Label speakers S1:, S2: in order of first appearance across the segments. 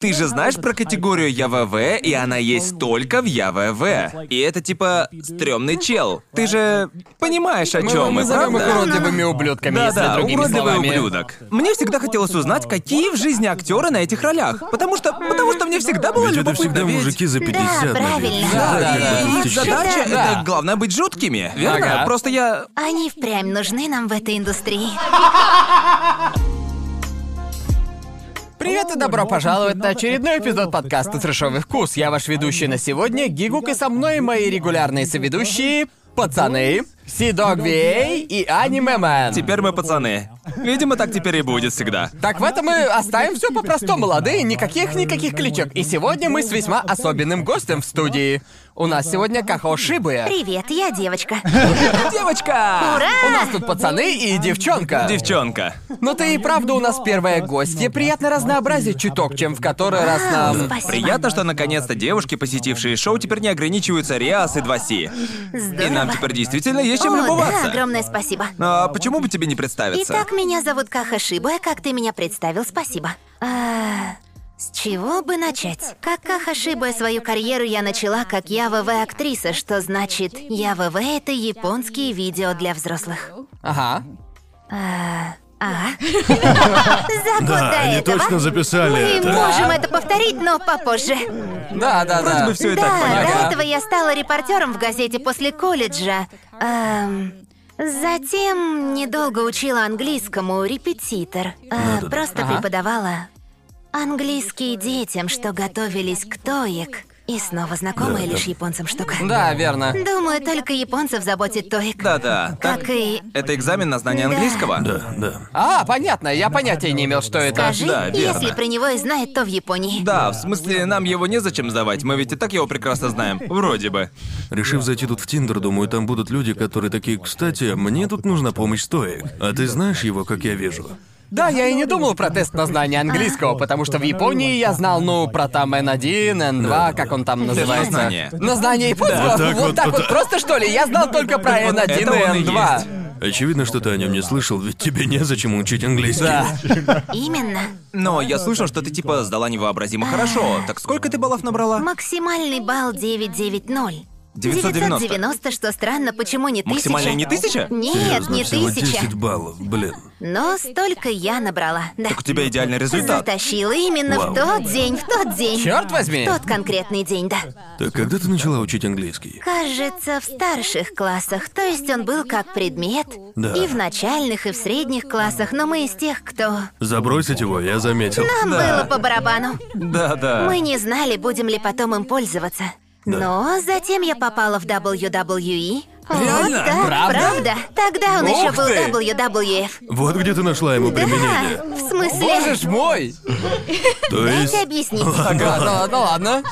S1: Ты же знаешь про категорию ЯВВ, и она есть только в ЯВВ. И это типа стрёмный чел. Ты же понимаешь, о
S2: Мы,
S1: чем
S2: мы
S1: мы,
S2: назовем их
S1: правда?
S2: уродливыми ублюдками,
S1: Да,
S2: если
S1: да,
S2: другими
S1: уродливый
S2: словами.
S1: ублюдок. Мне всегда хотелось узнать, какие в жизни актеры на этих ролях. Потому что. Потому что мне всегда было
S3: Ведь это
S1: любопытно.
S3: всегда
S1: ведь-
S3: мужики за 50.
S4: правильно.
S1: Да, да,
S2: Да, да, да.
S1: и их задача
S2: Да.
S1: это главное быть жуткими, верно?
S2: Ага.
S1: Просто я.
S4: Они впрямь нужны нам в этой индустрии.
S2: Привет и добро пожаловать на очередной эпизод подкаста «Трешовый вкус». Я ваш ведущий на сегодня, Гигук, и со мной мои регулярные соведущие, пацаны, Сидог Вей и Аниме Мэн.
S1: Теперь мы пацаны. Видимо, так теперь и будет всегда.
S2: Так в этом мы оставим все по-простому, лады? Никаких-никаких кличек. И сегодня мы с весьма особенным гостем в студии. У нас сегодня Кахо Шибуя.
S4: Привет, я девочка.
S1: Девочка!
S2: У
S4: Ура!
S2: нас тут пацаны и девчонка.
S1: Девчонка.
S2: Но Ну, ты и правда у нас первая гостья. Приятно разнообразить чуток, чем в который раз нам...
S4: Спасибо.
S1: Приятно, что наконец-то девушки, посетившие шоу, теперь не ограничиваются Риас и 2Си. И нам
S4: Здорово.
S1: теперь действительно есть чем
S4: О, да,
S1: любоваться.
S4: огромное спасибо.
S1: А почему бы тебе не представиться?
S4: Итак, меня зовут Каха Шибуя, как ты меня представил, спасибо. А, С чего бы начать? Как Каха Шибуя свою карьеру я начала как ЯВВ-актриса, что значит ЯВВ — это японские видео для взрослых.
S2: Ага.
S4: Ага. За год до
S3: Да, А, они
S4: этого
S3: точно записали
S4: мы
S3: это.
S4: можем это повторить, но попозже.
S2: Да, да, да.
S1: Мы все и
S4: Да,
S1: так
S4: до
S1: понимаем.
S2: понятно.
S4: этого я стала репортером в газете после колледжа. Эм, затем недолго учила английскому репетитор.
S1: Ну
S4: Э, просто
S2: Ага.
S4: преподавала английский детям, что готовились к тоек. И снова знакомая лишь японцам штука.
S2: Да, верно.
S4: Думаю, только японцев заботит тоек.
S1: Да-да. Так,
S4: Как и...
S1: это экзамен на знание
S4: Да.
S1: английского?
S3: Да, да.
S2: А, понятно, я понятия не имел, что это.
S4: Скажи,
S1: да, верно.
S4: если про него и знает, то в Японии.
S1: Да, в смысле, нам его незачем сдавать, мы ведь и так его прекрасно знаем. Вроде бы.
S3: Решив зайти тут в Тиндер, думаю, там будут люди, которые такие, кстати, мне тут нужна помощь стоек. А ты знаешь его, как я вижу?
S2: Да, я и не думал про тест на знание английского, потому что в Японии я знал, ну, про там N1, N2, как он там называется.
S1: знание.
S2: На знание японского? вот
S3: так вот,
S2: так
S3: вот
S2: вот,
S3: так.
S2: просто что ли? Я знал только про N1
S1: это он и
S2: и
S1: есть.
S2: N2.
S3: Очевидно, что ты о нем не слышал, ведь тебе незачем учить английский.
S2: Да.
S4: Именно.
S1: Но я слышал, что ты типа сдала невообразимо хорошо.
S4: А.
S1: Так сколько ты баллов набрала?
S4: Максимальный балл 990.
S1: 990.
S4: 990, что странно, почему не тысяча?
S1: Максимально не тысяча?
S4: Нет,
S3: Серьезно,
S4: не
S3: всего
S4: тысяча.
S3: 10 баллов, блин.
S4: Но столько я набрала, да.
S1: Так у тебя идеальный результат.
S4: Затащила именно
S3: Вау.
S4: в тот день, в тот день.
S2: Черт возьми!
S4: В тот конкретный день, да.
S3: Так когда ты начала учить английский?
S4: Кажется, в старших классах, то есть он был как предмет.
S3: Да.
S4: И в начальных, и в средних классах, но мы из тех, кто...
S3: Забросить его, я заметил.
S4: Нам
S1: Да.
S4: было по барабану.
S1: Да-да.
S4: Мы не знали, будем ли потом им пользоваться. Но затем я попала в WWE.
S1: Реально?
S4: Вот так,
S2: Правда?
S4: Тогда он
S2: Ух
S4: еще был
S2: ты!
S4: WWF.
S3: Вот где ты нашла ему применение.
S4: Да, в смысле...
S2: Боже ж мой!
S3: То есть...
S4: Дайте объяснить.
S2: Ладно, ну ладно.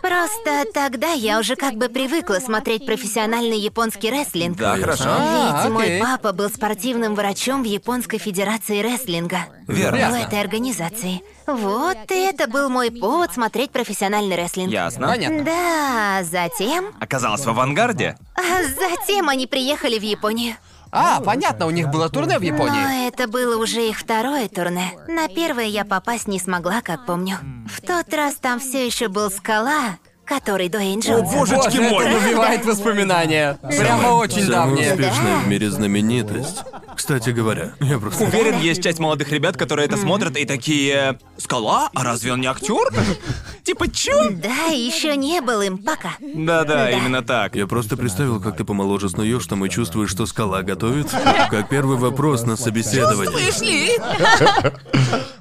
S4: Просто тогда я уже как бы привыкла смотреть профессиональный японский рестлинг.
S1: Да, хорошо.
S2: А,
S4: Ведь мой
S2: окей.
S4: папа был спортивным врачом в Японской Федерации рестлинга.
S1: Верно.
S4: В этой организации. Вот и это был мой повод смотреть профессиональный рестлинг.
S1: Ясно.
S2: Понятно.
S4: Да, затем...
S1: Оказалась в авангарде?
S4: А затем они приехали в Японию.
S2: А, понятно, у них было турне в Японии.
S4: Но это было уже их второе турне. На первое я попасть не смогла, как помню. В тот раз там все еще был скала, который до Энджелса.
S1: божечки
S2: Боже,
S1: мой.
S2: это
S4: ну,
S2: развивает воспоминания. Прямо очень
S3: Самая
S2: давние.
S3: успешная в мире знаменитость. Кстати говоря, я просто...
S1: Уверен, есть часть молодых ребят, которые это смотрят и такие... Скала? А разве он не актер? Типа чё?
S4: Да, еще не был им пока.
S1: Да-да, именно так.
S3: Я просто представил, как ты помоложе снуешь, там и чувствуешь, что скала готовит. Как первый вопрос на собеседовании.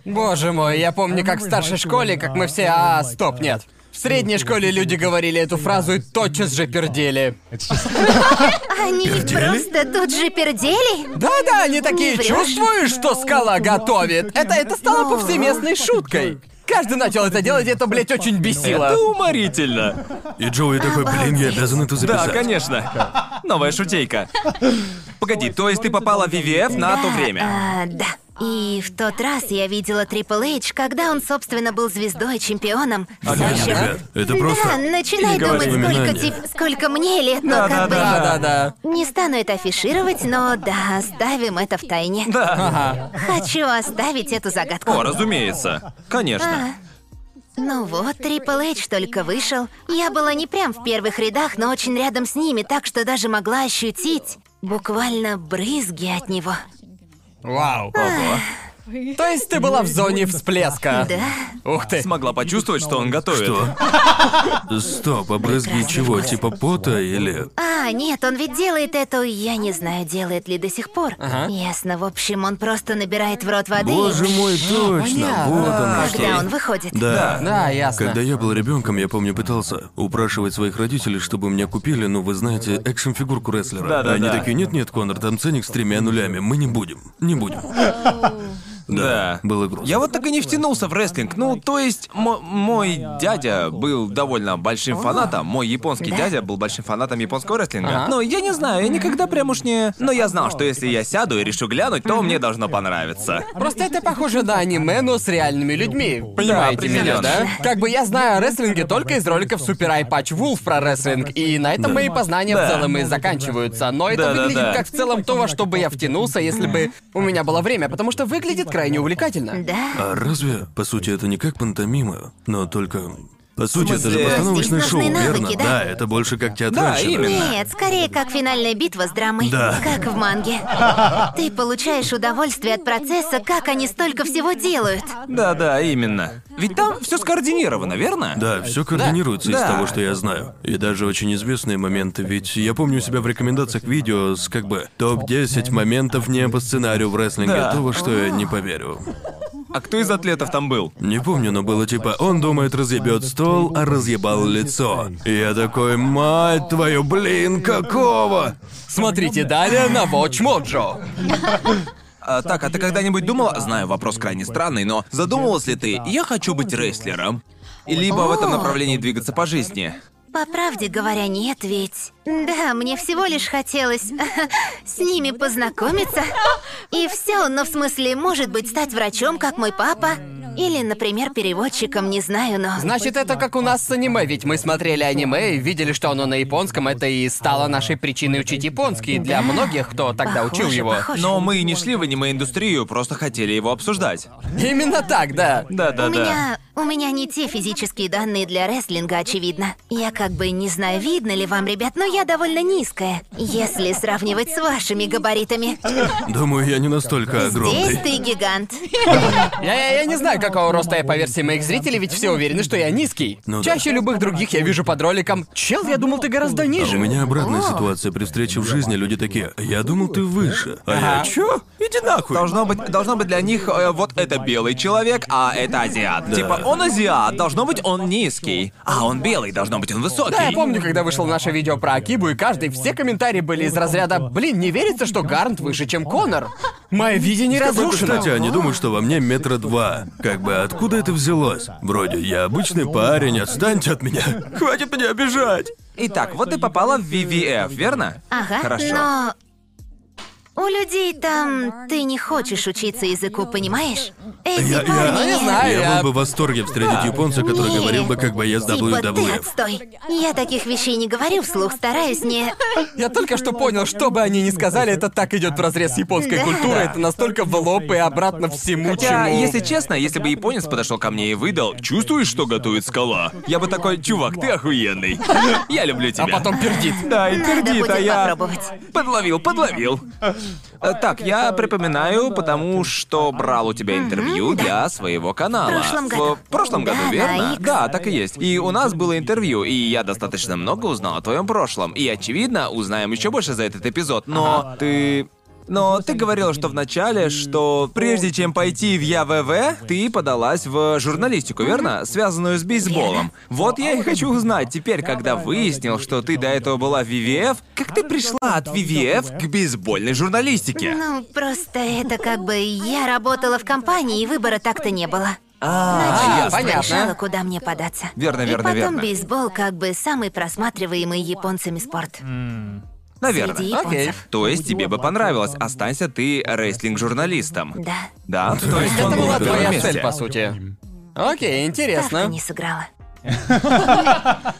S2: Боже мой, я помню, как в старшей школе, как мы все... А, стоп, нет. В средней школе люди говорили эту фразу и тотчас же пердели.
S4: Они просто тут же пердели.
S2: Да-да, они такие,
S4: Не врёшь.
S2: чувствуешь, что скала готовит? Это, это стало повсеместной шуткой. Каждый начал это делать, и это, блядь, очень бесило.
S1: Это уморительно.
S3: И Джоуи такой, блин, я обязан это записать.
S1: Да, конечно. Новая шутейка. Погоди, то есть ты попала в ВВФ на то время?
S4: А, да. И в тот раз я видела Трипл Эйч, когда он, собственно, был звездой, чемпионом. Всё ещё-
S3: Ребят, это
S4: Да,
S3: просто...
S4: начинай
S1: А Не говори.
S4: думать, сколько,
S3: Воспоминания.
S4: тип- сколько мне лет, но
S1: Да,
S4: как
S1: да,
S4: бы...
S1: да.
S2: Да-да-да.
S4: Не стану это афишировать, но да, оставим это в тайне.
S1: Да.
S2: Ага.
S4: Хочу оставить эту загадку.
S1: О, разумеется. Конечно.
S4: Ну вот, Трипл Эйч только вышел. Я была не прям в первых рядах, но очень рядом с ними, так что даже могла ощутить буквально брызги от него.
S2: Вау. То есть ты была в зоне всплеска?
S4: Да,
S2: Ух ты.
S1: Смогла почувствовать, что он готовит.
S3: Что? Стоп, обрызги чего? Типа пота или...
S4: А, нет, он ведь делает это, я не знаю, делает ли до сих пор. Ясно, в общем, он просто набирает в рот воды,
S3: Боже мой, точно,
S2: понятно.
S3: вот оно
S4: когда он
S3: что.
S4: выходит.
S3: Да.
S2: Да, ясно.
S3: Когда я был ребенком, я помню, пытался упрашивать своих родителей, чтобы мне купили, ну вы знаете, экшн-фигурку рестлера.
S1: Да-да-да.
S3: Они такие, нет-нет, Конор, там ценник с тремя нулями, мы не будем, не будем.
S1: Да.
S3: Было грустно.
S1: Я вот так и не втянулся в рестлинг. Ну, то есть, мо- мой дядя был довольно большим фанатом. Мой японский дядя был большим фанатом японского рестлинга.
S2: Ага.
S1: Ну, я не знаю, я никогда прям уж не... Но я знал, что если я сяду и решу глянуть, то мне должно понравиться.
S2: А Просто это похоже на аниме, но с реальными людьми. Понимаете меня,
S1: определенно.
S2: да? Как бы я знаю о рестлинге только из роликов Супер Айпач Вулф про рестлинг, и на этом мои познания в
S1: Да.
S2: целом и заканчиваются. Но это
S1: Да-да-да.
S2: выглядит как в целом то, во что бы я втянулся, если бы у меня было время, потому что выглядит крайне увлекательно.
S4: Да.
S3: А разве, по сути, это не как пантомима, но только... По сути, это же
S1: смысле?
S3: постановочное
S4: Здесь
S3: шоу,
S4: нужны навыки,
S3: верно?
S4: да?
S3: это больше как театральщина.
S1: именно.
S4: Нет, скорее как финальная битва с драмой,
S3: Да.
S4: как в манге. Ты получаешь удовольствие от процесса, как они столько всего делают.
S1: Да-да, именно. Ведь там все скоординировано, верно?
S3: Да, все координируется из
S1: Да.
S3: того, что я знаю. И даже очень известные моменты, ведь я помню у себя в рекомендациях видео с как бы топ-10 моментов не по сценарию в рестлинге,
S1: Да.
S3: то, во что я не поверю.
S1: А кто из атлетов там был?
S3: Не помню, но было типа, он думает, разъебет стол, а разъебал лицо. И я такой, мать твою, блин, какого?
S2: Смотрите далее на Watch Mojo.
S1: А, так, а ты когда-нибудь думала... Знаю, вопрос крайне странный, но задумывалась ли ты, я хочу быть рестлером? И Либо в этом
S4: О.
S1: направлении двигаться по жизни.
S4: По правде говоря, нет ведь. Да, мне всего лишь хотелось с ними познакомиться. И все, но в смысле, может быть, стать врачом, как мой папа. Или, например, переводчиком, не знаю, но...
S2: Значит, это как у нас с аниме, ведь мы смотрели аниме и видели, что оно на японском, это и стало нашей причиной учить японский для многих, кто тогда
S4: Похоже,
S2: учил его.
S4: похоже.
S3: Ну,
S1: Но мы не шли в аниме-индустрию, просто хотели его обсуждать.
S2: Именно так, да.
S4: У
S1: Да-да-да.
S4: меня, у меня не те физические данные для рестлинга, очевидно. Я как бы не знаю, видно ли вам, ребят, но я довольно низкая, если сравнивать с вашими габаритами.
S3: Думаю, я не настолько
S4: Здесь
S3: огромный.
S4: ты гигант.
S2: Я, я, я не знаю, какого роста я по версии моих зрителей, ведь все уверены, что я низкий.
S3: Ну да.
S2: Чаще любых других я вижу под роликом. Чел, я думал, ты гораздо
S3: А
S2: ниже.
S3: у меня обратная ситуация при встрече в жизни. Люди такие, я думал, ты выше. А я
S2: Ага.
S3: чё? Иди нахуй.
S1: Должно быть, должно быть для них э, вот это белый человек, а это азиат. Типа он азиат, должно быть он низкий, а он белый, должно быть он высокий.
S2: Да, я помню, когда вышло наше видео про Акибу, и каждый, все комментарии были из разряда «Блин, не верится, что Гарнт выше, чем Конор». Мое видение разрушено.
S3: Кстати, они думают, что во мне метра два. Как бы откуда это взялось? Вроде я обычный парень, отстаньте от меня. Хватит меня обижать.
S1: Итак, вот ты попала в VVF, верно?
S4: Ага,
S1: Хорошо.
S4: но... У людей там ты не хочешь учиться языку, понимаешь? Эти
S3: Я,
S4: парни...
S3: я,
S2: не знаю,
S3: я
S2: А я- А,
S3: был бы в восторге встретить японца, который
S4: Не.
S3: говорил бы, как бы я с
S4: Типа ты
S3: WWF.
S4: отстой. Я таких вещей не говорю вслух, стараюсь не...
S2: Я только что понял, что бы они ни сказали, это так идет в разрез с японской
S4: Да.
S2: культурой, это настолько в лоб и обратно всему,
S1: Хотя,
S2: чему...
S1: если честно, если бы японец подошел ко мне и выдал, чувствуешь, что готовит скала? Я бы такой, чувак, ты охуенный. Я люблю тебя.
S2: А потом пердит.
S1: Да, и
S4: Надо
S1: пердит, а
S4: будет
S1: я...
S4: попробовать.
S1: Подловил, подловил. Э, Так, я припоминаю, потому что брал у тебя интервью для своего канала.
S4: В прошлом году.
S1: В прошлом году,
S4: Да, на
S1: верно?
S4: X.
S1: Да, А, так и есть. И у нас было интервью, и я достаточно много узнал о твоем прошлом. И, очевидно, узнаем еще больше за этот эпизод, но ты... Но ты говорила, что вначале, что прежде чем пойти в ЯВВ, ты подалась в журналистику, верно? Связанную с бейсболом. Вот я и хочу узнать теперь, когда выяснил, что ты до этого была в ВВФ, как ты пришла от ВВФ к бейсбольной журналистике?
S4: Ну, просто это как бы... Я работала в компании, и выбора так-то не было.
S2: А,
S4: Честно, решала,
S2: понятно.
S4: куда мне податься.
S1: Верно,
S4: И
S1: верно,
S4: потом
S1: верно.
S4: бейсбол как бы самый просматриваемый японцами спорт. Среди
S1: Наверное.
S2: Окей.
S4: японцев.
S1: То есть тебе бы понравилось, останься ты рестлинг-журналистом.
S4: Да.
S1: Да, то есть
S2: Это
S1: он
S2: была
S1: был в первом
S2: твоя
S1: месте.
S2: цель, по сути. Окей,
S4: Ставка
S2: интересно.
S4: не сыграла.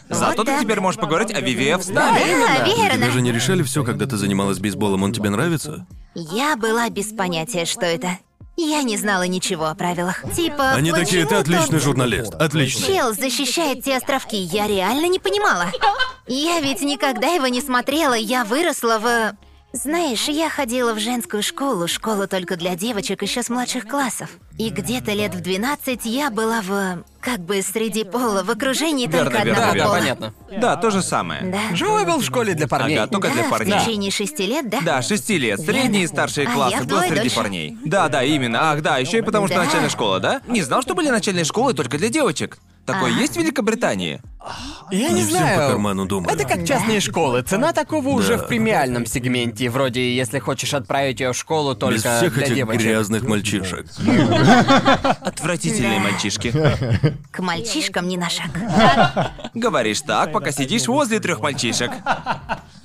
S1: Зато ты
S4: так.
S1: теперь можешь поговорить о ВВФ с
S4: Да,
S1: нами.
S3: Вы даже
S4: верно.
S3: не решали все, когда ты занималась бейсболом, он тебе нравится?
S4: Я была без понятия, что это. Я не знала ничего о правилах. Типа,
S3: Они такие, ты
S4: почему
S3: отличный
S4: тот
S3: журналист, отличный.
S4: Чел защищает те островки, я реально не понимала. Я ведь никогда его не смотрела, я выросла в... Знаешь, я ходила в женскую школу, школу только для девочек еще с младших классов. И где-то лет в 12 я была в... как бы среди пола, в окружении
S1: Верно,
S4: только
S1: верно,
S2: Да,
S4: одного
S1: верно.
S2: да,
S4: пола.
S2: понятно.
S1: Да, то же самое.
S4: Да.
S2: Живой был в школе для парней.
S1: Ага, только для
S4: Да,
S1: парней.
S4: в течение шести лет, да?
S1: Да, шести лет. Средние и старшие
S4: А
S1: классы
S4: я
S1: было
S4: вдвое
S1: среди
S4: дольше.
S1: парней. Да, да, именно. Ах, да, еще и потому, что
S4: Да.
S1: начальная школа, да? Не знал, что были начальные школы только для девочек. Такое
S4: А.
S1: есть в Великобритании?
S2: Я не
S3: Не всем по
S2: знаю.
S3: карману думаю.
S2: Это как частные школы. Цена такого уже в премиальном сегменте. Вроде, если хочешь отправить ее в школу только
S3: Без всех
S2: для
S3: этих
S2: девочек.
S3: грязных мальчишек.
S1: Отвратительные
S4: Да.
S1: мальчишки.
S4: К мальчишкам не на шаг.
S1: Говоришь так, пока сидишь возле трех мальчишек.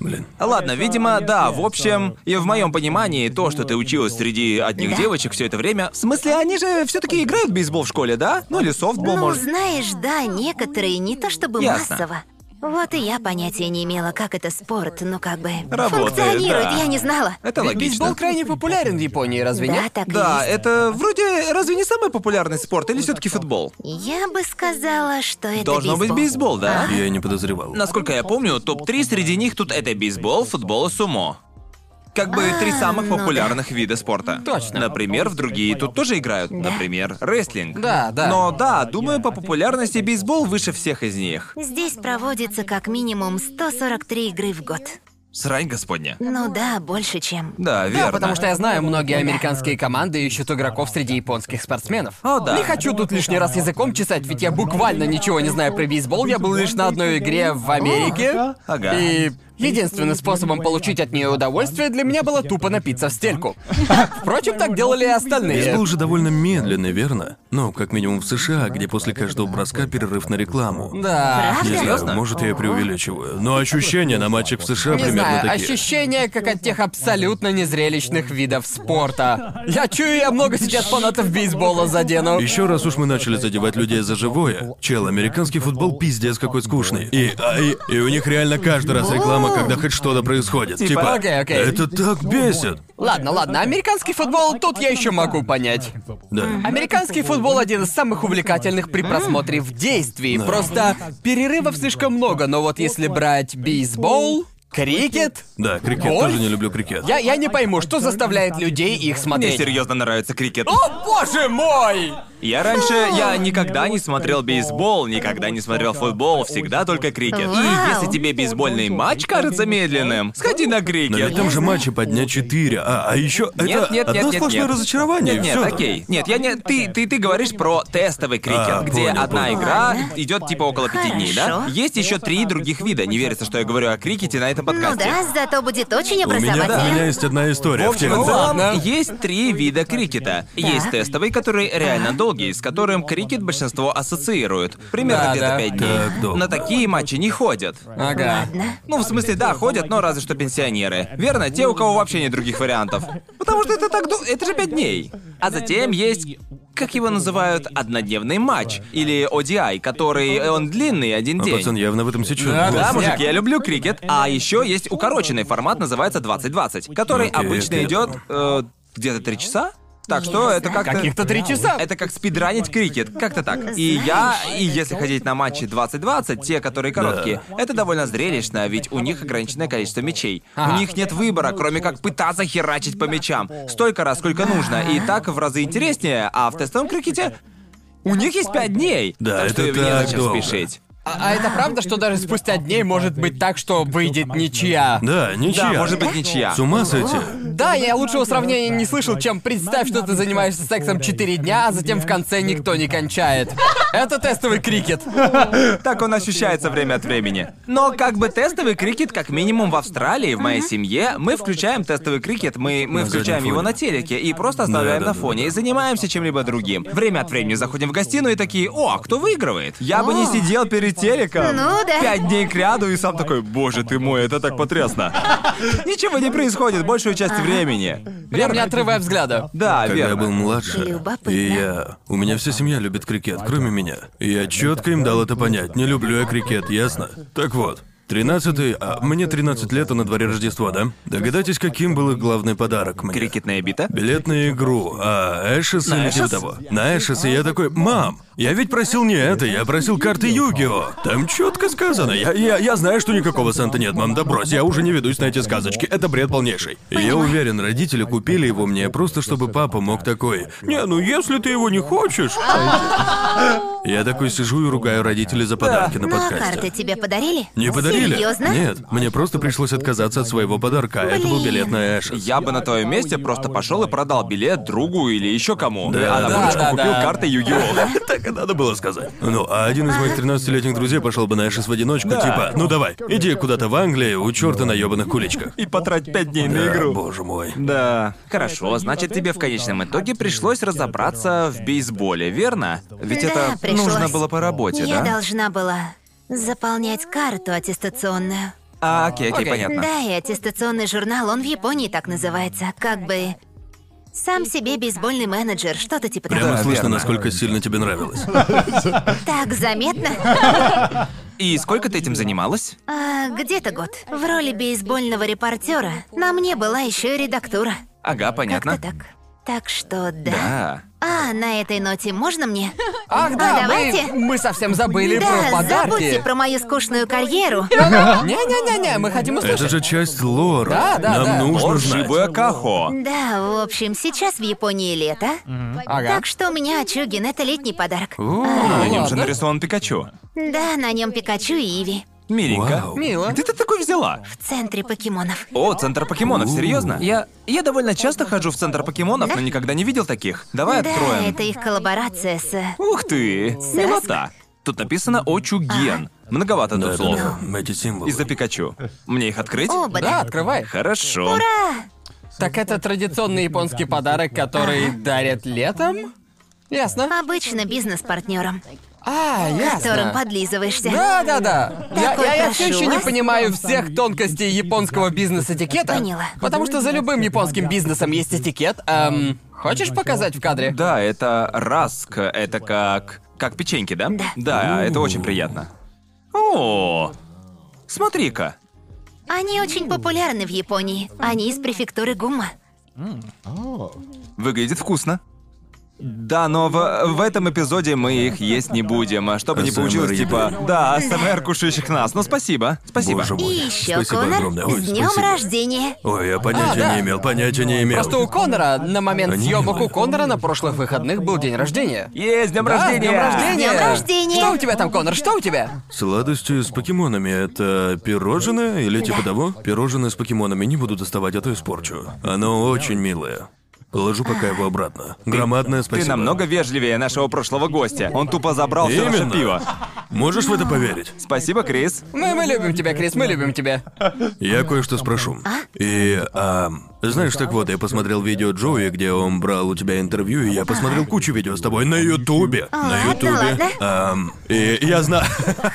S3: Блин.
S1: Ладно, видимо, да, в общем, и в моем понимании, то, что ты училась среди одних
S4: Да.
S1: девочек все это время. В смысле, они же все-таки играют в бейсбол в школе, да? Ну или софтбол,
S4: Ну,
S1: может.
S4: знаешь, да, некоторые не то чтобы
S1: Ясно.
S4: массово. Вот и я понятия не имела, как это спорт, ну как бы
S1: Работает,
S4: функционирует,
S1: да.
S4: я не знала.
S1: Это
S2: Ведь бейсбол
S1: логично.
S2: крайне популярен в Японии, разве
S4: да,
S2: нет?
S4: так
S1: Да,
S4: и есть.
S1: это вроде разве не самый популярный спорт или все-таки футбол?
S4: Я бы сказала, что это
S1: Должно быть бейсбол,
S2: А?
S1: да?
S3: Я и не подозревал.
S1: Насколько я помню, топ-3 среди них тут это бейсбол, футбол и сумо. Как бы три самых
S4: ну да.
S1: популярных вида спорта.
S2: Точно.
S1: Например, в другие тут тоже играют. Например, рестлинг.
S2: Да, да.
S1: Но да, думаю, по популярности бейсбол выше всех из них.
S4: Здесь проводится как минимум 143 игры в год.
S1: Срань господня.
S4: Ну да, больше чем. Ну
S1: Да,
S2: Да,
S1: верно.
S2: потому что я знаю, многие американские команды ищут игроков среди японских спортсменов.
S1: О, да.
S2: Не хочу тут лишний раз языком чесать, ведь я буквально ничего не знаю про бейсбол. Я был лишь на одной игре в Америке.
S1: Ага.
S2: И единственным способом получить от нее удовольствие для меня было тупо напиться в стельку. Впрочем, так делали и
S3: Бейсбол
S2: остальные.
S3: же довольно медленный, верно? Ну, как минимум в США, где после каждого броска перерыв на рекламу.
S2: Да.
S4: Правда?
S3: Не
S1: Серьёзно?
S3: знаю, может, я и преувеличиваю. Но ощущения на матчах в США
S2: Не
S3: примерно
S2: знаю,
S3: такие.
S2: ощущение, как от тех абсолютно незрелищных видов спорта. Я чую, я много сейчас фанатов бейсбола задену.
S3: Еще раз уж мы начали задевать людей за живое. Чел, американский футбол пиздец какой скучный. И, а, и, и у них реально каждый раз реклама, когда хоть что-то происходит. Типа,
S2: окей, окей.
S3: это так бесит.
S2: Ладно, ладно, американский футбол тут я еще могу понять.
S3: Да.
S2: Американский футбол один из самых увлекательных при просмотре в действии. Просто перерывов слишком много, но вот если брать бейсбол, крикет,
S3: Да, крикет
S2: Гольф?
S3: тоже не люблю крикет.
S2: я, я не пойму, что заставляет людей их
S1: Мне
S2: смотреть.
S1: серьезно нравится крикет.
S2: О боже мой!
S1: Я раньше, я никогда не смотрел бейсбол, никогда не смотрел футбол, всегда только крикет. И
S4: Вау.
S1: если тебе бейсбольный матч кажется медленным, сходи на
S3: Но ведь
S1: крикет.
S3: там же матчи по дня 4, а, а еще
S1: Нет,
S3: это
S1: нет, нет,
S3: одно
S1: нет,
S3: сплошное
S1: нет.
S3: разочарование.
S1: Нет, нет,
S3: всё.
S1: окей. Нет, я не. Ты, ты, ты говоришь про тестовый крикет,
S3: А,
S1: где
S3: понял,
S1: одна
S3: понял.
S1: игра
S4: Ладно.
S1: идет типа около пяти дней, да?
S4: Хорошо.
S1: Есть еще три других вида. Не верится, что я говорю о крикете на этом
S4: Ну
S1: подкасте.
S4: да, зато будет
S3: У
S4: очень
S3: меня,
S4: образовательно.
S3: у меня есть одна история. в
S1: В
S3: теме.
S1: целом,
S2: Ладно.
S1: есть три вида крикета. Есть тестовый, который реально долгий, с которым крикет большинство ассоциируют. Примерно
S2: Да,
S1: где-то
S2: да.
S1: пять
S3: Так,
S1: дней.
S3: долго.
S1: На такие матчи не ходят.
S2: Ага.
S1: Ну, в смысле, да, ходят, но разве что пенсионеры. Верно, те, у кого вообще нет других вариантов. Потому что это так дол- Это же пять дней. А затем есть, как его называют, однодневный матч. Или ODI, который э, он длинный, один
S3: А,
S1: день.
S3: пацан, явно в этом сейчас.
S1: Да,
S2: Классняк.
S1: мужики, я люблю крикет. А еще есть укороченный формат, называется 2020, который
S3: Окей,
S1: обычно
S3: окей.
S1: идет э, где-то три часа. Так что это как-то...
S2: Каких-то три часа.
S1: Это как спидранить крикет, как-то так. И я, и если ходить на матчи 20-20, те, которые короткие, это довольно зрелищно, ведь у них ограниченное количество мячей. У
S2: Ага.
S1: них нет выбора, кроме как пытаться херачить по мячам. Столько раз, сколько нужно, и так в разы интереснее. А в тестовом крикете у них есть пять дней.
S3: Да,
S1: так что
S3: это
S1: им не
S3: так
S1: зачем
S3: долго.
S1: спешить.
S2: А, а это правда, что даже спустя дней может быть так, что выйдет ничья?
S3: Да, ничья.
S1: Да, может быть, ничья.
S3: С ума сойти?
S2: Да, я лучшего сравнения не слышал, чем представь, что ты занимаешься сексом 4 дня, а затем в конце никто не кончает. Это тестовый крикет.
S1: Так он ощущается время от времени. Но как бы тестовый крикет, как минимум в Австралии, в моей семье, мы включаем тестовый крикет, мы, мы
S3: На
S1: включаем
S3: заднем
S1: его
S3: фоне.
S1: на телеке и просто оставляем
S3: Да, да,
S1: на
S3: да,
S1: фоне
S3: да.
S1: и занимаемся чем-либо другим. Время от времени заходим в гостиную и такие, о, а кто выигрывает? Я бы не сидел перед телеком.
S4: Ну да.
S1: Пять дней к ряду и сам такой, боже ты мой, это так потрясно. Ничего не происходит большую часть времени.
S2: Прям не отрывая взгляда.
S1: Да,
S3: Когда я был
S1: верно.
S3: младше,
S4: Любопытно.
S3: и я... У меня вся семья любит крикет, кроме меня. И я четко им дал это понять. Не люблю я крикет, ясно? Так вот, 13 а, мне 13 лет, а на дворе Рождество, да? Догадайтесь, каким был их главный подарок мне?
S1: Крикетная бита?
S3: Билет на игру, а Эшес
S1: На
S3: или типа
S1: Эшес?
S3: того. На Эшес, и я такой, мам, я ведь просил не это, я просил карты Югио. Там четко сказано. Я, я, я знаю, что никакого Санта нет, мам, да брось, я уже не ведусь на эти сказочки, это бред полнейший. И я уверен, родители купили его мне просто, чтобы папа мог такой, не, ну если ты его не хочешь... Я такой сижу и ругаю родителей за подарки на
S4: Ну а карты
S3: подкасте.
S4: тебе подарили? Ну,
S3: Не подарили?
S4: Серьезно?
S3: Нет, мне просто пришлось отказаться от своего подарка. а Это был
S4: Блин.
S3: билет на Эшес.
S1: Я бы на твоем месте просто пошел и продал билет другу или еще кому. а на
S3: да,
S1: выручку
S2: да,
S1: купил
S2: да.
S1: карты Yu-Gi-Oh!
S3: Так и надо было сказать. Ну, а один из моих 13-летних друзей пошел бы на Эшес в одиночку, типа, ну давай, иди куда-то в Англию, у черта на ебаных куличках.
S1: И потратить пять дней
S3: Да,
S1: на игру.
S3: боже мой.
S1: Да. Хорошо, значит, тебе в конечном итоге пришлось разобраться в бейсболе, верно? Ведь
S4: Да,
S1: это
S4: пришлось.
S1: нужно было по работе,
S4: Я
S1: да?
S4: должна была заполнять карту аттестационную.
S1: А, окей, окей,
S2: Окей.
S1: понятно.
S4: Да, и аттестационный журнал, он в Японии так называется. Как бы сам себе бейсбольный менеджер, что-то типа
S3: Прямо
S1: Да,
S4: того.
S3: слышно,
S1: верно.
S3: насколько сильно тебе нравилось.
S4: Так заметно.
S1: И сколько ты этим занималась?
S4: А, где-то год. В роли бейсбольного репортера на мне была еще и редактура.
S1: Ага, понятно.
S2: А?
S4: Как-то так. Так что да.
S1: Да.
S4: А, на этой ноте можно мне?
S2: Ах да,
S4: А, давайте.
S2: мы, мы совсем забыли
S4: да,
S2: про
S4: забудьте
S2: подарки.
S4: про мою скучную карьеру.
S2: Не-не-не-не, мы хотим
S3: Это
S2: услышать.
S3: же часть лора.
S2: Да, да,
S3: Нам
S2: да.
S3: нужно
S1: Лор
S3: знать.
S1: Шибуя Кахо.
S4: Да, в общем, сейчас в Японии лето.
S2: Ага.
S4: Так что у меня Чугин это летний подарок.
S1: На нем же
S2: ладно.
S1: нарисован Пикачу.
S4: Да, на нем Пикачу и Иви.
S1: Миленько.
S3: Вау.
S2: Мило.
S1: Где ты такой взяла?
S4: В центре покемонов.
S1: О, центр покемонов, серьезно? Я. Я довольно часто хожу в центр покемонов, но никогда не видел таких. Давай
S4: Да,
S1: откроем.
S4: это их коллаборация с... э,
S1: Ух ты! Милота! Тут написано Очуген. Многовато
S3: Да,
S1: тут
S3: да,
S1: слов.
S3: да, Эти символы.
S1: Из-за Пикачу. Мне их открыть?
S4: Оба,
S2: Да,
S4: да.
S2: открывай.
S1: Хорошо.
S2: Так это традиционный японский подарок, который дарят летом? Ясно.
S4: Обычно бизнес-партнером,
S2: А,
S4: которым
S2: ясно.
S4: подлизываешься.
S2: Да, да, да. Я,
S4: Такой
S2: я, все
S4: прошу
S2: еще не
S4: вас.
S2: понимаю всех тонкостей японского бизнес-этикета.
S4: Поняла.
S2: Потому что за любым японским бизнесом есть этикет. Эм, хочешь показать в кадре?
S1: Да, это раск. Это как... Как печеньки, да? Да. это очень приятно. О, смотри-ка.
S4: Они очень популярны в Японии. Они из префектуры Гума.
S1: Выглядит вкусно. Да, но в, в этом эпизоде мы их есть не будем, а чтобы не
S3: ASMR
S1: получилось типа
S3: еды.
S1: «Да, СМР кушающих нас». Ну, спасибо, спасибо.
S3: Боже
S4: И
S3: мой.
S4: еще,
S3: спасибо
S4: Конор,
S3: огромное. Ой,
S4: с днем
S3: спасибо.
S4: рождения.
S3: Ой, я понятия
S2: А, да.
S3: не имел, понятия не имел.
S2: Просто у Конора на момент
S3: Они
S2: съемок у
S3: милые.
S2: Конора на прошлых выходных был день рождения.
S1: Е, с днем
S2: Да, с
S1: рождения!
S2: днём рождения!
S4: С днём рождения!
S2: Что у тебя там, Конор? Что у тебя?
S3: Сладостью с покемонами это пирожное или типа того? Пирожное с покемонами не буду доставать, а то испорчу. Оно очень милое. Положу пока его обратно. Громадное спасибо.
S1: Ты намного вежливее нашего прошлого гостя. Он тупо забрал все наше
S3: Именно.
S1: пиво.
S3: Можешь в это поверить?
S1: Спасибо, Крис.
S2: Мы, мы любим тебя, Крис, мы любим тебя.
S3: Я кое-что спрошу. И, ам, знаешь, так вот, я посмотрел видео Джоуи, где он брал у тебя интервью, и я посмотрел кучу видео с тобой на Ютубе. На
S4: ладно,
S3: Ютубе.
S4: ладно.
S3: Ам, и я знаю...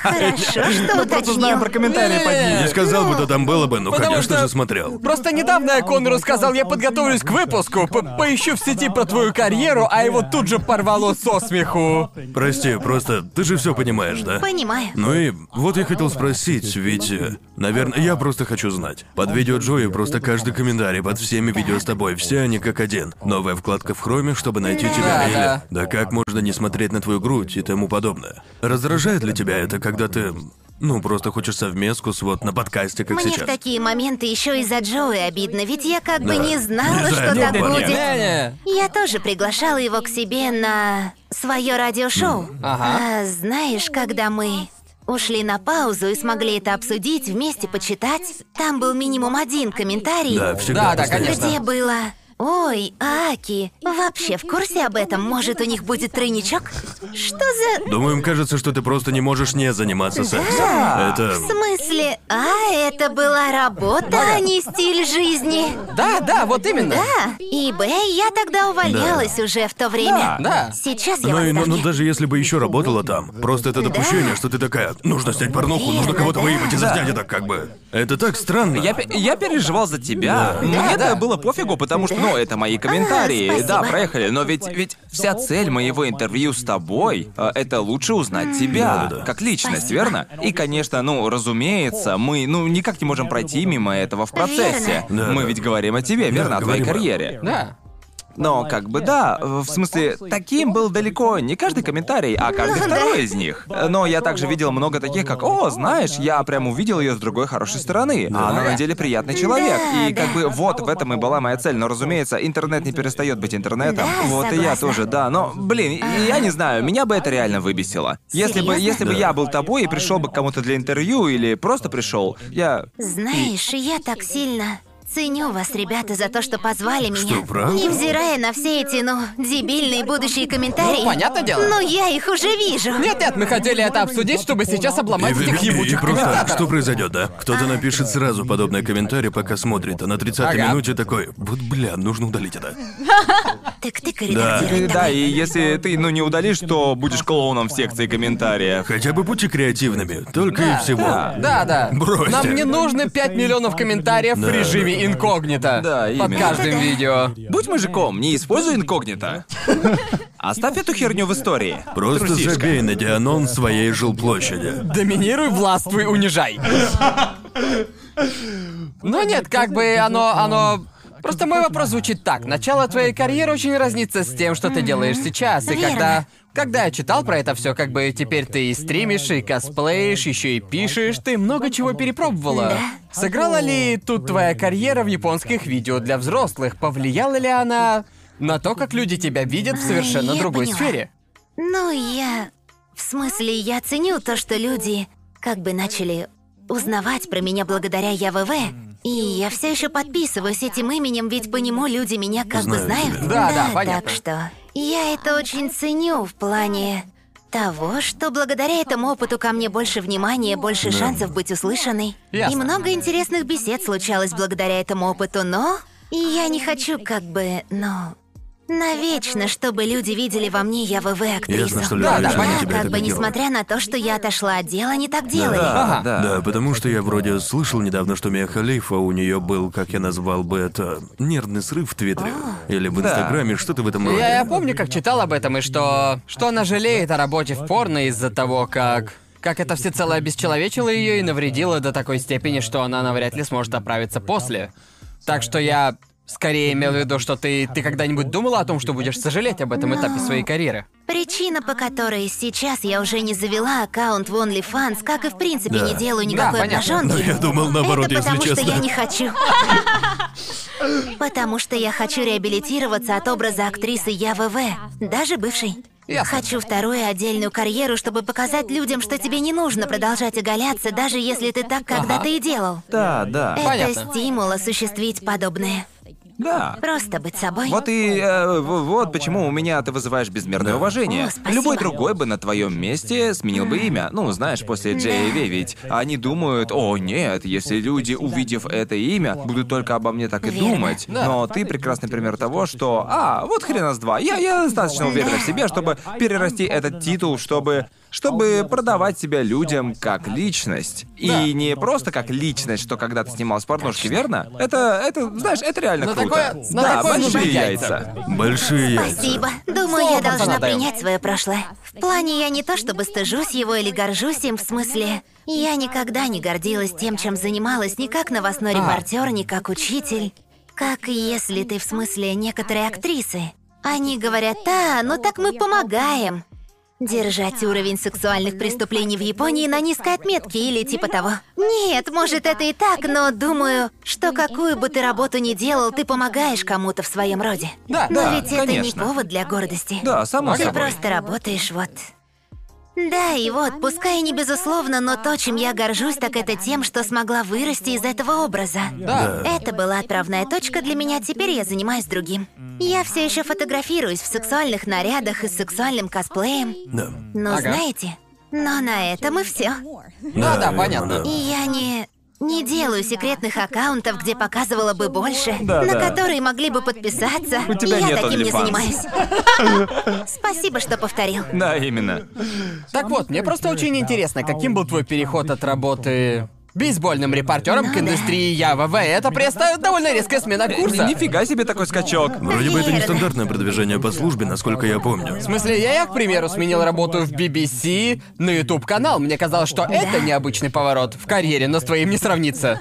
S4: Хорошо,
S3: ну,
S4: что уточнил.
S1: комментарии под ним.
S3: Не сказал бы, то там было бы, но,
S2: Потому
S3: конечно
S2: что-
S3: же, смотрел.
S2: Просто недавно я Конору сказал, я подготовлюсь к выпуску, по- поищу в сети про твою карьеру, а его тут же порвало со смеху.
S3: Прости, просто ты же все понимаешь, да?
S4: Понимаю.
S3: Ну и вот я хотел спросить, ведь, наверное, я просто хочу знать. Под видео Джои просто каждый комментарий под всеми видео с тобой, все они как один. Новая вкладка в хроме, чтобы найти тебя
S2: Да,
S3: или...
S2: да.
S3: Да как можно не смотреть на твою грудь и тому подобное? Раздражает ли тебя это, когда ты, ну, просто хочешь совместку с вот на подкасте, как
S4: Мне в
S3: сейчас?
S4: такие моменты еще и за Джоуи обидно, ведь я как бы
S3: Да.
S4: не знала,
S3: Не
S4: что
S3: знаю, ну,
S4: так
S3: не было.
S4: будет.
S2: Не-не.
S4: Я тоже приглашала его к себе на свое радиошоу.
S2: Ага.
S4: А знаешь, когда мы ушли на паузу и смогли это обсудить, вместе почитать, там был минимум один комментарий,
S3: Да, всегда.
S2: Да, да,
S3: постоянно.
S2: конечно.
S4: где было. Ой, Аки, вообще в курсе об этом? Может, у них будет тройничок? Что за...
S3: Думаю, им кажется, что ты просто не можешь не заниматься сексом. Это...
S4: В смысле? А, это была работа, а не стиль жизни.
S2: Да, да, вот именно.
S4: Да, и Б, я тогда увольнялась уже в то время.
S2: Да.
S4: Сейчас я
S3: Ну, и, ну, ну,
S4: восставлю.
S3: даже если бы еще работала там, просто это допущение, что ты такая, нужно снять порнуху, нужно кого-то выебать и заснять это как бы. Это так странно.
S1: Я, пе- я переживал за тебя. Мне
S2: да.
S1: это было пофигу, потому что, ну, это мои
S4: А,
S1: комментарии.
S4: спасибо.
S1: да, проехали. Но ведь, ведь вся цель моего интервью с тобой э, это лучше узнать тебя
S3: Да-да-да.
S1: как личность, верно? И, конечно, ну, разумеется, мы, ну, никак не можем пройти мимо этого в процессе.
S3: Верно. Да.
S1: Мы ведь говорим о тебе, верно, о твоей
S3: говорим о-
S1: карьере.
S2: Да.
S1: Но как бы да, в смысле, таким был далеко не каждый комментарий, а каждый
S4: Ну да.
S1: второй из них. Но я также видел много таких, как «О, знаешь, я прям увидел ее с другой хорошей стороны, а она на деле приятный человек». И
S4: Да,
S1: как бы вот в этом и была моя цель, но разумеется, интернет не перестает быть интернетом.
S4: Да,
S1: Вот и я
S4: согласна.
S1: тоже, да, но, блин, я не знаю, меня бы это реально выбесило. Если бы,
S4: Серьезно?
S1: если бы
S3: Да.
S1: я был тобой и пришел бы к кому-то для интервью или просто пришел, я...
S4: Знаешь, я так сильно ценю вас, ребята, за то, что позвали меня.
S3: Что, правда?
S4: Невзирая на все эти, ну, дебильные будущие комментарии.
S2: Ну, понятное дело.
S4: Ну, я их уже вижу.
S2: Нет-нет, мы хотели это обсудить, чтобы сейчас обломать
S3: И-
S2: этих
S3: и- и
S2: ебучих
S3: просто
S2: комментаторов.
S3: что произойдет, да? Кто-то напишет сразу подобные комментарии, пока смотрит, а на 30-й
S2: Ага.
S3: минуте такой, вот бля, нужно удалить это.
S4: Так ты
S1: И
S4: редактируй
S1: э, Да,
S4: давай.
S1: и если ты, ну, не удалишь, то будешь клоуном в секции комментариев.
S3: Хотя бы будьте креативными, только и всего.
S2: Да, да.
S3: Бросьте.
S2: Нам не нужно 5 миллионов комментариев в
S3: Да.
S2: режиме инкогнито.
S1: Да,
S2: Под
S1: именно.
S2: каждым видео.
S1: Будь мужиком, не используй инкогнито. Оставь эту херню в истории.
S3: Просто забей на Дианон своей жилплощади.
S2: Доминируй, властвуй, унижай. Но нет, как бы оно, оно... Просто мой вопрос звучит так. Начало твоей карьеры очень разнится с тем, что ты делаешь сейчас. И
S4: Верно.
S2: когда... Когда я читал про это все, как бы теперь ты и стримишь, и косплеишь, еще и пишешь, ты много чего перепробовала. Сыграла ли тут твоя карьера в японских видео для взрослых? Повлияла ли она на то, как люди тебя видят в совершенно
S4: Я
S2: другой
S4: поняла.
S2: сфере?
S4: Ну, я... В смысле, я ценю то, что люди как бы начали узнавать про меня благодаря ЯВВ. И я все еще подписываюсь этим именем, ведь по нему люди меня как бы
S3: Знают
S4: знают.
S2: тебя. Да, да, понятно.
S4: так что я это очень ценю в плане того, что благодаря этому опыту ко мне больше внимания, больше шансов быть услышанной. И
S2: Ясно.
S4: много интересных бесед случалось благодаря этому опыту, но и я не хочу как бы, ну, навечно, чтобы люди видели во мне ЯВВ актрису.
S3: Ясно, что люди
S2: Да, да,
S3: решили
S2: понятно.
S3: тебя
S4: Как бы
S3: отреагировать.
S4: несмотря на то, что я отошла от дела, они так делали.
S1: Да,
S2: Ага.
S1: да.
S3: Да, потому что я вроде слышал недавно, что Мия Халифа у нее был, как я назвал бы это, нервный срыв в Твиттере.
S4: А.
S3: Или в Инстаграме, что-то в этом роде.
S2: Я, я помню, как читал об этом, и что... Что она жалеет о работе в порно из-за того, как... Как это всецело обесчеловечило ее и навредило до такой степени, что она навряд ли сможет оправиться после. Так что я скорее имел в виду, что ты, ты когда-нибудь думала о том, что будешь сожалеть об этом этапе своей карьеры?
S4: Причина, по которой сейчас я уже не завела аккаунт в OnlyFans, как и в принципе не делаю никакой
S2: понятно.
S4: обнаженки.
S3: Ну, Я думал наоборот,
S4: Это
S3: если
S4: потому,
S3: честно.
S4: что я не хочу. Потому что я хочу реабилитироваться от образа актрисы ЯВВ, даже бывшей.
S2: Ясно.
S4: Хочу вторую отдельную карьеру, чтобы показать людям, что тебе не нужно продолжать оголяться, даже если ты так когда-то и делал.
S1: Да, да.
S4: Это
S2: Понятно.
S4: стимул осуществить подобное.
S1: Да.
S4: Просто быть собой.
S1: Вот и э, в- вот почему у меня ты вызываешь безмерное уважение.
S4: О, спасибо.
S1: Любой другой бы на твоем месте сменил бы имя. Ну, знаешь, после JAV, ведь они думают, о нет, если люди, увидев это имя, будут только обо мне так и
S4: Верно.
S1: думать. Но ты прекрасный пример того, что а, вот хрена с два, я, я достаточно уверена в себе,
S4: А
S1: чтобы перерасти этот титул, чтобы чтобы продавать себя людям как личность. И не просто как личность, что когда ты снимал с порножки, верно? Это, это, знаешь, это реально
S2: На
S1: круто.
S2: такое- на
S1: да,
S2: такое нужны
S1: большие
S2: яйца.
S1: яйца.
S3: Большие яйца.
S4: Спасибо. Думаю, я
S2: Сто
S4: должна
S2: процентов.
S4: принять свое прошлое. В плане я не то чтобы стыжусь его или горжусь им, в смысле... Я никогда не гордилась тем, чем занималась, ни как новостной репортер, ни как учитель. Как если ты в смысле некоторые актрисы. Они говорят, а, ну так мы помогаем. Держать уровень сексуальных преступлений в Японии на низкой отметке или типа того. Нет, может это и так, но думаю, что какую бы ты работу ни делал, ты помогаешь кому-то в своем роде.
S2: Да,
S4: Но
S1: да,
S4: ведь это не
S1: конечно.
S4: повод для гордости.
S1: Да, само
S4: Ты
S1: собой.
S4: просто работаешь вот. Да, и вот, пускай и не безусловно, но то, чем я горжусь, так это тем, что смогла вырасти из этого образа.
S2: Да.
S4: Это была отправная точка для меня, теперь я занимаюсь другим. Я все еще фотографируюсь в сексуальных нарядах и с сексуальным косплеем.
S3: Да.
S4: Но
S2: Ага.
S4: знаете, но на этом и все.
S2: Да, Ну да, понятно.
S3: да.
S4: И я не... Не делаю секретных аккаунтов, где показывала бы больше,
S1: Да,
S4: на
S1: да.
S4: которые могли бы подписаться.
S1: У тебя
S4: я
S1: нет
S4: таким не
S1: OnlyFans.
S4: занимаюсь. Спасибо, что повторил.
S1: Да, именно.
S2: Так вот, мне просто очень интересно, каким был твой переход от работы бейсбольным репортером к индустрии Ява Это представит довольно резкая смена курса.
S1: Нифига себе такой скачок.
S3: Вроде бы это нестандартное продвижение по службе, насколько я помню.
S2: В смысле, я, я, к примеру, сменил работу в BBC на YouTube-канал. Мне казалось, что это необычный поворот в карьере, но с твоим не сравнится.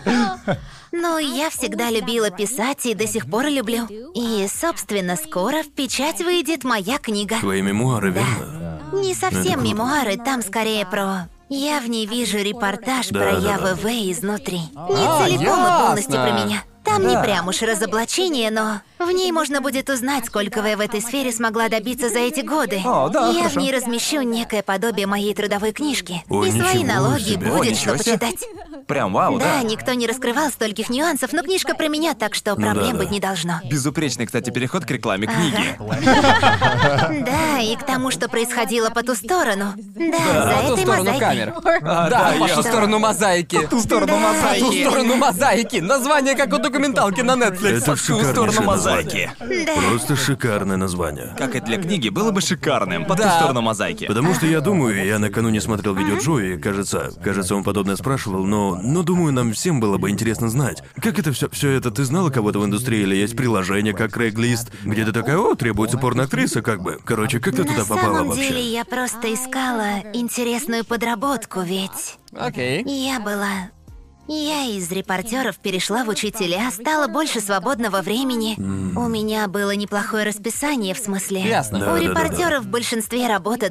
S4: Ну, я всегда любила писать и до сих пор люблю. И, собственно, скоро в печать выйдет моя книга.
S3: Твои мемуары, верно?
S4: Не совсем
S3: круто.
S4: мемуары, там скорее про... Я в ней вижу репортаж
S3: Да,
S4: про
S3: да, да.
S4: ЯВВ изнутри. Не
S2: А,
S4: целиком и полностью
S2: ясно.
S4: про меня. Там не прям уж разоблачение, но в ней можно будет узнать, сколько я в этой сфере смогла добиться за эти годы.
S1: О, да,
S4: я
S1: хорошо.
S4: в ней размещу некое подобие моей трудовой книжки.
S3: Ой,
S4: и свои
S3: ничего
S4: налоги
S3: себе.
S1: О,
S4: будет
S1: ничего
S4: что
S1: себе.
S4: почитать.
S1: Прям вау,
S4: Да,
S1: да?
S4: никто не раскрывал стольких нюансов, но книжка про меня, так что проблем
S3: да,
S4: быть
S3: да.
S4: не должно.
S1: Безупречный, кстати, переход к рекламе книги.
S4: Да, и к тому, что происходило по ту сторону. Да,
S2: По
S4: за
S2: ту
S4: этой
S2: сторону
S4: мозаикой.
S2: камер.
S1: А,
S2: Да, по ту сторону мозаики. По ту
S1: сторону
S4: мозаики.
S2: сторону мозаики. Название как у документалки на Netflix.
S3: Это шикарнейшее название.
S4: Да.
S3: Просто шикарное название.
S1: Как и для книги, было бы шикарным. По ту
S2: Да.
S1: сторону мозаики.
S3: Потому что я думаю, я накануне смотрел видео Джо, и кажется, кажется, он подобное спрашивал, но, но думаю, нам всем было бы интересно знать, как это все, все это, ты знала кого-то в индустрии, или есть приложение, как Craigslist, где ты такая, о, требуется порно-актриса, как бы. Короче, как ты
S4: На
S3: туда попала
S4: самом деле
S3: вообще?
S4: я просто искала интересную подработку, ведь
S2: Окей.
S4: я была... Я из репортеров перешла в учителя, стало больше свободного времени. У меня было неплохое расписание, в смысле.
S2: Ясно.
S3: Да, да,
S4: у
S3: да, да.
S4: репортеров в большинстве работа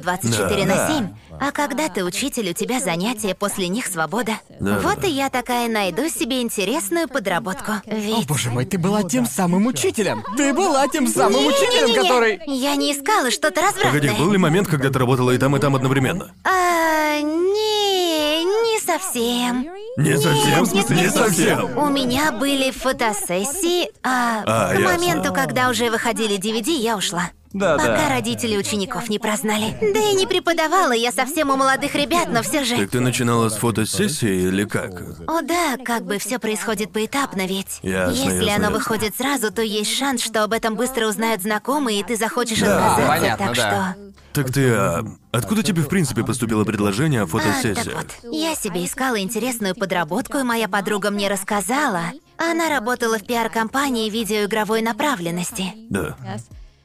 S3: Да.
S4: 24 на 7. А когда ты учитель, у тебя занятия, после них свобода.
S3: Да,
S4: вот
S3: да, да.
S4: и я такая найду себе интересную подработку. Ведь
S2: Боже мой, ты была тем самым учителем. Ты была тем самым Ну, учителем,
S4: Не-не-не-не-не.
S2: который...
S4: Я не искала что-то развратное.
S3: Погоди, был ли момент, когда ты работала и там, и там одновременно?
S4: А, не, не совсем.
S3: Не совсем, в
S4: Нет,
S3: смысле,
S4: нет,
S3: не
S4: нет.
S3: совсем.
S4: У меня были фотосессии, а,
S3: А,
S4: к
S3: ясно.
S4: моменту, когда уже выходили DVD, я ушла.
S1: Да,
S4: Пока
S1: да.
S4: родители учеников не прознали. Да и не преподавала я совсем у молодых ребят, но все же.
S3: Так ты начинала с фотосессии или как?
S4: О да, как бы все происходит поэтапно ведь.
S3: Ясно,
S4: Если
S3: ясно,
S4: оно
S3: ясно.
S4: выходит сразу, то есть шанс, что об этом быстро узнают знакомые, и ты захочешь отказаться,
S2: понятно,
S4: так
S2: да.
S4: что.
S3: Так ты, а, откуда тебе в принципе поступило предложение о
S4: А, так
S3: фотосессии?
S4: вот, я себе искала интересную подработку, и моя подруга мне рассказала. Она работала в пиар-компании видеоигровой направленности.
S3: Да.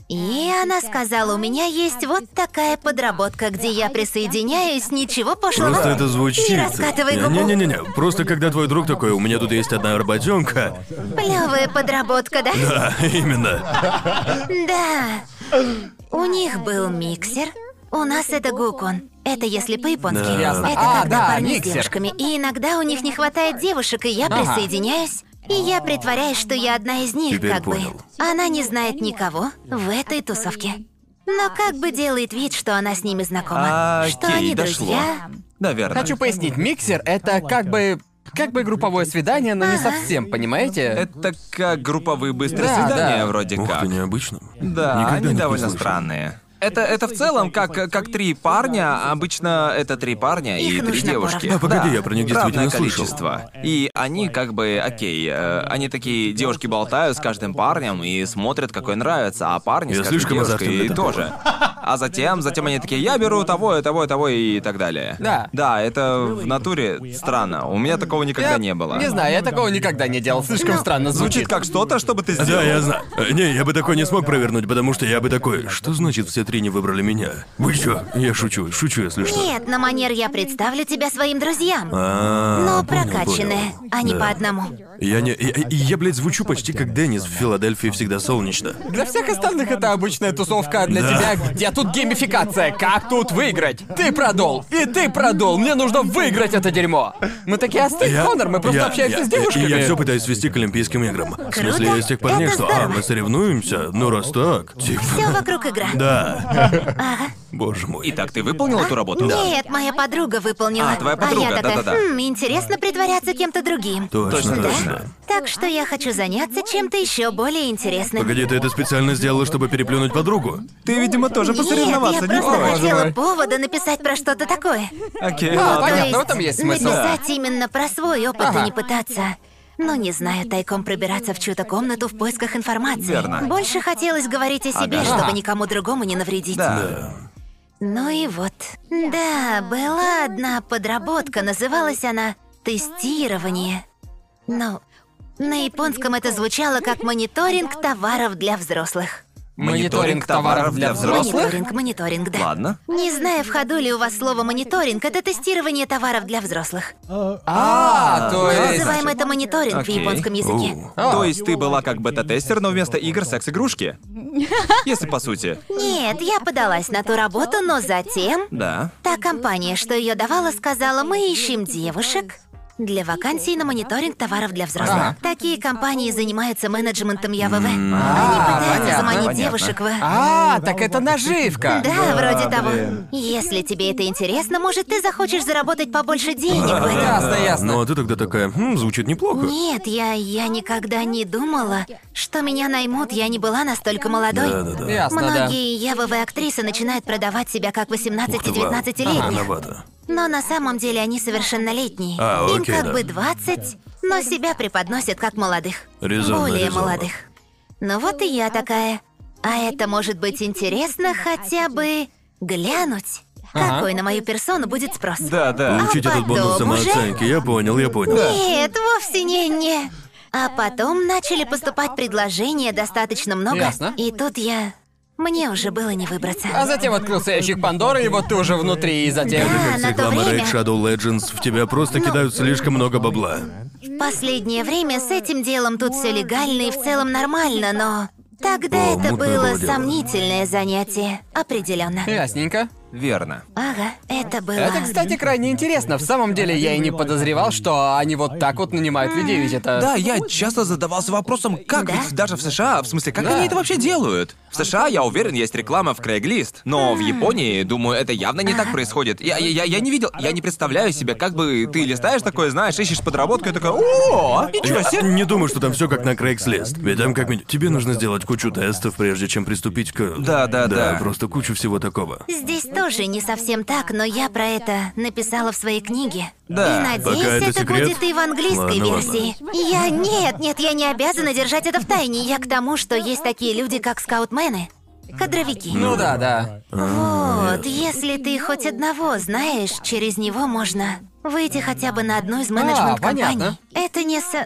S4: И она сказала, у меня есть вот такая подработка, где я присоединяюсь, ничего пошлого.
S3: Просто это звучит.
S4: Не раскатывай губу.
S3: Не-не-не, просто когда твой друг такой, у меня тут есть одна работенка.
S4: Плевая подработка, да?
S3: Да, именно.
S4: Да. У них был миксер. У нас это гукон. Это если по-японски.
S3: Да. Ясно.
S4: Это
S2: А,
S4: когда
S2: да,
S4: парни
S2: миксер.
S4: с девушками. И иногда у них не хватает девушек, и я присоединяюсь. И я притворяюсь, что я одна из них,
S3: Теперь
S4: как
S3: понял.
S4: бы. Она не знает никого в этой тусовке. Но как бы делает вид, что она с ними знакома.
S1: Окей,
S4: что они
S1: дошло.
S4: друзья.
S1: Наверное.
S2: Хочу пояснить, миксер — это как бы... Как бы групповое свидание, но не
S4: Ага.
S2: совсем, понимаете?
S1: Это как групповые быстрые
S2: Да,
S1: свидания,
S2: да.
S1: вроде
S3: Ух
S1: как.
S3: ты, необычно.
S1: Да,
S3: Никогда
S1: они
S3: не
S1: довольно
S3: слышал.
S1: странные. Это, это в целом как, как три парня, обычно это три парня и
S4: Их
S1: три
S4: нужно
S1: девушки.
S4: поровну.
S3: Да, Ну, погоди, я про них действительно
S1: равное
S3: слышал.
S1: количество. И они как бы, окей, э, они такие, девушки болтают с каждым парнем и смотрят, какой нравится, а парни с
S3: Я
S1: каждой
S3: слишком
S1: девушкой
S3: азартен для такого.
S1: тоже. А затем, затем они такие, я беру того, и того, и того и так далее.
S2: Да.
S1: Да, это в натуре странно. У меня такого никогда
S2: Я
S1: не было.
S2: Не знаю, я такого никогда не делал.
S4: Ну,
S2: Слишком странно
S1: Звучит
S2: звучит.
S1: как что-то, что бы ты сделал.
S3: Да, я знаю. Э, Не, я бы такой не смог провернуть, потому что я бы такой, что значит все три не выбрали меня? Вы чё? Я шучу, шучу, если что.
S4: Нет, на манер я представлю тебя своим друзьям.
S3: А,
S4: но
S3: понял,
S4: прокачанные,
S3: понял.
S4: а не
S3: Да.
S4: по одному.
S3: Я не... Я, я, я, блядь, звучу почти как Деннис в Филадельфии всегда солнечно.
S2: Для всех остальных это обычная тусовка, а для
S3: Да.
S2: тебя где тут геймификация? Как тут выиграть? Ты продол, и ты продол, мне нужно выиграть это дерьмо. Мы такие, остынь,
S3: Я-
S2: Конор, мы просто
S3: я-
S2: общаемся
S3: я-
S2: с девушками.
S3: и Я, все пытаюсь свести к Олимпийским играм. В смысле, я из тех парней,
S4: Это
S3: что а,
S4: здорово.
S3: мы соревнуемся, ну раз так, типа.
S4: Все вокруг игра.
S3: Да.
S4: А.
S3: Боже мой.
S1: Итак, ты выполнил эту работу?
S4: Нет, моя подруга выполнила.
S1: А, твоя подруга,
S4: я такая,
S1: да-да-да.
S4: «Хм, интересно притворяться кем-то другим.
S3: Точно,
S1: Точно, да?
S3: точно.
S4: Так что я хочу заняться чем-то еще более интересным.
S3: Погоди, ты это специально сделала, чтобы переплюнуть подругу?
S1: Ты, видимо, тоже посоревноваться
S4: Нет, я
S1: не
S4: просто
S1: хочешь.
S4: хотела
S2: мой.
S4: повода написать про что-то такое.
S1: Окей,
S2: А,
S1: ладно.
S2: понятно,
S4: То
S2: в
S4: есть
S2: этом есть смысл.
S4: Написать именно про свой опыт
S2: Ага.
S4: и не пытаться. Ну, не знаю, тайком пробираться в чью-то комнату в поисках информации.
S1: Верно.
S4: Больше хотелось говорить о себе,
S1: Ага.
S4: чтобы
S2: Ага.
S4: никому другому не навредить.
S1: Да.
S4: Ну и вот. Да, была одна подработка, называлась она Тестирование. Ну, на японском это звучало как мониторинг товаров для взрослых.
S2: Мониторинг товаров для взрослых?
S4: Мониторинг, мониторинг, да.
S1: Ладно.
S4: Не знаю, в ходу ли у вас слово мониторинг, это тестирование товаров для взрослых.
S2: А, то
S4: Мы
S2: есть...
S4: называем это мониторинг в
S1: Окей.
S4: японском языке.
S3: У.
S1: То есть ты была как бета-тестер, но вместо игр секс-игрушки? Если по сути.
S4: Нет, я подалась на ту работу, но затем
S1: Да.
S4: та компания, что ее давала, сказала, мы ищем девушек для вакансий на мониторинг товаров для взрослых.
S2: Ага.
S4: Такие компании занимаются менеджментом ЯВВ. Они
S2: а,
S4: пытаются
S2: понятно,
S4: заманить
S1: понятно.
S4: девушек в...
S2: А, так это наживка.
S4: Да, вроде того.
S1: блин.
S4: Если тебе это интересно, может, ты захочешь заработать побольше денег в этом.
S2: Ясно, ясно.
S3: Ну а ты тогда такая, «Хм, звучит неплохо.
S4: Нет, я, я никогда не думала, что меня наймут, я не была настолько молодой.
S3: Да-да-да.
S2: Ясно, да.
S4: Многие ЯВВ-актрисы начинают продавать себя как
S3: Ух ты, ладно. А,
S4: 18-19-летних.
S3: Рановато.
S4: Но на самом деле они совершеннолетние.
S3: А,
S4: Им
S3: окей,
S4: как
S3: да.
S4: бы 20, но себя преподносят как молодых.
S3: Резонно,
S4: Более
S3: резонно.
S4: молодых. Ну вот и я такая. А это может быть интересно хотя бы глянуть,
S2: Ага.
S4: какой на мою персону будет спрос.
S1: Да,
S4: А
S1: да.
S3: Получить этот бонус
S4: потом уже?
S3: самооценки, я понял, я понял.
S4: Нет, вовсе не не. А потом начали поступать предложения достаточно много.
S2: Ясно.
S4: И тут я... Мне уже было не выбраться.
S2: А затем открылся ящик Пандоры, и вот ты уже внутри, и затем...
S4: Да.
S3: Как
S4: на то
S3: реклама Raid
S4: время. Ну.
S3: Shadow Legends, в тебя просто кидают слишком много бабла.
S4: В последнее время с этим делом тут все легально и в целом нормально, но... Тогда
S3: О, мутное
S4: это было
S3: было дело.
S4: сомнительное занятие. Определенно.
S2: Ясненько.
S1: Верно.
S4: Ага, это было...
S2: Э. Это, кстати, крайне интересно. В самом деле, я и не подозревал, что они вот так вот нанимают людей, ведь это...
S1: Да, я часто задавался вопросом, как
S4: Да.
S1: ведь даже в США, в смысле, как
S2: Да.
S1: они это вообще делают? В США, я уверен, есть реклама в Craigslist, но в Японии, думаю, это явно не так происходит. Я, я, я- я не видел, я не представляю себе, как бы ты листаешь такое, знаешь, ищешь подработку и такой, о, ничего
S3: Я
S1: себе.
S3: не думаю, что там все как на Craigslist. Ведь там как минимум... Тебе нужно сделать кучу тестов, прежде чем приступить к... э,
S1: Да, да, да.
S3: просто кучу всего такого.
S4: Здесь тоже не совсем так, но я про это написала в своей книге.
S1: Да,
S4: и надеюсь,
S3: пока это
S4: это,
S3: секрет.
S4: будет и в английской
S3: Ладно,
S4: версии. Я нет, нет, я не обязана держать это в тайне. Я к тому, что есть такие люди, как скаутмены. Кадровики.
S2: Ну да, да.
S4: Вот, если ты хоть одного знаешь, через него можно выйти хотя бы на одну из менеджмент-компаний.
S2: А, понятно.
S4: это не со...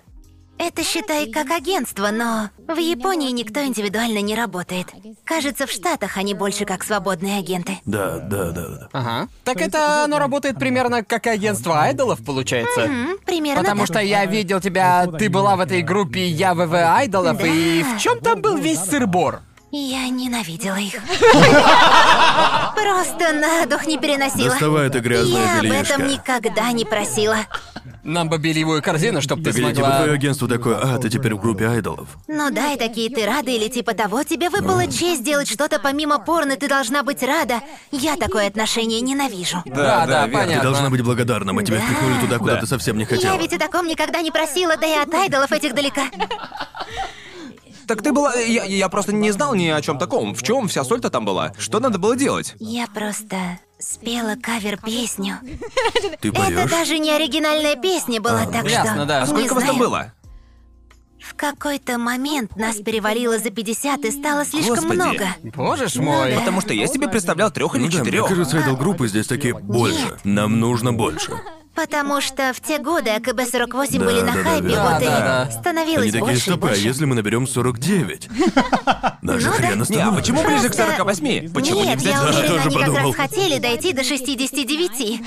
S4: Это считай как агентство, но в Японии никто индивидуально не работает. Кажется, в Штатах они больше как свободные агенты.
S3: Да, да, да, да.
S2: Ага. Так это оно работает примерно как агентство айдолов, получается.
S4: М, Примерно
S2: Потому
S4: так.
S2: что я видел тебя, ты была в этой группе Я ВВ Айдолов, и в чем там был весь сырбор?
S4: Я ненавидела их. Просто на дух не переносила.
S3: Доставай это
S4: Я
S3: грязное
S4: об
S3: бельишко.
S4: этом никогда не просила.
S2: Нам бы бельевую корзину, чтобы ты
S3: Так или типа
S2: смогла...
S3: твое агентство такое, а, ты теперь в группе айдолов.
S4: Ну да, и такие ты рада или типа того, тебе выпала честь делать что-то помимо порно, ты должна быть рада. Я такое отношение ненавижу.
S2: Да, да,
S1: верно.
S2: понятно.
S3: Ты должна быть благодарна, мы тебя впихнули туда, куда
S1: Да.
S3: ты совсем не
S4: Я
S3: хотела.
S4: ведь о таком никогда не просила, да и от айдолов этих далека.
S1: Так ты была. Я, я просто не знал ни о чем таком. В чем вся соль-то там была? Что надо было делать?
S4: Я просто спела кавер-песню.
S3: Ты
S4: Это
S3: поешь?
S4: даже не оригинальная песня была, так что...
S2: Ясно, да.
S1: А
S4: не
S1: сколько вас там
S4: знаю.
S1: было?
S4: В какой-то момент нас перевалило за 50 и стало слишком
S1: Господи.
S4: много.
S2: Боже ж мой.
S1: Потому что я себе представлял трех или
S3: Ну да, мне
S1: четырех.
S3: кажется, айдол-группы здесь такие больше. Нам нужно больше.
S4: Потому что в те годы А АКБ-48
S3: Да,
S4: были
S3: да,
S4: на
S3: да,
S4: хайпе,
S3: да.
S4: вот и
S2: Да, да.
S4: становилось
S3: Они такие,
S4: больше и
S3: стоп, а
S4: больше.
S3: если мы наберем 49? Даже
S4: Ну да.
S3: хрен
S1: Не, а
S3: остановишь.
S1: почему ближе к
S4: Просто-
S1: 48? Почему
S4: Нет,
S1: не взять
S4: я
S3: Да,
S4: уверена,
S3: тоже
S4: они как
S3: подумал.
S4: раз хотели дойти до 69.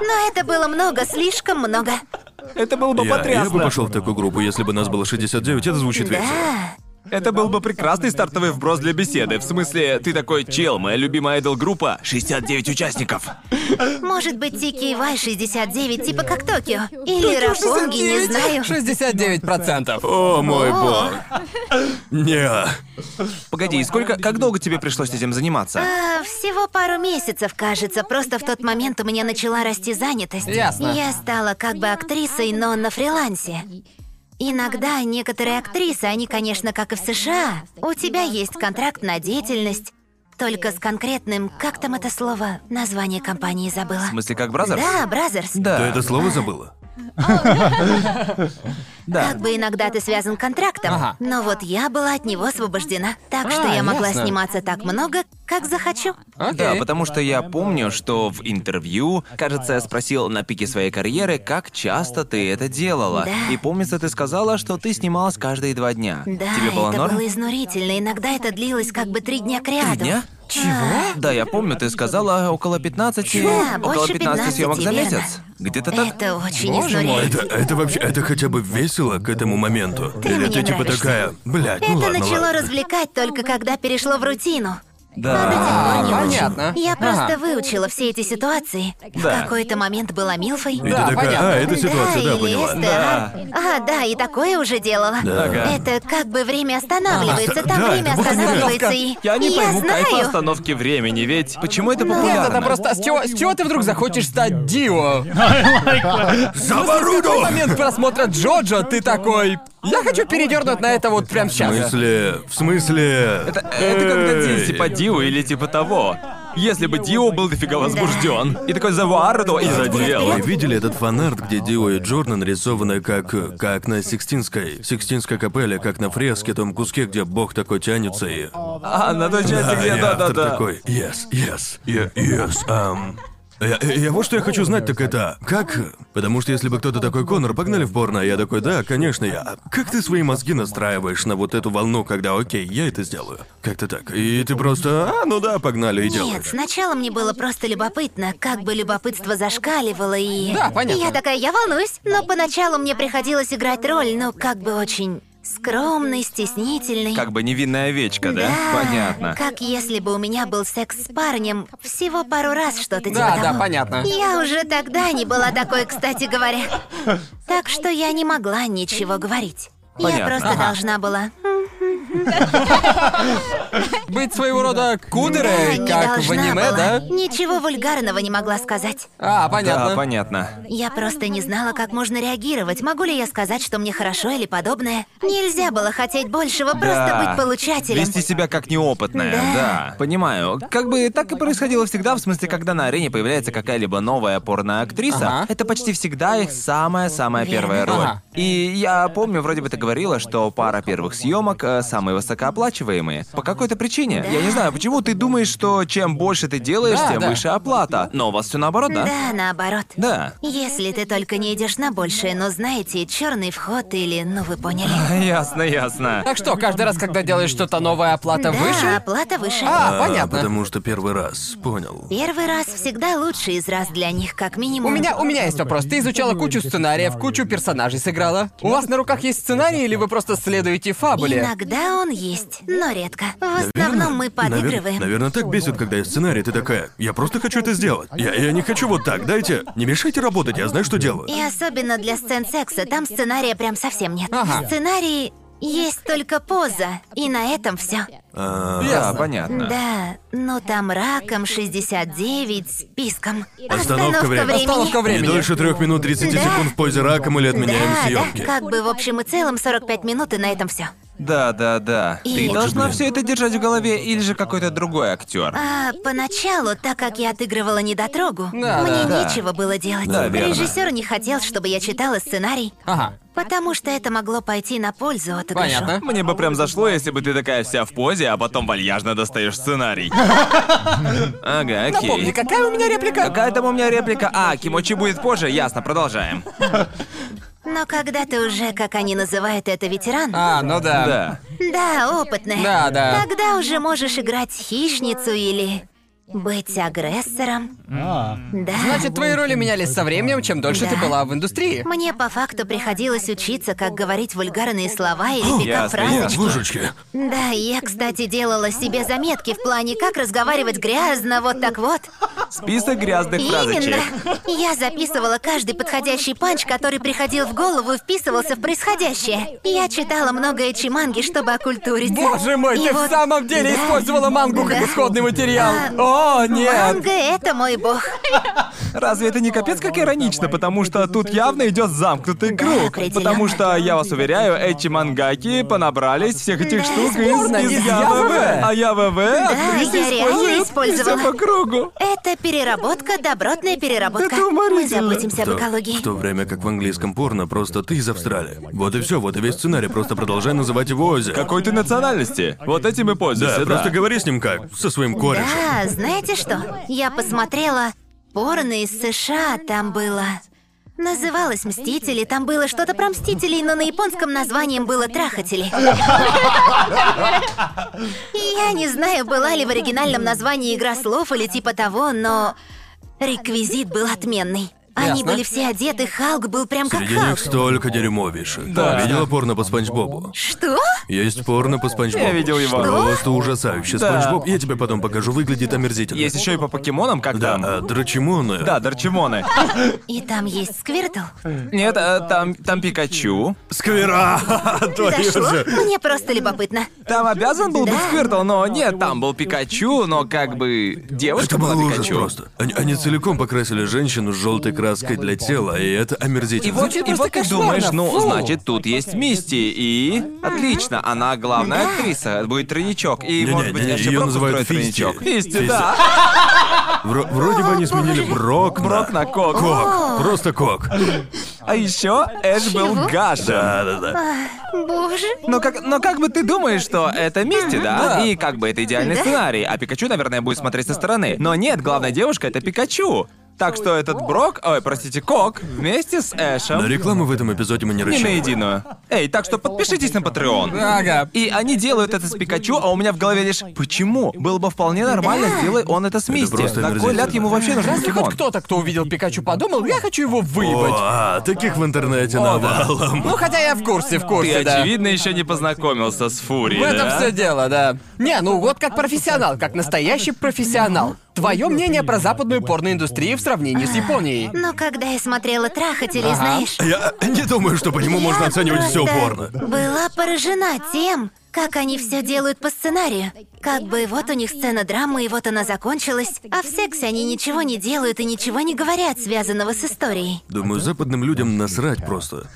S4: Но это было много, слишком много.
S1: Это было бы
S3: Я, я бы
S1: потрясно.
S3: пошел в такую группу, если бы нас было 69, это звучит весело.
S4: Да.
S1: Это был бы прекрасный стартовый вброс для беседы. В смысле, ты такой чел, моя любимая айдол-группа, 69 участников.
S4: Может быть, Тики и Вай 69, типа как Токио. Или Рафонги, не знаю.
S2: 69%.
S3: О мой бог. Не.
S1: Погоди, и сколько, как долго тебе пришлось этим заниматься?
S4: А, всего пару месяцев, кажется. Просто в тот момент у меня начала расти занятость.
S2: Ясно.
S4: Я стала как бы актрисой, но на фрилансе. Иногда некоторые актрисы, они, конечно, как и в США, у тебя есть контракт на деятельность, только с конкретным, как там это слово, название компании забыла.
S1: В смысле, как бразер?
S4: Да, Бразерс.
S1: Да.
S3: Ты это слово забыла?
S1: Да.
S4: Как бы иногда ты связан контрактом,
S2: Ага.
S4: но вот я была от него освобождена. Так что
S2: А,
S4: я могла
S2: ясно.
S4: сниматься так много, как захочу.
S1: Да,
S2: Окей.
S1: потому что я помню, что в интервью, кажется, я спросил на пике своей карьеры, как часто ты это делала.
S4: Да.
S1: И помнится, ты сказала, что ты снималась каждые два дня.
S4: Да,
S1: Тебе было
S4: это
S1: норм?
S4: было изнурительно. Иногда это длилось как бы три дня кряду.
S1: Три дня? Чего? Да, я помню, ты сказала около 15...
S4: Да,
S1: около
S4: больше
S1: 15, съемок за
S4: 15,
S1: месяц. Где-то так?
S4: Это очень
S2: Боже мой,
S4: изнурительно.
S3: Это, это вообще, это хотя бы весело к этому моменту. Или
S4: мне
S3: ты типа
S4: нравишься.
S3: такая, блядь,
S4: Это
S3: ну ладно,
S4: начало
S3: ладно».
S4: развлекать только когда перешло в рутину.
S1: Да.
S2: А, понятно.
S4: Я
S2: Ага.
S4: просто выучила все эти ситуации. В какой-то момент была Милфой.
S3: И ты такая,
S2: понятно.
S3: а, это ситуация, да,
S4: или
S3: поняла.
S4: СТА. А, да, и такое уже делала.
S1: Ага.
S4: Это как бы время останавливается,
S3: А,
S4: там
S3: да,
S4: время
S3: это вот
S4: останавливается
S2: остановка.
S4: и...
S1: Я не
S4: и
S1: пойму
S4: знаю.
S1: кайфа остановки времени, ведь почему это
S2: Нет,
S1: популярно?
S2: это просто... С чего, с чего ты вдруг захочешь стать Дио?
S3: За
S2: В
S3: Боруду!
S2: момент просмотра Джоджо ты такой... Я хочу передернуть на это вот прям
S3: В
S2: сейчас.
S3: смысле, в смысле...
S1: Это, это как
S3: Эй!
S1: танец типа Дио или типа того. Если бы Дио был дофига возбужден. И такой за Варду и задел.
S3: Вы видели этот фанарт, где Дио и Джордан нарисованы как... э, как на Сикстинской... Сикстинской капелле, как на фреске, том куске, где бог такой тянется и...
S1: А, на той части,
S3: А,
S1: где
S3: и автор
S1: да-да-да.
S3: такой, yes, yes, yeah, yes, ам». Я, я- я вот что я хочу знать, так это как? Потому что если бы кто-то такой Конор, погнали в порно, а я такой, да, конечно, я. А Как ты свои мозги настраиваешь на вот эту волну, когда окей, я это сделаю? Как-то так. И ты просто, а, ну да, погнали и
S4: Нет,
S3: делаешь.
S4: сначала мне было просто любопытно, как бы любопытство зашкаливало и...
S2: Да, понятно.
S4: И я такая, я волнуюсь. Но поначалу мне приходилось играть роль, ну, как бы очень скромной, стеснительной.
S1: Как бы невинная овечка, да?
S4: Да,
S1: Понятно.
S4: Как если бы у меня был секс с парнем всего пару раз что-то типа
S2: Да, да,
S4: того.
S2: понятно.
S4: Я уже тогда не была такой, кстати говоря. Так что я не могла ничего говорить.
S1: Понятно.
S4: Я просто
S1: Ага.
S4: должна была. м,
S2: Быть своего рода
S4: да,
S2: кудерой,
S4: Ну, не
S2: как в
S4: должна
S2: аниме,
S4: была.
S2: да?
S4: Ничего вульгарного не могла сказать.
S2: А, понятно.
S1: Да, понятно.
S4: Я просто не знала, как можно реагировать. Могу ли я сказать, что мне хорошо или подобное? Нельзя было хотеть большего, просто
S1: Да.
S4: быть получателем.
S1: Вести себя как неопытная, да. Понимаю. Как бы так и происходило всегда, в смысле, когда на арене появляется какая-либо новая порноактриса,
S2: Ага.
S1: это почти всегда их самая-самая
S4: Верно.
S1: первая роль.
S2: Ага.
S1: И я помню, вроде бы ты говорила, что пара первых съемок э, самые высокооплачиваемые. По какой-то причине. Я не знаю, почему ты думаешь, что чем больше ты делаешь,
S2: Да,
S1: тем
S2: да.
S1: выше оплата. Но у вас все наоборот, да?
S4: Да, наоборот.
S1: Да.
S4: Если ты только не идешь на большее, но знаете, черный вход или, ну вы поняли.
S1: Ясно, ясно.
S2: Так что, каждый раз, когда делаешь что-то новое, оплата
S4: Да,
S2: выше?
S4: оплата выше.
S2: А,
S3: А,
S2: понятно.
S3: потому что первый раз, понял.
S4: Первый раз всегда лучший из раз для них, как минимум.
S2: У меня, у меня есть вопрос. Ты изучала кучу сценариев, кучу персонажей сыграла. У вас на руках есть сценарий или вы просто следуете фабуле?
S4: Иногда он есть, но редко. В основном мы подыгрываем.
S3: Наверное, так бесит, когда есть сценарий, ты такая, я просто хочу это сделать. Я, я не хочу вот так, дайте. Не мешайте работать, я знаю, что делаю.
S4: И особенно для сцен секса, там сценария прям совсем нет.
S2: Ага.
S4: В сценарии есть только поза, и на этом все.
S3: А,
S1: Да, понятно.
S4: Да, ну там раком 69, списком.
S3: Остановка времени.
S2: Остановка
S3: Не
S2: времени.
S3: дольше трех минут 30
S4: Да.
S3: секунд в позе раком или отменяем
S4: Да,
S3: съемки.
S4: да, как бы в общем и целом 45 минут, и на этом все.
S1: Да, да, да.
S4: И-
S1: Ты
S4: Вот же,
S1: должна
S3: блин.
S1: все это держать в голове, или же какой-то другой актер.
S4: А поначалу, так как я отыгрывала недотрогу,
S2: Да,
S4: мне
S1: да.
S4: нечего было делать.
S1: Да, верно.
S4: Режиссер не хотел, чтобы я читала сценарий,
S2: Ага,
S4: потому что это могло пойти на пользу от
S2: понятно.
S1: Мне бы прям зашло, если бы ты такая вся в позе, а потом вальяжно достаешь сценарий. Ага,
S2: Напомни,
S1: окей.
S2: какая у меня реплика?
S1: Какая там у меня реплика? А, Кимочи будет позже, ясно, продолжаем.
S4: Но когда ты уже, как они называют это, ветеран,
S2: А, ну да.
S1: Да.
S4: да, опытная,
S2: Да, да.
S4: тогда уже можешь играть хищницу или быть агрессором. Да.
S2: Значит, твои роли менялись со временем, чем дольше ты
S4: Да.
S2: была в индустрии.
S4: Мне по факту приходилось учиться, как говорить вульгарные слова или пикап
S1: Ясно,
S4: фразочки.
S1: ясно.
S3: Божечки.
S4: Да, и я, кстати, делала себе заметки в плане, как разговаривать грязно, вот так вот.
S1: Список грязных фразочек.
S4: Именно. Я записывала каждый подходящий панч, который приходил в голову и вписывался в происходящее. Я читала многое чиманги, чтобы окультурить.
S2: Боже мой,
S4: И
S2: ты в
S4: вот-
S2: самом деле
S4: Да.
S2: использовала мангу как
S4: Да. А.
S2: исходный материал. О, нет.
S4: Манга — это мой бог.
S1: Разве это не капец как иронично, потому что тут явно идет замкнутый круг.
S4: определенно.
S1: Потому что, я вас уверяю, эти мангаки понабрались всех этих
S4: Да,
S1: штук
S4: из
S1: из,
S2: порно,
S1: из
S2: из
S1: ЯВВ.
S2: ЯВВ.
S1: А ЯВВ актрисы
S4: я реально
S1: используют и всё
S4: использовала.
S1: по кругу.
S4: Это Это переработка, добротная переработка.
S1: Это
S4: Мы
S1: уморительно.
S4: заботимся об
S3: То-
S4: экологии.
S3: В то время как в английском порно просто ты из Австралии. Вот и все, вот и весь сценарий, просто продолжай называть его Ози.
S1: Какой ты национальности? Вот этим и
S3: Да,
S1: пользуйся,
S3: просто говори с ним как, со своим корешем.
S4: Да, знаете что? Я посмотрела порно из США, там было. Называлось «Мстители», там было что-то про «Мстителей», но на японском названием было «Трахатели». И Я не знаю, была ли в оригинальном названии игра слов или типа того, но реквизит был отменный. Они
S2: Ясно.
S4: были все одеты, Халк был прям как
S3: Среди них
S4: Халк.
S3: столько дерьмовейших.
S1: Да.
S3: Видела порно по Спанч Бобу?
S4: Что?
S3: Есть порно по Спанч Бобу.
S1: Я видел его.
S3: Просто ужасающе.
S1: Да.
S3: Спанч Боб, я тебе потом покажу, выглядит омерзительно.
S1: Есть еще и по покемонам, как
S3: Да,
S1: там?
S3: а драчимоны.
S1: Да, Дарчимоны.
S4: И там есть Сквиртл.
S1: Нет, а, там, там Пикачу.
S3: Сквера! твою
S4: Зашло?
S3: же.
S4: Мне просто любопытно.
S1: Там обязан был быть
S4: Да.
S1: Сквиртл, но нет, там был Пикачу, но как бы девушка
S3: Это
S1: была
S3: был ужас
S1: Пикачу.
S3: просто. Они, они целиком покрасили женщину с желтой краской для тела, и это
S1: И
S3: омерзительно.
S1: вот, и
S2: Звучит просто
S1: вот ты
S2: кошмарно,
S1: думаешь, ну,
S2: фу.
S1: значит, тут есть Мисти, и... Отлично, она главная
S4: Да.
S1: актриса, будет тройничок, и,
S3: Не-не,
S1: может быть,
S3: не,
S1: Эшли
S3: её
S1: Брок
S3: называют
S1: устроит
S3: Фисти.
S1: тройничок. Фисти,
S3: Фисти.
S1: да.
S3: Вро- вроде бы они сменили Брок на...
S1: Брок на Кок.
S3: Кок. Просто Кок.
S1: А еще Эш был
S4: Чего?
S1: Гаша.
S3: Да-да-да.
S4: Боже.
S1: Но как, но как бы ты думаешь, что это Мисти, да? И как бы это идеальный
S4: Да.
S1: сценарий, а Пикачу, наверное, будет смотреть со стороны. Но нет, главная девушка — это Пикачу. Так что этот Брок, ой, простите, Кок, вместе с
S3: На
S1: Эшем
S3: рекламу в этом эпизоде мы не
S1: и на
S3: рассчитываем.
S1: единую. Эй, так что подпишитесь на Patreon.
S2: Ага.
S1: И они делают это с Пикачу, а у меня в голове лишь «Почему? Было бы вполне нормально, сделай он это с Мисти.
S3: просто
S1: На кой ляд
S3: омерзительно.
S1: ему вообще нужен
S2: Разве хоть
S1: покемон?»
S2: кто-то, кто увидел Пикачу, подумал, я хочу его
S3: О,
S2: выебать.
S3: а, таких в интернете навалом.
S2: Ну, хотя я в курсе, в курсе,
S1: Ты,
S2: да.
S1: очевидно, еще не познакомился с Фури,
S2: В этом
S1: да?
S2: все дело, да. Не, ну вот как профессионал, как настоящий профессионал. Твое мнение про западную порноиндустрию в сравнении с Японией.
S4: Но когда я смотрела «Трахатели», знаешь,
S3: Я не думаю, что по нему можно
S4: я
S3: оценивать все
S4: просто
S3: порно.
S4: Была поражена тем, как они все делают по сценарию. Как бы вот у них сцена драмы, и вот она закончилась, а в сексе они ничего не делают и ничего не говорят, связанного с историей.
S3: Думаю, западным людям насрать просто.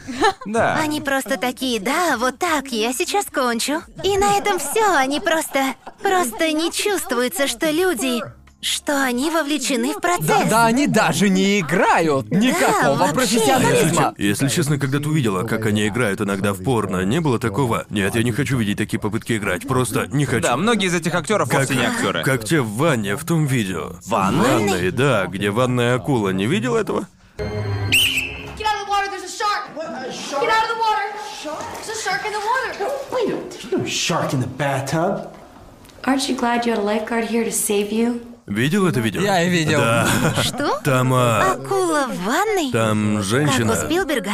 S1: Да.
S4: Они просто такие, да, вот так, я сейчас кончу. И на этом все, они просто... Просто не чувствуется, что люди... Что они вовлечены в процесс.
S2: Да, да, они даже не играют никакого
S4: вообще.
S3: Если,
S2: профессионализма.
S3: че- если честно, когда ты увидела, как они играют иногда в порно, не было такого. Нет, я не хочу видеть такие попытки играть, просто не хочу.
S1: Да, многие из этих актеров вовсе не актеры.
S3: Как те в ванне в том видео.
S1: Ванной?
S3: Ванной, да, где ванная акула. Не видел этого?
S5: Get out of the water, there's a shark! What, a shark? Get out of the water! Shark? There's a shark in the water!
S6: Wait, a- there's no shark in the bathtub.
S7: Aren't you glad you had a lifeguard here to save you?
S3: Видел это видео?
S2: Я и видел.
S4: Что?
S3: Там, а,
S4: Акула в ванной?
S3: там
S4: Как у
S3: женщина,
S4: Спилберга?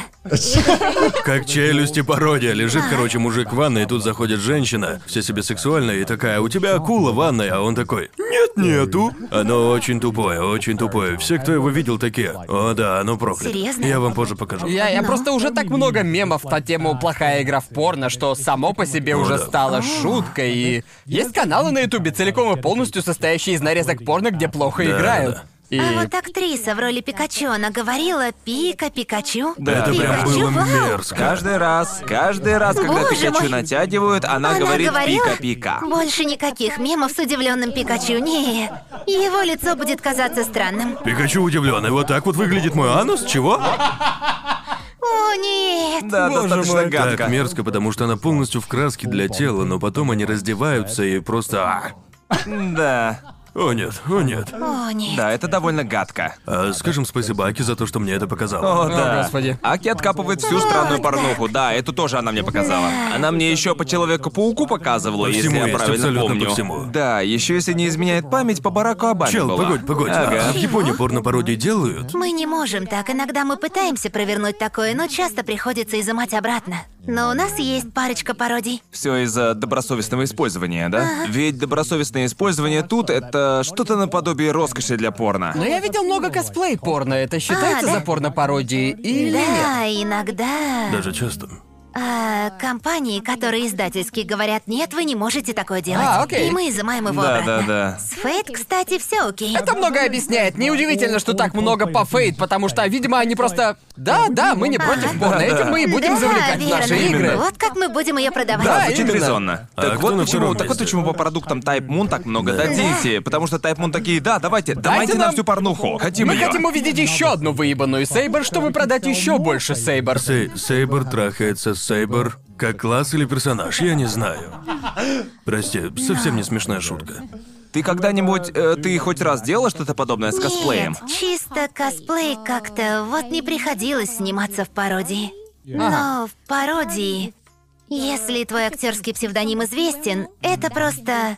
S3: как челюсти пародия. Лежит, короче, мужик в ванной, и тут заходит женщина, вся себе сексуальная, и такая, у тебя акула в ванной, а он такой, нет, нету. Оно очень тупое, очень тупое. Все, кто его видел, такие, о да, оно проклято.
S4: Серьезно?
S3: Я вам позже покажу.
S2: Я, я просто уже так много мемов на тему «плохая игра в порно», что само по себе уже
S3: да.
S2: стало шуткой. И есть каналы на Ютубе, целиком и полностью состоящие из нарезок порно, где плохо играют. И...
S4: А вот актриса в роли Пикачу, она говорила «Пика, Пикачу».
S1: Да,
S3: Это
S1: Ты
S3: прям
S4: Пикачу,
S3: было
S4: вау!
S3: мерзко.
S1: Каждый раз, каждый раз, когда
S4: Боже
S1: Пикачу
S4: мой.
S1: натягивают, она,
S4: Она
S1: говорит
S4: говорила?
S1: «пика-пика».
S4: Больше никаких мемов с удивленным Пикачу. Не, его лицо будет казаться странным.
S3: Пикачу удивлен, и вот так вот выглядит мой анус? Чего?
S4: О, нет.
S1: Да,
S2: Боже
S1: достаточно
S2: мой.
S1: гадко.
S3: Так мерзко, потому что она полностью в краске для тела, но потом они раздеваются и просто... а.
S1: Да.
S3: О нет, о нет.
S4: О, нет.
S1: Да, это довольно гадко.
S3: А, скажем спасибо Аки за то, что мне это показало.
S1: О, да.
S2: господи.
S1: Аки откапывает всю странную
S4: Вот
S1: порнуху. Да, эту тоже она мне показала. Она мне еще по Человеку-пауку показывала,
S3: По
S1: если
S3: всему
S1: я
S3: есть,
S1: правильно
S3: абсолютно по
S1: помню.
S3: всему.
S1: Да, еще если не изменяет память, по Бараку Обаме
S3: Чел,
S1: была.
S3: погодь, погодь.
S1: Ага.
S3: А в Японии порно-пародии делают?
S4: Мы не можем так. Иногда мы пытаемся провернуть такое, но часто приходится изымать обратно. Но у нас есть парочка пародий.
S1: Все из-за добросовестного использования, да? Ведь добросовестное использование тут это что-то наподобие роскоши для порно.
S2: Но я видел много косплей порно. Это считается
S4: А, да?
S2: за порно-пародии или нет?
S4: Да, иногда.
S3: Даже часто.
S4: а, компании, которые издательски говорят, нет, вы не можете такое делать.
S2: А, окей.
S4: И мы изымаем его
S1: Да,
S4: обратно.
S1: да, да.
S4: С Фейт, кстати, все окей.
S2: Это многое объясняет. Неудивительно, что так много по фейт, потому что, видимо, они просто... Да, да, мы не против порно, этим мы и будем
S4: да,
S2: завлекать
S4: верно.
S2: наши игры.
S4: Вот как мы будем ее продавать.
S1: Да,
S2: Да,
S1: звучит
S2: именно.
S1: резонно.
S3: А
S1: так
S3: кто
S1: вот
S3: на
S1: почему,
S3: втором
S1: так вот
S3: месте?
S1: почему по продуктам Type Moon так много дадите. Потому что Type Moon такие, да, давайте, давайте
S2: нам-
S1: нам всю порнуху. Хотим
S2: Мы
S1: ее.
S2: хотим увидеть еще одну выебанную Сейбер, чтобы продать еще больше Сейбер.
S3: Сей- Сейбр трахается с Сейбр как класс или персонаж, я не знаю. Прости, совсем не смешная шутка.
S1: Ты когда-нибудь, э, ты хоть раз делала что-то подобное с косплеем?
S4: Нет, чисто косплей как-то вот не приходилось сниматься в пародии. Но в пародии, если твой актерский псевдоним известен, это просто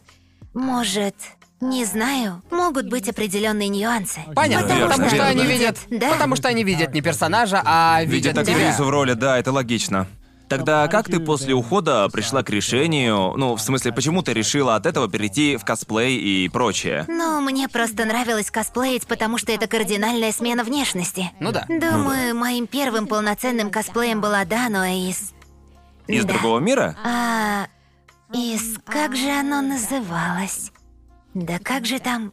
S4: может, не знаю, могут быть определенные нюансы.
S2: Понятно,
S1: Да,
S2: потому что
S1: верно,
S2: они
S1: да.
S2: видят...
S4: Да.
S2: Потому что они видят не персонажа, а
S1: Видя
S2: видят тебя.
S1: актрису в роли, да, это логично. Тогда как ты после ухода пришла к решению, ну, в смысле, почему ты решила от этого перейти в косплей и прочее?
S4: Ну, мне просто нравилось косплеить, потому что это кардинальная смена внешности.
S2: Ну да.
S4: Думаю, моим первым полноценным косплеем была Дануа из...
S1: Из
S4: Да.
S1: другого мира?
S4: А, из... Как же оно называлось? Да как же там...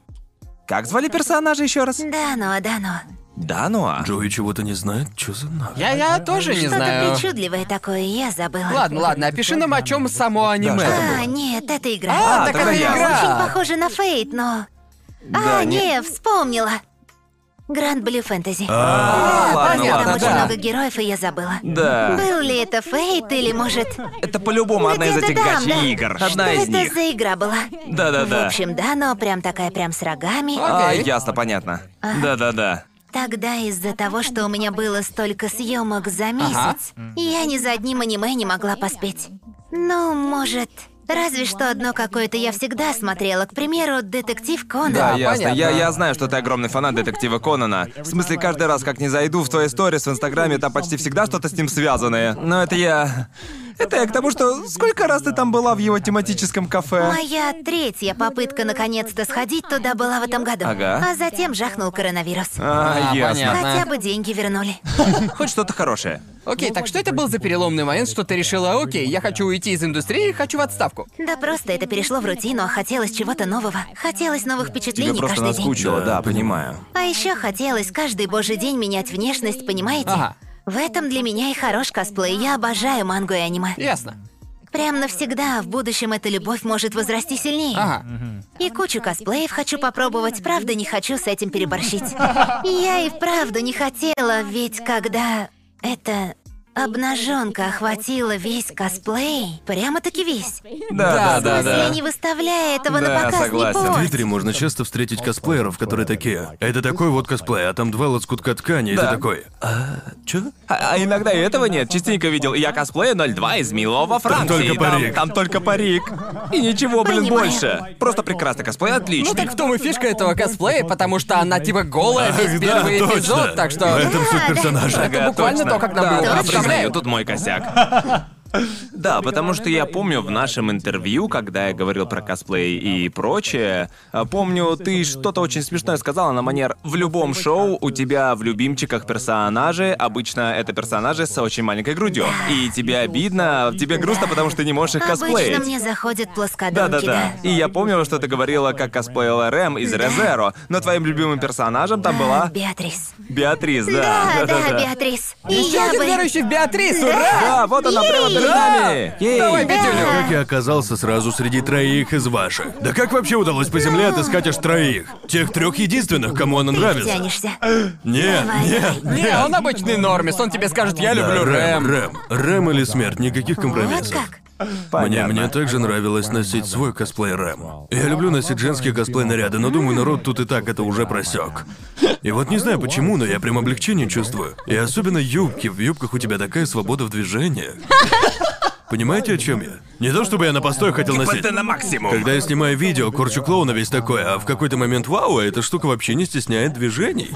S1: Как звали персонажа еще раз? ну а.
S4: Дануа, Дануа.
S1: Дануа.
S3: Джои чего-то не знает? Чё за нах?
S2: Я, я тоже не
S4: Что-то
S2: знаю.
S4: причудливое такое, я забыла.
S2: Ладно, ладно, опиши нам, о чем само аниме.
S1: что
S4: А, нет, это игра.
S2: А,
S1: А,
S2: так
S1: тогда
S2: это
S1: я.
S4: Очень
S2: игра.
S4: похоже на Фейт, но...
S1: Да,
S4: а,
S1: не-
S4: не, вспомнила. Гранд Блю Фэнтези.
S1: А, ладно,
S2: понятно,
S4: Там
S1: ладно,
S4: очень
S2: да.
S4: много героев, и я забыла.
S1: Да.
S4: Был ли это Фейт или, может...
S1: Это по-любому одна из
S4: где-то
S1: этих
S4: там,
S1: гачи
S4: да?
S1: игр. Одна
S4: Что
S1: из
S4: это
S1: них.
S4: за игра была? В
S1: Да-да-да.
S4: общем, да, но прям такая прям с рогами.
S1: А,
S2: Окей.
S1: ясно, понятно. Да-да-да.
S4: Тогда из-за того, что у меня было столько съемок за месяц, я ни за одним аниме не могла поспеть. Ну, может, разве что одно какое-то я всегда смотрела, к примеру, детектив Конан.
S1: Да,
S2: А,
S1: ясно. Я,
S2: понятно.
S1: я знаю, что ты огромный фанат детектива Конана. В смысле, каждый раз, как не зайду в твои сторис в Инстаграме, там почти всегда что-то с ним связанное. Но это я... Это я к тому, что сколько раз ты там была в его тематическом кафе?
S4: Моя третья попытка наконец-то сходить туда была в этом году.
S1: Ага.
S4: А затем жахнул коронавирус.
S1: А,
S2: А,
S1: ясно.
S2: понятно.
S4: Хотя бы деньги вернули.
S1: Хоть что-то хорошее.
S2: Окей, так что это был за переломный момент, что ты решила, окей, я хочу уйти из индустрии, хочу в отставку.
S4: Да просто это перешло в рутину, а хотелось чего-то нового. Хотелось новых
S1: Тебе
S4: впечатлений
S1: просто
S4: каждый день.
S1: наскучило, да,
S3: Да,
S1: понимаю.
S4: А еще хотелось каждый божий день менять внешность, понимаете?
S2: Ага.
S4: В этом для меня и хорош косплей. Я обожаю мангу и аниме.
S2: Ясно.
S4: Прям навсегда, а в будущем эта любовь может возрасти сильнее.
S2: Ага.
S4: И кучу косплеев хочу попробовать, правда не хочу с этим переборщить. Я и вправду не хотела, ведь когда эта обнаженка охватила весь косплей, прямо-таки весь.
S1: Да, А, да,
S4: В смысле,
S1: да.
S4: не выставляя этого
S1: Да,
S4: на показ,
S1: согласен.
S4: не
S3: В
S4: порть.
S3: Твиттере можно часто встретить косплееров, которые такие. Это такой вот косплей, а там два лоскутка ткани, и ты
S1: Да.
S3: такой. А, чё?
S1: А, а иногда и этого нет. Частенько видел. Я косплею 02 из Мило во Франции.
S3: только парик.
S1: Там, там только парик. И ничего, блин,
S4: Понимаю.
S1: больше. Просто прекрасный косплей,
S2: Ну
S1: отличный.
S2: так в том и фишка этого косплея, потому что она типа голая весь первый эпизод, так что...
S3: В этом суть персонажа.
S1: Ага,
S2: это буквально
S1: точно.
S2: то, как нам
S1: да,
S2: его
S1: да,
S2: представляют.
S1: признаю, тут мой косяк. Да, потому что я помню в нашем интервью, когда я говорил про косплей и прочее, а, помню, ты что-то очень смешное сказала на манер «В любом шоу у тебя в любимчиках персонажи, обычно это персонажи с очень маленькой грудью, и тебе обидно, тебе грустно, потому что ты не можешь их
S4: Обычно
S1: косплеить».
S4: мне заходят плоскодонки,
S1: Да-да-да. И я помню, что ты говорила, как косплеила Рэм из Резеро, но твоим любимым персонажем там была
S4: А, Беатрис.
S1: Беатрис,
S4: Да, да,
S1: Да-да-да.
S4: Беатрис. И
S2: Еще
S4: я
S2: один
S4: бы...
S2: верующий в Беатрис, ура!
S1: Да, вот она прямо перед нами. Ей.
S2: Давай, Петюлю!
S3: Как я оказался сразу среди троих из ваших? Да как вообще удалось по земле отыскать аж троих? Тех трех единственных, кому она нравится.
S4: Тянешься.
S3: Нет, нет,
S2: Не, он обычный нормис, он тебе скажет, я люблю
S3: Рэм.
S2: Рэм.
S3: Рэм. Рэм или смерть, никаких
S4: Вот
S3: компромиссов.
S4: как.
S3: Мне,
S1: Понятно.
S3: мне также нравилось носить свой косплей Рэм. Я люблю носить женские косплей-наряды, но думаю, народ тут и так это уже просек. И вот не знаю почему, но я прям облегчение чувствую. И особенно юбки. В юбках у тебя такая свобода в движении. Понимаете, о чем я? Не то чтобы я на постой хотел
S1: Типа
S3: носить.
S8: на максимум.
S3: Когда я снимаю видео, корчу клоуна весь такой, а в какой-то момент вау, эта штука вообще не стесняет движений.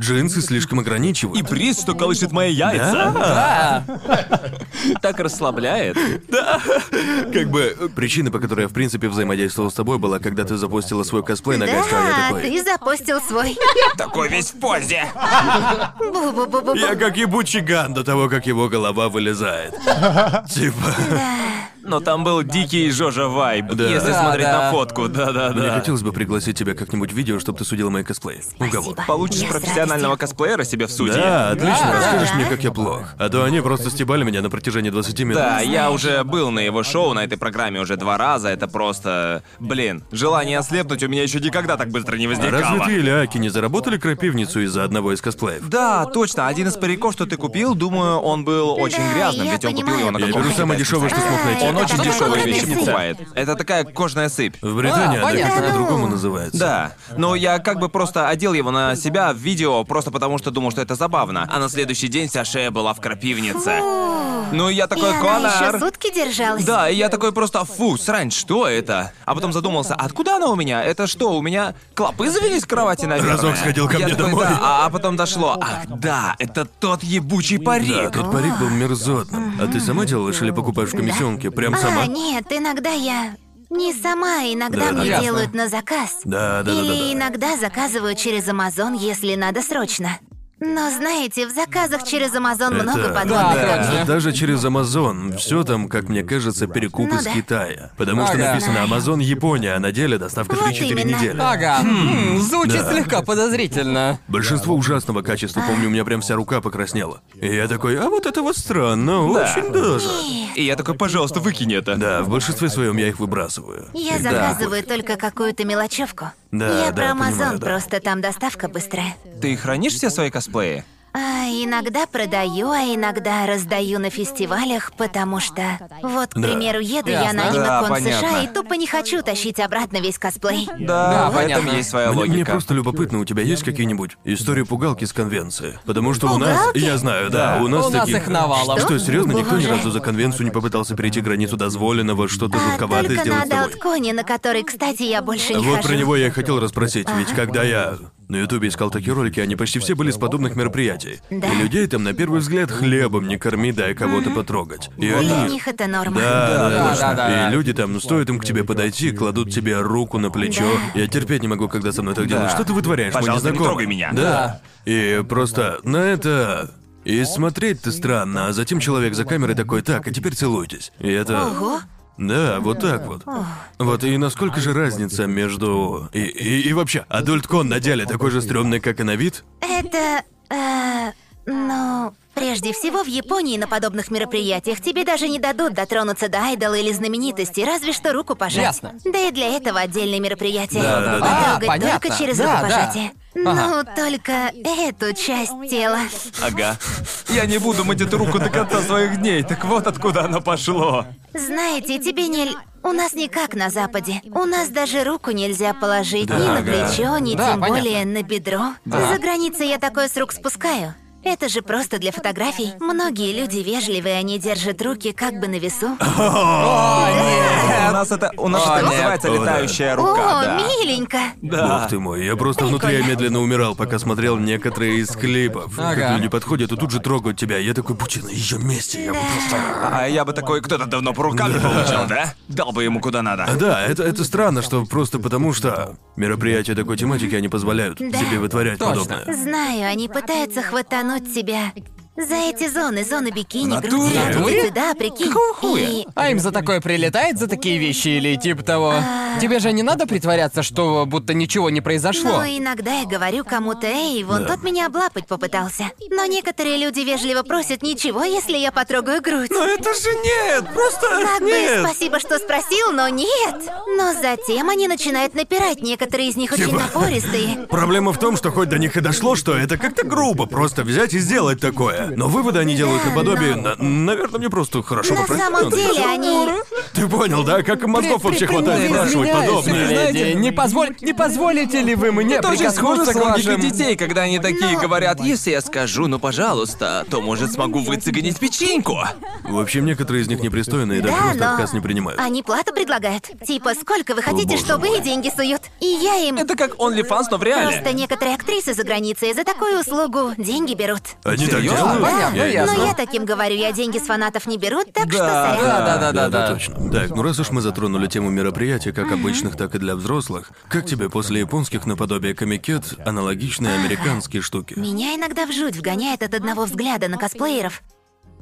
S3: Джинсы слишком ограничивают.
S1: И приз, что колышет мои яйца. Так расслабляет.
S3: Как бы э, причина, по которой я в принципе взаимодействовал с тобой, была, когда ты запустила свой косплей на гайста, а я
S4: Да,
S3: такой.
S4: ты запостил свой.
S8: Такой весь в позе.
S4: Бу-бу-бу-бу-бу.
S3: Я как ебучий ган до того, как его голова вылезает. Типа.
S1: Но там был дикий Жожа вайб,
S3: Да.
S1: если
S2: Да,
S1: смотреть
S2: да.
S1: на фотку.
S3: Мне
S1: Да-да-да.
S3: хотелось бы пригласить тебя как-нибудь в видео, чтобы ты судила мои косплеи. Уговор.
S4: Спасибо.
S1: Получишь
S4: Я с
S1: профессионального косплеера себе в суде.
S3: Да, отлично,
S2: Да.
S3: расскажешь мне,
S4: Да.
S3: как я плох. А то они просто стебали меня на протяжении 20 минут.
S1: Да, я уже был на его шоу на этой программе уже два раза. Это просто, блин, желание ослепнуть у меня еще никогда так быстро не возникало.
S3: Разве ты или Аки не заработали крапивницу из-за одного из косплеев?
S1: Да, точно. Один из париков, что ты купил, думаю, он был очень
S4: Да,
S1: грязным,
S4: я
S1: ведь он купил
S4: понимаю,
S1: его на
S4: я
S1: каком-то
S3: беру самое
S1: китайском
S3: дешевое, что
S1: сайте.
S3: смог найти.
S1: Он
S4: А,
S1: очень
S4: это
S1: дешевые
S4: такая
S1: вещи не
S4: крапивница.
S1: покупает. Это такая кожная сыпь.
S3: В Британии
S2: А,
S3: она
S2: понятно.
S3: как-то
S2: Да ну.
S3: по-другому называется.
S1: Да, но я как бы просто одел его на себя в видео, просто потому что думал, что это забавно. А на следующий день вся шея была в крапивнице. Ну, я
S4: И
S1: такой,
S4: она еще
S1: Конор,
S4: сутки держалась.
S1: Да, и я такой просто, фу, срань, что это? А потом задумался, откуда она у меня? Это что, у меня клопы завелись в кровати, наверное?
S3: Разок сходил ко
S1: Я
S3: мне
S1: такой,
S3: домой.
S1: «Да», а, а потом дошло, ах, да, это тот ебучий
S3: Да,
S1: парик.
S3: тот парик был мерзотным. А ты сама делаешь или покупаешь в комиссионке? Прям
S4: А,
S3: сама?
S4: нет, иногда я не сама,
S3: Да,
S4: иногда мне
S2: ясно.
S4: делают на заказ.
S3: Да, да, да, да,
S4: Или
S3: да.
S4: иногда заказываю через Амазон, если надо срочно. Но знаете, в заказах через Амазон
S3: Это-
S4: много подобных
S2: Да,
S4: ко
S2: точно.
S4: мне.
S3: Да даже через Амазон. Все там, как мне кажется, перекуп
S4: Ну
S3: из
S4: да.
S3: Китая. Потому что
S2: Ага.
S3: написано Амазон Япония, а на деле доставка
S4: Вот
S3: 3-4
S4: именно.
S3: недели.
S2: Ага. М, звучит
S3: Хм. Да.
S2: слегка подозрительно.
S3: Большинство ужасного качества, помню, у меня прям вся рука покраснела. И я такой, а вот это вот странно, очень даже.
S1: И я такой, пожалуйста, выкинь это.
S3: Да, в большинстве своем я их выбрасываю.
S4: Я
S3: Когда-
S4: заказываю только какую-то мелочевку.
S3: Да,
S4: я
S3: да,
S4: про Амазон,
S3: понимаю, да.
S4: просто там доставка быстрая.
S1: Ты хранишь все свои косплеи?
S4: А иногда продаю, а иногда раздаю на фестивалях, потому что... Вот, к
S3: Да.
S4: примеру, еду я
S2: Ясно.
S4: на
S1: Да,
S4: анимакон США и
S1: понятно.
S4: тупо не хочу тащить обратно весь косплей.
S1: Да,
S2: Да,
S1: в этом
S2: понятно.
S1: есть своя
S3: Мне,
S1: логика.
S3: мне просто любопытно, у тебя есть какие-нибудь истории пугалки с конвенции? Потому что у нас,
S4: Пугалки?
S3: я знаю, да, у нас
S2: У нас
S3: таких...
S2: их навалом.
S3: Что, серьезно, никто ни
S4: Боже.
S3: разу за конвенцию не попытался перейти границу дозволенного, что-то
S4: А
S3: жутковатое
S4: только
S3: сделать
S4: на
S3: с тобой?
S4: Далтконе, на который, кстати, я больше не
S3: Вот
S4: хожу.
S3: про него я и хотел расспросить, ведь когда я на Ютубе искал такие ролики, они почти все были с подобных мероприятий.
S4: Да.
S3: И людей там на первый взгляд хлебом не корми, дай кого-то потрогать. И
S4: Для
S3: они...
S4: них это норма.
S3: Да, да,
S2: да,
S3: точно.
S2: да, да.
S3: И люди там, ну, стоит им к тебе подойти, кладут тебе руку на плечо. Я терпеть не могу, когда со мной так делают. Что ты вытворяешь, мой
S1: Пожалуйста, не
S3: незнакомый?
S1: трогай меня.
S3: Да. И просто на это... И смотреть-то странно, а затем человек за камерой такой, так, а теперь целуйтесь. И это...
S4: Ого.
S3: Да, вот так вот. Вот и насколько же разница между... И, и, и вообще, Адульт Кон на деле такой же стрёмный, как и на вид?
S4: Это... э, ну... Прежде всего, в Японии на подобных мероприятиях тебе даже не дадут дотронуться до айдола или знаменитости, разве что руку пожать.
S2: Ясно.
S4: Да и для этого отдельные мероприятия.
S3: Да, да, да.
S4: А
S2: А,
S4: трогать
S2: понятно.
S4: только через
S2: Да,
S4: рукопожатие.
S2: да. Ага.
S4: Ну, только эту часть тела.
S1: Ага. Я не буду мыть эту руку до конца своих дней, так вот откуда оно пошло.
S4: Знаете, тебе не... л- У нас никак на Западе. У нас даже руку нельзя положить ни на
S3: ага.
S4: плечо, ни
S2: Да,
S4: тем
S2: понятно.
S4: более на бедро. За границей я такое с рук спускаю. Это же просто для фотографий. Многие люди вежливые, они держат руки как бы на весу.
S1: У нас это, у нас это
S2: нет.
S1: называется
S3: О, да.
S1: летающая рука,
S4: О,
S1: да.
S4: миленько!
S3: Бог ты мой, я просто внутри я медленно умирал, пока смотрел некоторые из клипов.
S2: Ага.
S3: Как люди подходят и тут же трогают тебя. Я такой, Путин, на её месте, я бы просто...
S1: А я бы такой, кто-то давно по рукам не получил, да? Дал бы ему куда надо.
S3: А Да, это, это странно, что просто потому что мероприятия такой тематики, они позволяют тебе вытворять
S2: Точно.
S3: подобное.
S4: Знаю, они пытаются хватануть тебя за эти зоны, зоны бикини,
S1: натуре?
S4: груди,
S1: В
S2: натуре?
S4: ягодицы, да, прикинь. И-
S2: А им за такое прилетает за такие вещи или типа того? Тебе же не надо притворяться, что будто ничего не произошло.
S4: Ну, иногда я говорю кому-то, эй, вон тот меня облапать попытался. Но некоторые люди вежливо просят, ничего, если я потрогаю грудь.
S3: Это же нет, просто
S4: Как бы, спасибо, что спросил, но нет. Но затем они начинают напирать, некоторые из них очень
S3: Типа.
S4: напористые.
S3: Проблема в том, что хоть до них и дошло, что это как-то грубо просто взять и сделать такое. знаю, но выводы они делают наподобие... на- Наверное, мне просто хорошо
S4: На
S3: попросили.
S4: самом деле они...
S3: Ты понял, да? Как им мозгов вообще хватает спрашивать подобное?
S2: Леди, не позволь, не позволите ли вы мне
S1: Тоже схоже
S2: прикоснуться
S1: с
S2: к вашим...
S1: логикой детей, когда они такие говорят, если я скажу, ну пожалуйста, то может смогу выцегонить печеньку.
S3: В общем, некоторые из них непристойные и даже
S4: Да,
S3: просто
S4: но-
S3: отказ не принимают.
S4: Они плату предлагают. Типа, сколько вы хотите,
S3: боже
S4: чтобы и деньги суют. И я им...
S1: Это как OnlyFans, но в реале.
S4: Просто некоторые актрисы за границей за такую услугу деньги берут.
S3: Они так
S1: Серьёзно?
S3: делают?
S2: Понятно,
S3: Я не
S2: ясно.
S4: Но
S3: знал.
S4: я таким говорю, я деньги с фанатов не беру, так что
S1: Да,
S4: сори.
S1: да, да, да, да.
S3: точно. Так, ну раз уж мы затронули тему мероприятий, как обычных, так и для взрослых, как тебе после японских наподобие камикет аналогичные американские штуки?
S4: Меня иногда в жуть вгоняет от одного взгляда на косплееров,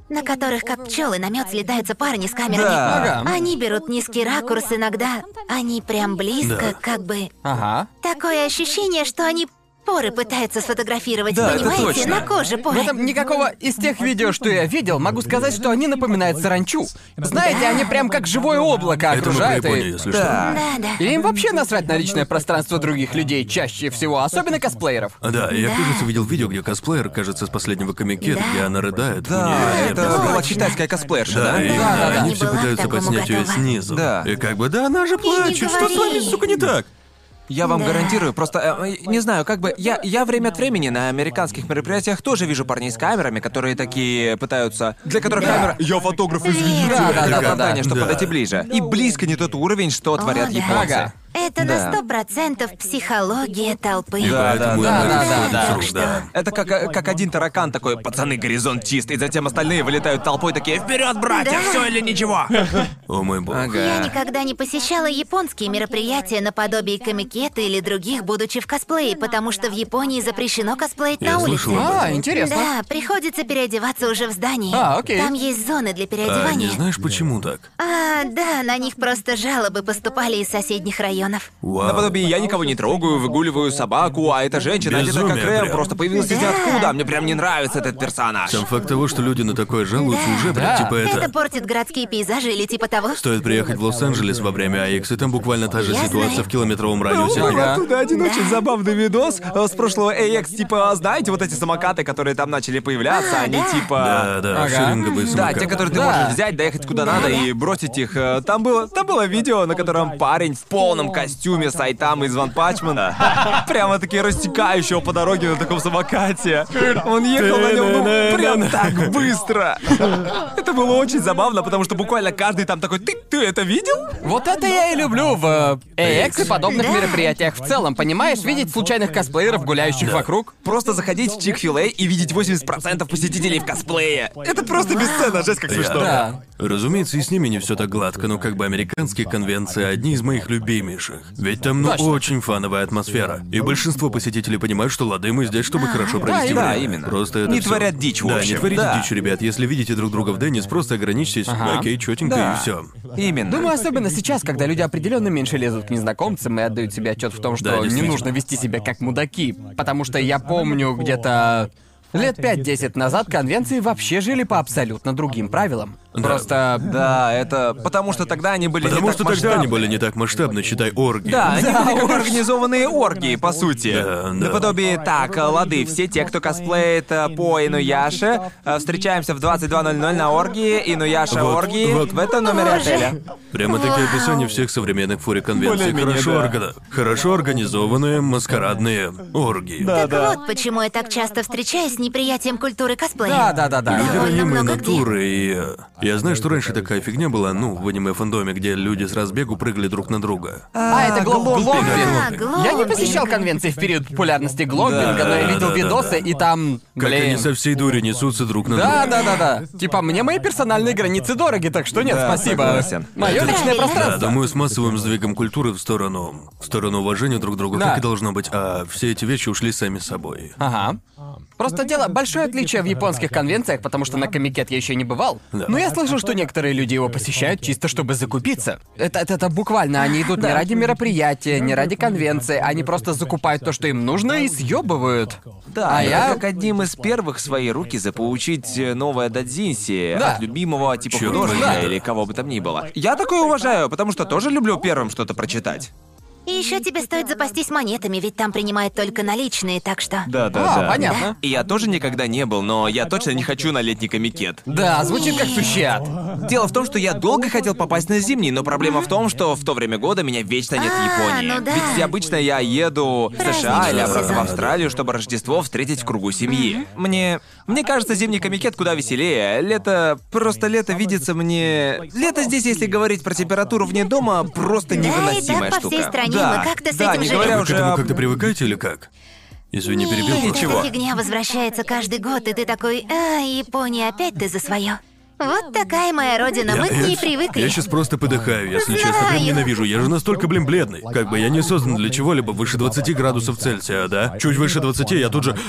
S4: на которых как пчелы на мед слетаются парни с камерами.
S1: Да.
S4: Они берут низкий ракурс иногда. Они прям близко,
S3: Да.
S4: как бы.
S2: Ага.
S4: Такое ощущение, что они поры пытаются сфотографировать,
S1: Да, это
S4: понимаете?
S1: точно.
S4: На коже
S2: В
S4: поры.
S2: этом никакого из тех видео, что я видел, могу сказать, что они напоминают саранчу. Знаете, они прям как живое облако
S3: Это мы про
S2: окружают
S3: Японию,
S2: и...
S3: если что.
S1: Да.
S4: Да, да.
S2: И им вообще насрать на личное пространство других людей чаще всего, особенно косплееров.
S3: А, Да, я, кажется, видел видео, где косплеер, кажется, с последнего комикета, где она рыдает. у
S1: Да,
S3: неё-
S1: это была китайская косплеерша,
S3: Да, и
S1: да?
S2: да, да.
S3: они
S4: Не
S3: все
S4: была к
S3: пытаются
S4: такому
S3: подснять ее
S4: готова.
S3: снизу.
S1: Да.
S3: И как бы, да, она же плачет, что с вами,
S4: говори.
S3: сука, не так?
S1: Я вам
S4: Да.
S1: гарантирую, просто э, не знаю, как бы я я время от времени на американских мероприятиях тоже вижу парней с камерами, которые такие пытаются, для которых камера. Я фотограф, извините.
S2: Да, да,
S1: Это
S2: да, да,
S1: оправдание,
S2: да.
S1: чтобы
S3: Да.
S1: подойти ближе. И близко не тот уровень, что творят
S4: А, да.
S1: японцы.
S2: Ага.
S4: Это
S1: Да.
S4: на сто процентов психология толпы.
S3: И
S1: Да,
S3: поэтому
S1: да,
S3: она
S2: да,
S3: рыдает
S2: да,
S3: с
S2: да.
S3: рук, да.
S1: Это как, э, как один таракан такой, пацаны, горизонт чист, и затем остальные вылетают толпой такие, вперед, братья,
S4: Да.
S1: все или ничего.
S3: О мой бог.
S4: Я
S1: Ага.
S4: никогда не посещала японские мероприятия наподобие комикета или других, будучи в косплее, потому что в Японии запрещено косплеить
S3: Я
S4: на улице.
S3: слышал об этом.
S2: А, интересно.
S4: Да, приходится переодеваться уже в здании.
S2: А, окей.
S4: Там есть зоны для
S3: А не
S4: переодевания.
S3: знаешь, почему так?
S4: А, да, на них просто жалобы поступали из соседних районов.
S3: Вау.
S1: Наподобие я никого не трогаю, выгуливаю собаку, а эта женщина, одета как
S3: Безумие
S1: Рэм,
S3: прям.
S1: просто появилась из
S4: Да.
S1: ниоткуда. Мне прям не нравится этот персонаж.
S3: Сам факт того, что люди на такое жалуются,
S4: Да.
S3: уже
S2: Да.
S3: прям типа
S4: Это
S3: это.
S4: портит городские пейзажи или типа того.
S3: Стоит приехать в Лос-Анджелес во время АИКС, и там буквально та же
S4: Я
S3: ситуация
S4: знаю.
S3: в километровом радиусе.
S1: Был
S2: Ага.
S1: оттуда один очень забавный видос э, с прошлого AX, типа, знаете, вот эти самокаты, которые там начали появляться,
S4: А,
S1: они
S4: да.
S1: типа...
S3: Да, да,
S2: Ага.
S3: шиллинговые
S1: Да,
S3: самокаты.
S1: те, которые ты
S2: Да.
S1: можешь взять, доехать куда надо и бросить их. Э, Там было, там было видео, на котором парень в полном костюме с Айтамы из Ван Пачмана прямо таки растекающего по дороге на таком самокате. Он ехал на нем ну, прям так быстро. Это было очень забавно, потому что буквально каждый там такой, ты, ты это видел?
S2: Вот это я и люблю в э, AX и подобных
S4: Да.
S2: мероприятиях в целом, понимаешь? Видеть случайных косплееров, гуляющих вокруг.
S1: Просто заходить в чик и видеть 80% посетителей в косплее. Это просто бесценно, жесть как смешно.
S2: Да.
S3: Разумеется, и с ними не все так гладко, но как бы американские конвенции одни из моих любимейших. Ведь там ну
S2: Точно.
S3: очень фановая атмосфера. И большинство посетителей понимают, что лады мы здесь, чтобы хорошо провести
S1: да,
S3: время.
S1: именно.
S3: Просто это
S1: Не
S3: всё.
S1: творят дичь, в
S3: Да, не
S1: общем,
S3: творите
S1: да.
S3: дичь, ребят. Если видите друг друга в Деннис, просто ограничьтесь. Окей, четенько
S1: Да.
S3: и все.
S1: Именно.
S2: Думаю, особенно сейчас, когда люди определенно меньше лезут к незнакомцам и отдают себе отчет в том,
S3: Да,
S2: что не
S3: действительно.
S2: нужно вести себя как мудаки. Потому что я помню где-то лет 5-10 назад конвенции вообще жили по абсолютно другим правилам. Просто...
S1: Да, это потому что тогда они были
S3: Потому
S1: не так
S3: что тогда они
S1: масштабны.
S3: были не так масштабны, считай, орги.
S1: Да, они были как организованные оргии, по сути.
S3: Да, да.
S1: Наподобие так, лады, все те, кто косплеит э, по Инуяше, э, встречаемся в 22.00 на оргии, Инуяша
S3: Вот,
S1: оргии,
S3: вот.
S1: в этом номере
S4: Боже.
S1: отеля.
S3: Прямо такие описания всех современных фури конвенций.
S1: Более-менее,
S3: Хорошо,
S1: да.
S3: органа- хорошо организованные маскарадные оргии.
S1: Да, да.
S4: Вот почему я так часто встречаюсь с неприятием культуры косплея.
S2: Да, да, да, да.
S4: Довольно
S3: Героимые
S4: много где.
S3: натуры, и... э, Я знаю, что раньше такая фигня была, ну, в аниме-фандоме, где люди с разбегу прыгали друг на друга.
S2: А, это Глоб- Глоббинг. Я
S4: А,
S2: не
S4: Глоббинг.
S2: посещал конвенции в период популярности Глоббинга, но я
S3: да,
S2: видел
S3: да,
S2: видосы, и там...
S3: Как они
S2: блин.
S3: со всей дури несутся друг на
S2: Да, да,
S3: друга.
S2: да, да. Типа, мне мои персональные границы дороги, так что нет, спасибо.
S1: согласен.
S2: Мое личное
S4: Правильно.
S3: Да,
S2: пространство.
S3: думаю, с массовым сдвигом культуры в сторону... В сторону уважения друг к другу,
S2: Да.
S3: как и должно быть, а все эти вещи ушли сами собой.
S2: Ага. Просто дело, большое отличие в японских конвенциях, потому что на комикет я еще не бывал.
S3: Да.
S2: Но я слышал, что некоторые люди его посещают чисто чтобы закупиться. Это, это, это буквально, они идут не ради мероприятия, не ради конвенции, они просто закупают то, что им нужно, и съебывают.
S1: Да,
S2: а
S1: я,
S2: я...
S1: как одним из первых в свои руки заполучить э, новое дадзинси
S2: Да.
S1: от любимого типа
S3: Чёрт
S1: художника
S3: возьми.
S1: или кого бы там ни было. Я такое уважаю, потому что тоже люблю первым что-то прочитать.
S4: И еще тебе стоит запастись монетами, ведь там принимают только наличные, так что...
S1: Да, да,
S2: А,
S1: да.
S2: понятно.
S1: И я тоже никогда не был, но я точно не хочу на летний комикет.
S2: Да, звучит как сущий ад.
S1: Дело в том, что я долго хотел попасть на зимний, но проблема в том, что в то время года меня вечно нет в
S4: А,
S1: Японии.
S4: ну да.
S1: Ведь обычно я еду в США или
S4: Праздничный
S1: обратно в
S4: сезон.
S1: Австралию, чтобы Рождество встретить в кругу семьи. Мне... Мне кажется, зимний комикет куда веселее. Лето... Просто лето видится мне... Лето здесь, если говорить про температуру вне дома, просто
S4: Да, и так
S1: невыносимая
S4: по
S1: штука.
S4: всей стране
S1: Да.
S4: мы как-то с
S1: Да,
S4: этим
S1: не
S4: живем.
S1: говоря
S3: А Вы к
S1: уже
S3: этому
S1: об-
S3: как-то привыкаете или как? Извини, перебил.
S4: Нет,
S3: просто.
S1: Ничего.
S4: эта фигня возвращается каждый год, и ты такой, а, Япония, опять ты за свое. Вот такая моя родина, мы к ней привыкли.
S3: Я сейчас просто подыхаю, если честно, прям
S4: Знаю.
S3: ненавижу. Я же настолько, блин, бледный. Как бы я не создан для чего-либо выше 20 градусов Цельсия, да? Чуть выше 20 я тут же...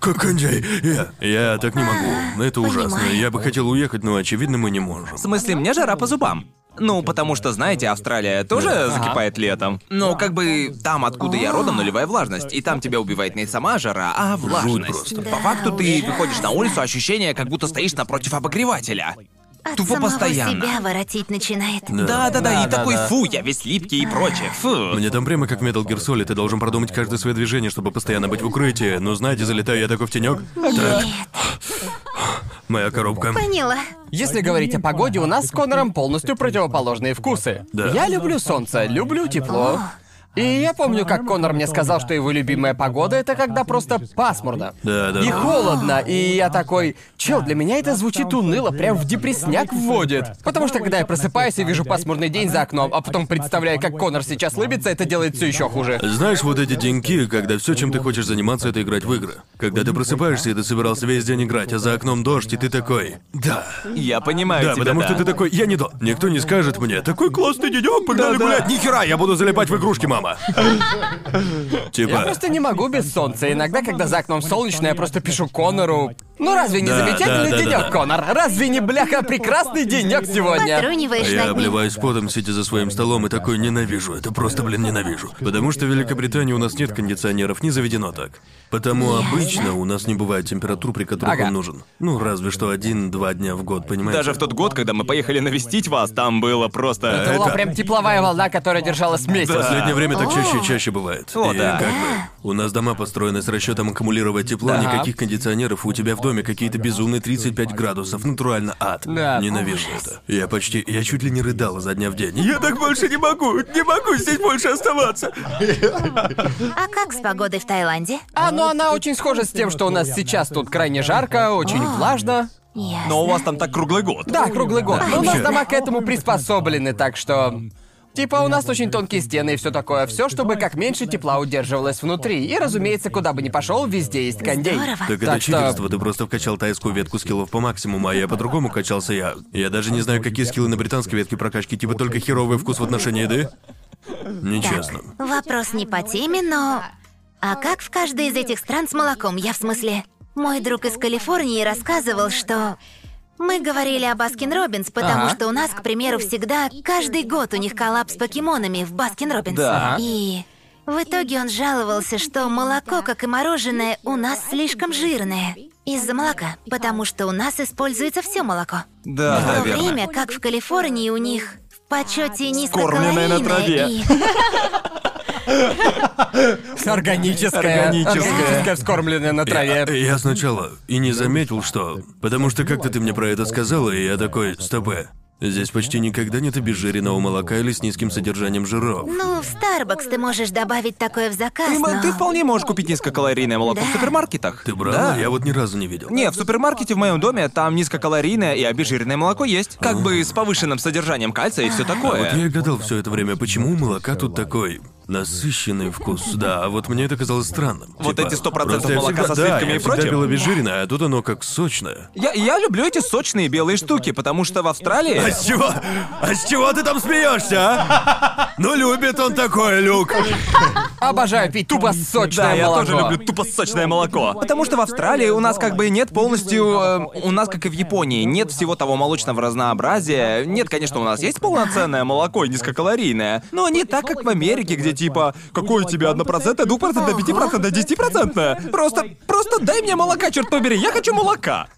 S3: Как кондей. Я... я так не могу. Это ужасно.
S4: Понимаю.
S3: Я бы хотел уехать, но, очевидно, мы не можем.
S1: В смысле, мне жара по зубам. Ну, потому что, знаете, Австралия тоже закипает летом. Но как бы там, откуда я родом, нулевая влажность. И там тебя убивает не сама жара, а влажность.
S3: просто.
S1: По факту ты
S4: Да,
S1: выходишь на улицу, ощущение, как будто стоишь напротив обогревателя.
S4: От
S1: тупо
S4: самого
S1: постоянно.
S4: себя воротить начинает.
S1: Да-да-да, и
S2: Да,
S1: такой
S2: да.
S1: фу, я весь липкий и прочее. Фу.
S3: Мне там прямо как в Metal Gear Solid, ты должен продумать каждое свое движение, чтобы постоянно быть в укрытии. Но знаете, залетаю я такой в тенек. Так. Моя коробка.
S4: Поняла.
S2: Если говорить о погоде, у нас с Конором полностью противоположные вкусы.
S3: Да.
S2: Я люблю солнце, люблю тепло. И я помню, как Конор мне сказал, что его любимая погода это когда просто пасмурно.
S3: Да, да.
S2: И холодно, и я такой, чел, для меня это звучит уныло, прям в депресняк вводит. Потому что когда я просыпаюсь и вижу пасмурный день за окном, а потом представляю, как Конор сейчас лыбится, это делает все еще хуже.
S3: Знаешь, вот эти деньки, когда все, чем ты хочешь заниматься, это играть в игры. Когда ты просыпаешься, и ты собирался весь день играть, а за окном дождь, и ты такой. Да.
S1: Я понимаю
S3: Да,
S1: А тебя,
S3: потому
S1: да.
S3: что ты такой, я не до. Никто не скажет мне, такой классный денек, погнали гулять. Нихера, я буду залипать в игрушки, мама.
S2: Я
S3: Типа.
S2: просто не могу без солнца. Иногда, когда за окном солнечно, я просто пишу Конору. Ну разве не
S3: Да,
S2: замечательный
S3: да, да,
S2: денек,
S3: да.
S2: Конор? Разве не бляха прекрасный денек сегодня?
S4: Потруниваешь
S3: Я
S4: над ним.
S3: обливаюсь потом, сидя за своим столом, и такой ненавижу. Это просто, блин, ненавижу. Потому что в Великобритании у нас нет кондиционеров, не заведено так. Потому обычно у нас не бывает температур, при которых
S2: Ага.
S3: он нужен. Ну, разве что один-два дня в год, понимаете?
S1: Даже в тот год, когда мы поехали навестить вас, там было просто... э,
S2: Это была
S3: это-
S2: прям тепловая волна, которая держалась месяц.
S3: В последнее время так чаще и чаще бывает.
S1: О,
S3: и
S1: да.
S3: как бы у нас дома построены с расчетом аккумулировать тепло,
S2: Да.
S3: никаких кондиционеров, у тебя в доме какие-то безумные 35 градусов, натурально ад.
S2: Да.
S3: Ненавижу это. Я почти, я чуть ли не рыдала за дня в день. Я так больше не могу, не могу здесь больше оставаться.
S4: А как с погодой в Таиланде?
S2: А, ну она очень схожа с тем, что у нас сейчас тут крайне жарко, очень влажно.
S4: Ясно.
S1: Но у вас там так круглый год.
S2: Да, круглый год. Но у нас
S3: Вообще.
S2: дома к этому приспособлены, так что... Типа у нас очень тонкие стены и все такое. Все, чтобы как меньше тепла удерживалось внутри. И, разумеется, куда бы ни пошел, везде есть кондей.
S4: Здорово.
S3: Так это
S2: Так что-
S3: читерство, ты просто вкачал тайскую ветку скиллов по максимуму, а я по-другому качался я. Я даже не знаю, какие скиллы на британской ветке прокачки, типа только херовый вкус в отношении еды. Нечестно.
S4: Вопрос не по теме, но... А как в каждой из этих стран с молоком? Я в смысле... Мой друг из Калифорнии рассказывал, что... Мы говорили о Баскин Робинс, потому
S2: Ага.
S4: что у нас, к примеру, всегда каждый год у них коллапс с покемонами в Баскин Робинс.
S1: Да.
S4: И в итоге он жаловался, что молоко, как и мороженое, у нас слишком жирное. Из-за молока, потому что у нас используется все молоко.
S1: Да,
S4: В
S1: да,
S4: то
S1: верно.
S4: время, как в Калифорнии у них в почете
S1: Скормленное
S4: низкокалорийное
S1: на траве.
S4: и-
S2: Органическое.
S1: Органическое.
S2: Э, Органическое, вскормленное на
S3: Я,
S2: траве.
S3: я сначала и не заметил, что... Потому что как-то ты мне про это сказала, и я такой, стоп, э, здесь почти никогда нет обезжиренного молока или с низким содержанием жиров.
S4: Ну, в Starbucks ты можешь добавить такое в заказ,
S1: Ты,
S4: но...
S1: м- ты вполне можешь купить низкокалорийное молоко в
S4: Да.
S1: супермаркетах.
S3: Ты брала?
S1: Да.
S3: Я вот ни разу не видел.
S1: Не, в супермаркете в моем доме там низкокалорийное и обезжиренное молоко есть. Как бы с повышенным содержанием кальция и все
S3: Вот я
S1: такое.
S3: и гадал все это время, почему у молока тут такой насыщенный вкус. Да, а вот мне это казалось странным. Типа,
S1: Вот эти 100%
S3: просто я
S1: молока
S3: всегда-
S1: со
S3: да,
S1: сливками
S3: я
S1: и
S3: всегда
S1: прочим.
S3: пил обезжиренное, а тут оно как сочное.
S1: Я, я люблю эти сочные белые штуки, потому что в Австралии...
S3: с чего? А с чего ты там смеешься, а? Ну любит он такое, Люк.
S2: Обожаю пить тупо сочное
S1: Да, я
S2: молоко.
S1: тоже люблю тупо сочное молоко. Потому что в Австралии у нас как бы нет полностью... э, у нас, как и в Японии, нет всего того молочного разнообразия. Нет, конечно, у нас есть полноценное молоко и низкокалорийное, но не так, как в Америке, где типа «Какое тебе 1%, 2%, 5%, 10%?» Просто... просто дай мне молока, черт побери, я хочу молока!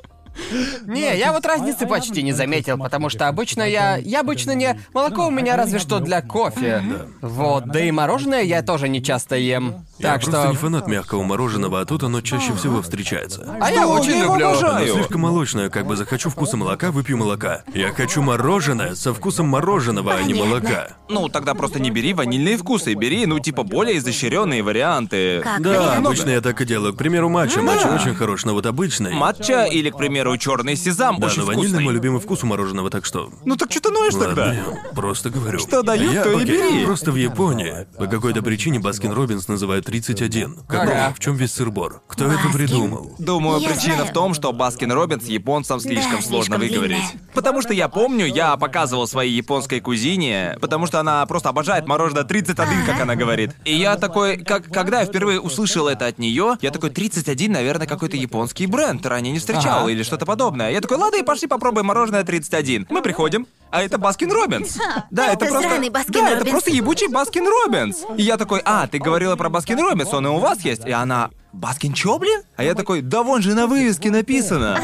S2: Не, я вот разницы почти не заметил, потому что обычно я... Я обычно не... Молоко у меня разве что для кофе. Вот, да и мороженое я тоже не часто ем.
S3: Я
S2: Так
S3: просто
S2: что...
S3: не фанат мягкого мороженого, а тут оно чаще всего встречается.
S2: А я
S1: О,
S2: очень
S1: я его
S2: люблю.
S3: Оно
S1: обожаю.
S3: слишком молочное, как бы захочу вкуса молока, выпью молока. Я хочу мороженое со вкусом мороженого, а не молока.
S1: Ну, тогда просто не бери ванильные вкусы, бери, ну, типа, более изощренные варианты.
S4: Как
S3: Да,
S4: вариант.
S3: обычно я так и делаю. К примеру, матча. Матча очень хорош, но вот обычный.
S1: Матча или, к примеру, черный сезам
S3: Да,
S1: очень
S3: но ванильный
S1: вкусный.
S3: мой любимый вкус у мороженого, так что...
S1: Ну так что ты ноешь
S3: Ладно,
S1: тогда?
S3: я просто говорю.
S1: Что дают,
S3: я,
S1: то и
S3: окей,
S1: бери.
S3: Просто в Японии по какой-то причине Баскин Робинс называют 31. Как
S2: Ага.
S3: думаешь, в чем весь сырбор? Кто это придумал?
S1: Думаю,
S4: Я
S1: причина
S4: знаю.
S1: в том, что Баскин Робинс японцам слишком
S4: Да,
S1: сложно
S4: слишком
S1: выговорить.
S4: длинная.
S1: Потому что я помню, я показывал своей японской кузине, потому что она просто обожает мороженое 31, как она говорит. И я такой, как когда я впервые услышал это от нее, я такой 31, наверное, какой-то японский бренд, ранее не встречал
S2: Ага.
S1: или что-то подобное. Я такой, ладно, и пошли попробуем мороженое 31. Мы приходим, а это Баскин Робинс. Да, это
S4: Это
S1: просто...
S4: сраный Баскин
S1: Да, это
S4: Робинс.
S1: просто ебучий Баскин Робинс. И я такой, а, ты говорила про Баскин Робинс, он и у вас есть. И она, Баскин чё, блин? А я такой, да вон же на вывеске написано.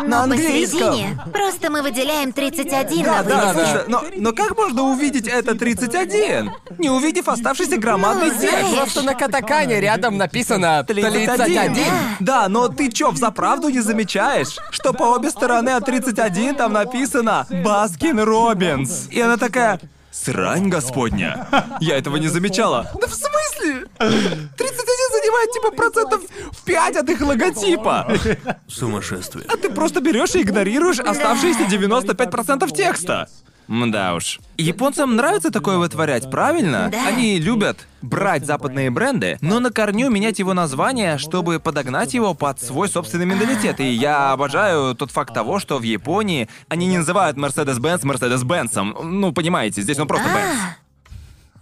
S1: На
S4: Но
S1: английском.
S4: посередине просто мы выделяем 31
S1: Да,
S4: на
S1: да,
S4: вывеске.
S1: да. Но, но как можно увидеть это 31, не увидев оставшийся громадный
S2: Нет,
S4: Ну,
S1: текст?
S2: просто на катакане рядом написано 31.
S1: Да, но ты чё, за правду не замечаешь, что по обе стороны от 31 там написано «Баскин Робинс». И она такая «Срань господня». Я этого не замечала. Да в смысле? 31 занимает типа процентов в 5 от их логотипа.
S3: Сумасшествие.
S1: Ты просто берешь и игнорируешь оставшиеся 95% текста. Да уж. Японцам нравится такое вытворять, правильно?
S4: Да.
S1: Они любят брать западные бренды, но на корню менять его название, чтобы подогнать его под свой собственный менталитет. И я обожаю тот факт того, что в Японии они не называют Mercedes-Benz Mercedes-Benz. Ну, понимаете, здесь он просто Benz.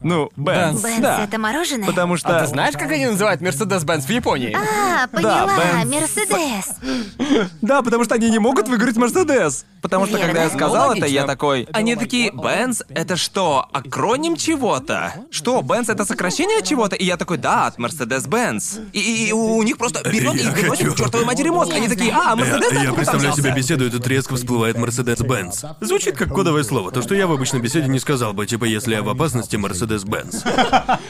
S1: Ну, Benz.
S4: Бенс,
S1: Да.
S4: это мороженое?
S1: Потому что...
S2: А ты знаешь, как они называют Мерседес-Бенц в Японии?
S4: А, поняла,
S1: Бенц.
S4: Мерседес.
S1: Да, потому что они не могут выиграть Мерседес. Потому что
S4: Верно.
S1: когда я сказал
S2: Ну,
S1: это, я
S2: логично.
S1: такой. Они такие, Бенц, это что, акроним чего-то? Что, Бенц это сокращение чего-то? И я такой, да, от Мерседес Бенц. И, и- и у них просто берет и
S3: Я
S1: берет
S3: хочу.
S1: к чертовой матери мозг. Они такие, а,
S3: Я,
S1: Мерседес
S3: я
S1: откуда там
S3: представляю себе
S1: взялся?»
S3: беседу, и тут резко всплывает Mercedes-Benz. Звучит как кодовое слово, то, что я в обычной беседе не сказал бы, типа, если я в опасности, Mercedes-Benz.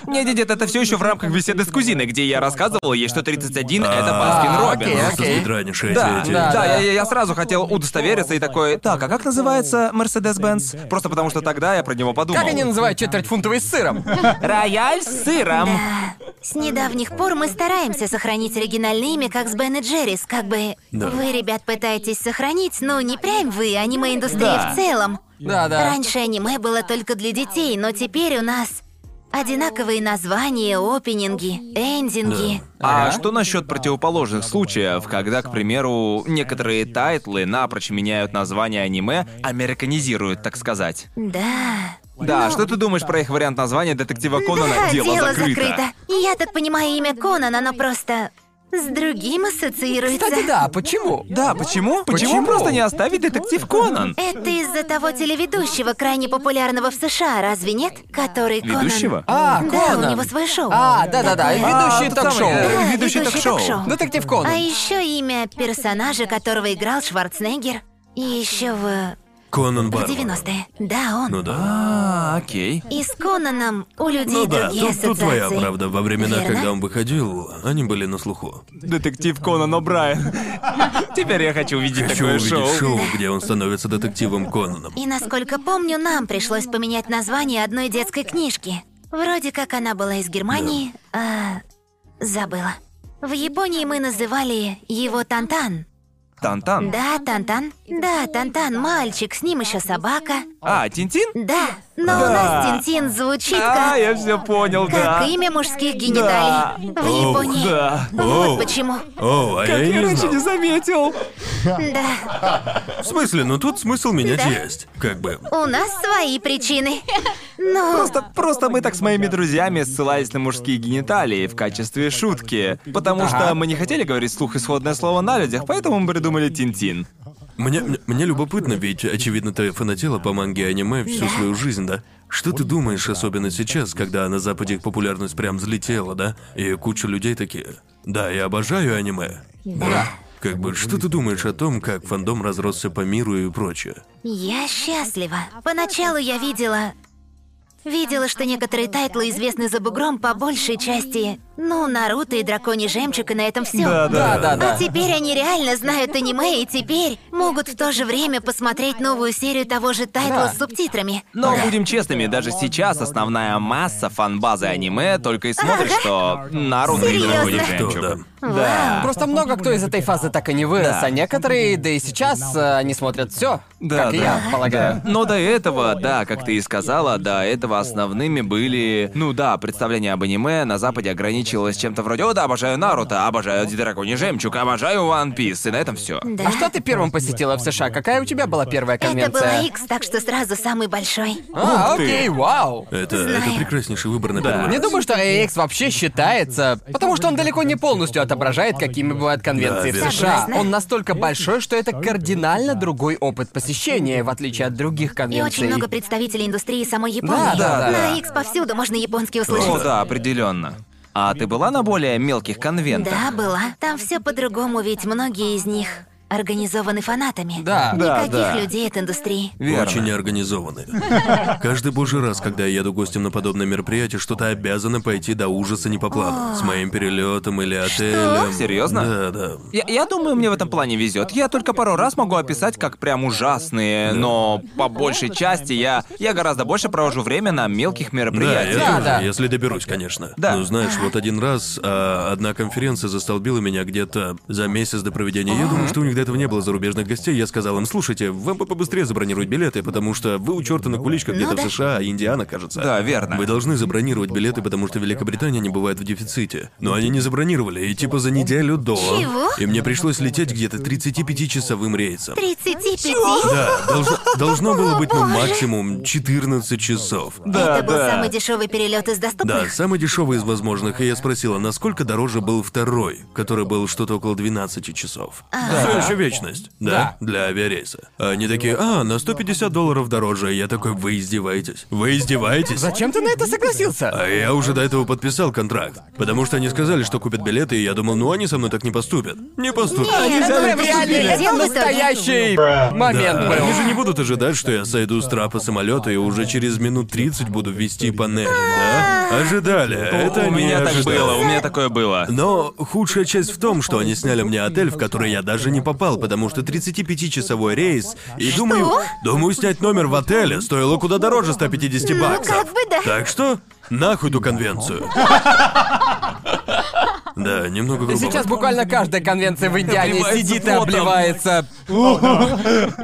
S1: Не, дед, это все еще в рамках беседы с кузиной, где я рассказывал ей, что 31 это Баскин
S2: А,
S1: Робинс.
S2: окей,
S3: Просто
S2: окей.
S3: спидранишь эти-
S1: Да,
S3: эти-
S1: да,
S2: да.
S1: я, я- я сразу хотел удостовериться и такой, так, а как называется Mercedes-Benz? Просто потому что тогда я про него подумал.
S2: Как они называют четверть фунтовый с сыром?
S1: Рояль с сыром.
S4: С недавних пор мы стараемся сохранить оригинальное имя, как с Бен и Джеррис. Как бы
S3: Да.
S4: вы, ребят, пытаетесь сохранить, но не прям вы, аниме-индустрия
S1: Да.
S4: в целом.
S2: Да-да.
S4: Раньше аниме было только для детей, но теперь у нас одинаковые названия, опенинги, эндинги.
S1: А что насчет противоположных случаев, когда, к примеру, некоторые тайтлы напрочь меняют название аниме, американизируют, так сказать?
S4: Да.
S1: Да, что ты думаешь про их вариант названия детектива Конана?
S4: Да,
S1: Ну, дело, закрыто.
S4: И Я так понимаю, имя Конан, оно просто с другим ассоциируется.
S2: Кстати, да, почему?
S1: Да, почему? Почему,
S2: Почему?
S1: просто не оставить детектив Конан?
S4: Это из-за того телеведущего, крайне популярного в США, разве нет? Который Конан...
S1: Ведущего?
S2: А,
S4: Да, у
S2: Конан.
S4: него свое шоу.
S2: А, да-да-да, и ведущий
S1: тот самый,
S2: ток-шоу.
S1: э,
S4: Да,
S1: ведущий ток-шоу.
S2: Детектив
S4: А
S2: Конан.
S4: еще имя персонажа, которого играл Шварценеггер. И еще в,
S3: Конан
S4: в
S3: Барвар.
S4: 90-е. Да, он.
S3: Ну да.
S1: А, окей.
S4: И с Конаном у людей
S3: Ну да,
S4: другие
S3: тут,
S4: ассоциации.
S3: тут твоя правда. Во времена,
S4: Верно.
S3: когда он выходил, они были на слуху.
S1: Детектив Конан О'Брайен. Теперь я хочу увидеть
S3: Хочу
S1: такое
S3: увидеть
S1: шоу.
S3: шоу. где он становится детективом Конаном.
S4: И насколько помню, нам пришлось поменять название одной детской книжки. Вроде как она была из Германии, а забыла. В Японии мы называли его Тантан.
S1: Тантан.
S4: Да, Тантан. Да, Тантан, мальчик, с ним еще собака.
S1: А, Тинтин?
S4: Да, но у нас Тинтин звучит
S1: А,
S4: как,
S1: я все понял, да.
S4: как имя мужских гениталий в Японии.
S1: Да.
S4: Вот
S3: Оу.
S4: почему.
S3: О, а я,
S1: Я
S3: не
S1: раньше
S3: знал.
S1: не заметил.
S4: Да,
S3: В смысле, ну тут смысл менять есть. Как бы.
S4: у нас свои причины. Ну, Но
S1: Просто, просто мы так с моими друзьями ссылались на мужские гениталии в качестве шутки. Потому что мы не хотели говорить слух исходное слово на людях, поэтому мы придумали Тинтин.
S3: Мне, мне- мне любопытно, ведь, очевидно, ты фанатела по манге и аниме всю свою жизнь, да? Что ты думаешь, особенно сейчас, когда на Западе их популярность прям взлетела, да? И куча людей такие. Да, я обожаю аниме.
S4: Да.
S3: Как бы, что ты думаешь о том, как фандом разросся по миру и прочее?
S4: Я счастлива. Поначалу я видела... Видела, что некоторые тайтлы известны за бугром по большей части. Ну, Наруто и Драконий Жемчуг, и на этом все.
S2: Да, да,
S4: А
S2: да.
S4: теперь они реально знают аниме и теперь могут в то же время посмотреть новую серию того же тайтла
S2: Да.
S4: с субтитрами.
S1: Но будем честными, даже сейчас основная масса фанбазы аниме только и смотрит, что Наруто и
S4: Серьёзно?
S1: Драконий
S3: Что,
S1: Жемчуг.
S3: да.
S1: А,
S4: Да.
S2: Просто много кто из этой фазы так и не вырос,
S1: Да.
S2: а некоторые, да и сейчас, э, они смотрят все,
S1: Да,
S2: как и
S1: да.
S2: я, полагаю.
S1: Но до этого, да, как ты и сказала, до этого основными были... Ну да, представление об аниме на Западе ограничилось чем-то вроде «О да, обожаю Наруто, обожаю Драконий Жемчуг, обожаю One Piece», и на этом все.
S4: Да.
S2: А что ты первым посетила в США? Какая у тебя была первая
S4: Это была
S2: конвенция?
S4: X, так что сразу самый большой.
S2: А,
S1: Ух ты.
S2: окей, вау.
S3: Это, это прекраснейший выбор на первый
S2: Не
S3: раз.
S2: думаю, что AX вообще считается,
S1: А
S2: потому что он далеко не полностью отображает, какими бывают конвенции
S3: Да, верно.
S2: в США.
S4: Согласна.
S2: Он настолько большой, что это кардинально другой опыт посещения, в отличие от других
S4: И
S2: конвенций.
S4: очень много представителей индустрии самой Японии.
S2: да, да.
S4: На X повсюду можно японский услышать.
S1: О да, определенно. А ты была на более мелких конвентах?
S4: Да, была. Там все по-другому, ведь многие из них организованы фанатами.
S2: Да.
S1: Да,
S4: Никаких
S1: да.
S4: людей от индустрии.
S1: Верно.
S3: Очень неорганизованные. Каждый божий раз, когда я еду гостем на подобное мероприятие, что-то обязано пойти до ужаса не по плану. С моим перелетом или отелем.
S1: Серьёзно?
S3: Да, да.
S1: Я, я думаю, мне в этом плане везет. Я только пару раз могу описать, как прям ужасные, но по большей части я, я гораздо больше провожу время на мелких
S3: Да, я
S1: мероприятиях.
S2: Да,
S3: тоже,
S2: да.
S3: если доберусь, конечно.
S1: Да.
S3: Ну, знаешь, вот один раз а, одна конференция застолбила меня где-то за месяц до проведения. Я думаю, что у них до этого не было зарубежных гостей. Я сказал им, слушайте, вам бы побыстрее забронировать билеты, потому что вы у черта на куличках где-то
S4: да.
S3: в США, Индиана, кажется.
S1: Да, верно.
S3: Вы должны забронировать билеты, потому что Великобритания не бывает в дефиците. Но они не забронировали, и типа за неделю до.
S4: Чего?
S3: И мне пришлось лететь где-то 35-часовым рейсом.
S4: 35?
S3: Да, должно, должно было быть ну, максимум 14 часов.
S4: Это был самый дешевый перелет из
S3: Да,
S4: доступных.
S3: самый дешевый из возможных, и я спросила, насколько дороже был второй, который был что-то около 12 часов. Все еще вечность, да, для авиарейса. А Они такие, а, на 150 долларов дороже. Я такой, вы издеваетесь. Вы издеваетесь?
S2: Зачем ты на это согласился?
S3: А я уже до этого подписал контракт. Потому что они сказали, что купят билеты, и я думал, ну они со мной так не поступят. Не поступят.
S4: Нет,
S2: Это прям
S4: это
S2: реальный,
S4: поступили.
S2: это настоящий момент
S3: Да, они
S2: был.
S3: же не будут ожидать, что я сойду с трапа самолета и уже через минут 30 буду вести панель, да? Ожидали. Это
S1: у
S3: они
S1: меня так
S3: ожидали.
S1: было, у меня такое было.
S3: Но худшая часть в том, что они сняли мне отель, в который я даже не попал, потому что 35-часовой рейс, и думаю, думаю, снять номер в отеле стоило куда дороже 150 баксов.
S4: Ну, как бы да.
S3: Так что нахуй ту конвенцию. Да, немного грубо.
S2: Сейчас буквально каждая конвенция в Индиане
S1: Обливается
S2: сидит и
S1: потом.
S2: обливается.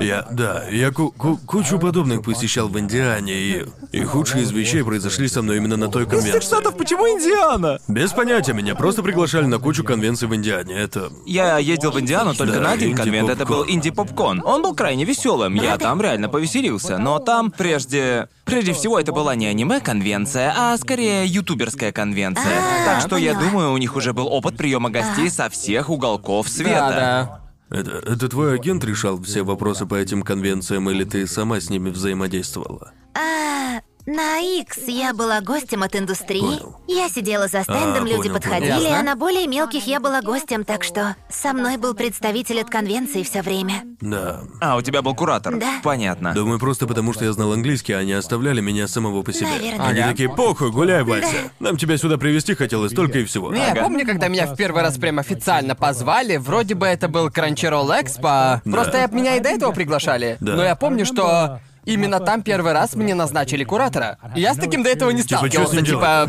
S3: Я, да, я ку- ку- кучу подобных посещал в Индиане, и, и худшие из вещей произошли со мной именно на той конвенции.
S1: почему Индиана?
S3: Без понятия, меня просто приглашали на кучу конвенций в Индиане, это...
S1: Я ездил в Индиану только
S3: Да,
S1: на один
S3: инди-попкорн.
S1: конвент, это был инди-попкон. Он был крайне веселым, я там реально повеселился. Но там, прежде... Прежде всего, это была не аниме-конвенция, а скорее ютуберская конвенция.
S2: А,
S1: Так что я
S4: поняла.
S1: думаю, у них уже был опыт приема гостей со всех уголков света.
S2: Да, да.
S3: Это, это твой агент решал все вопросы по этим конвенциям, или ты сама с ними взаимодействовала?
S4: А, на X я была гостем от индустрии.
S3: Понял.
S4: Я сидела за стендом,
S3: А,
S4: люди
S3: понял,
S4: подходили,
S2: понял.
S4: а на более мелких я была гостем, так что со мной был представитель от конвенции все время.
S3: Да.
S1: А, у тебя был куратор?
S4: Да.
S1: Понятно.
S3: Думаю, просто потому что я знал английский, а они оставляли меня самого по себе.
S4: Наверное.
S3: Они
S2: Ага.
S3: такие, похуй, гуляй, Вася. Нам тебя сюда привезти хотелось только и всего.
S2: Не, помню, когда меня в первый раз прям официально позвали, вроде бы это был Crunchyroll Expo, просто и- меня и до этого приглашали.
S3: Да.
S2: Но я помню, что именно там первый раз мне назначили куратора. И я с таким до этого не
S3: Типа, чё с
S2: сталкивался,
S3: ним
S2: типа...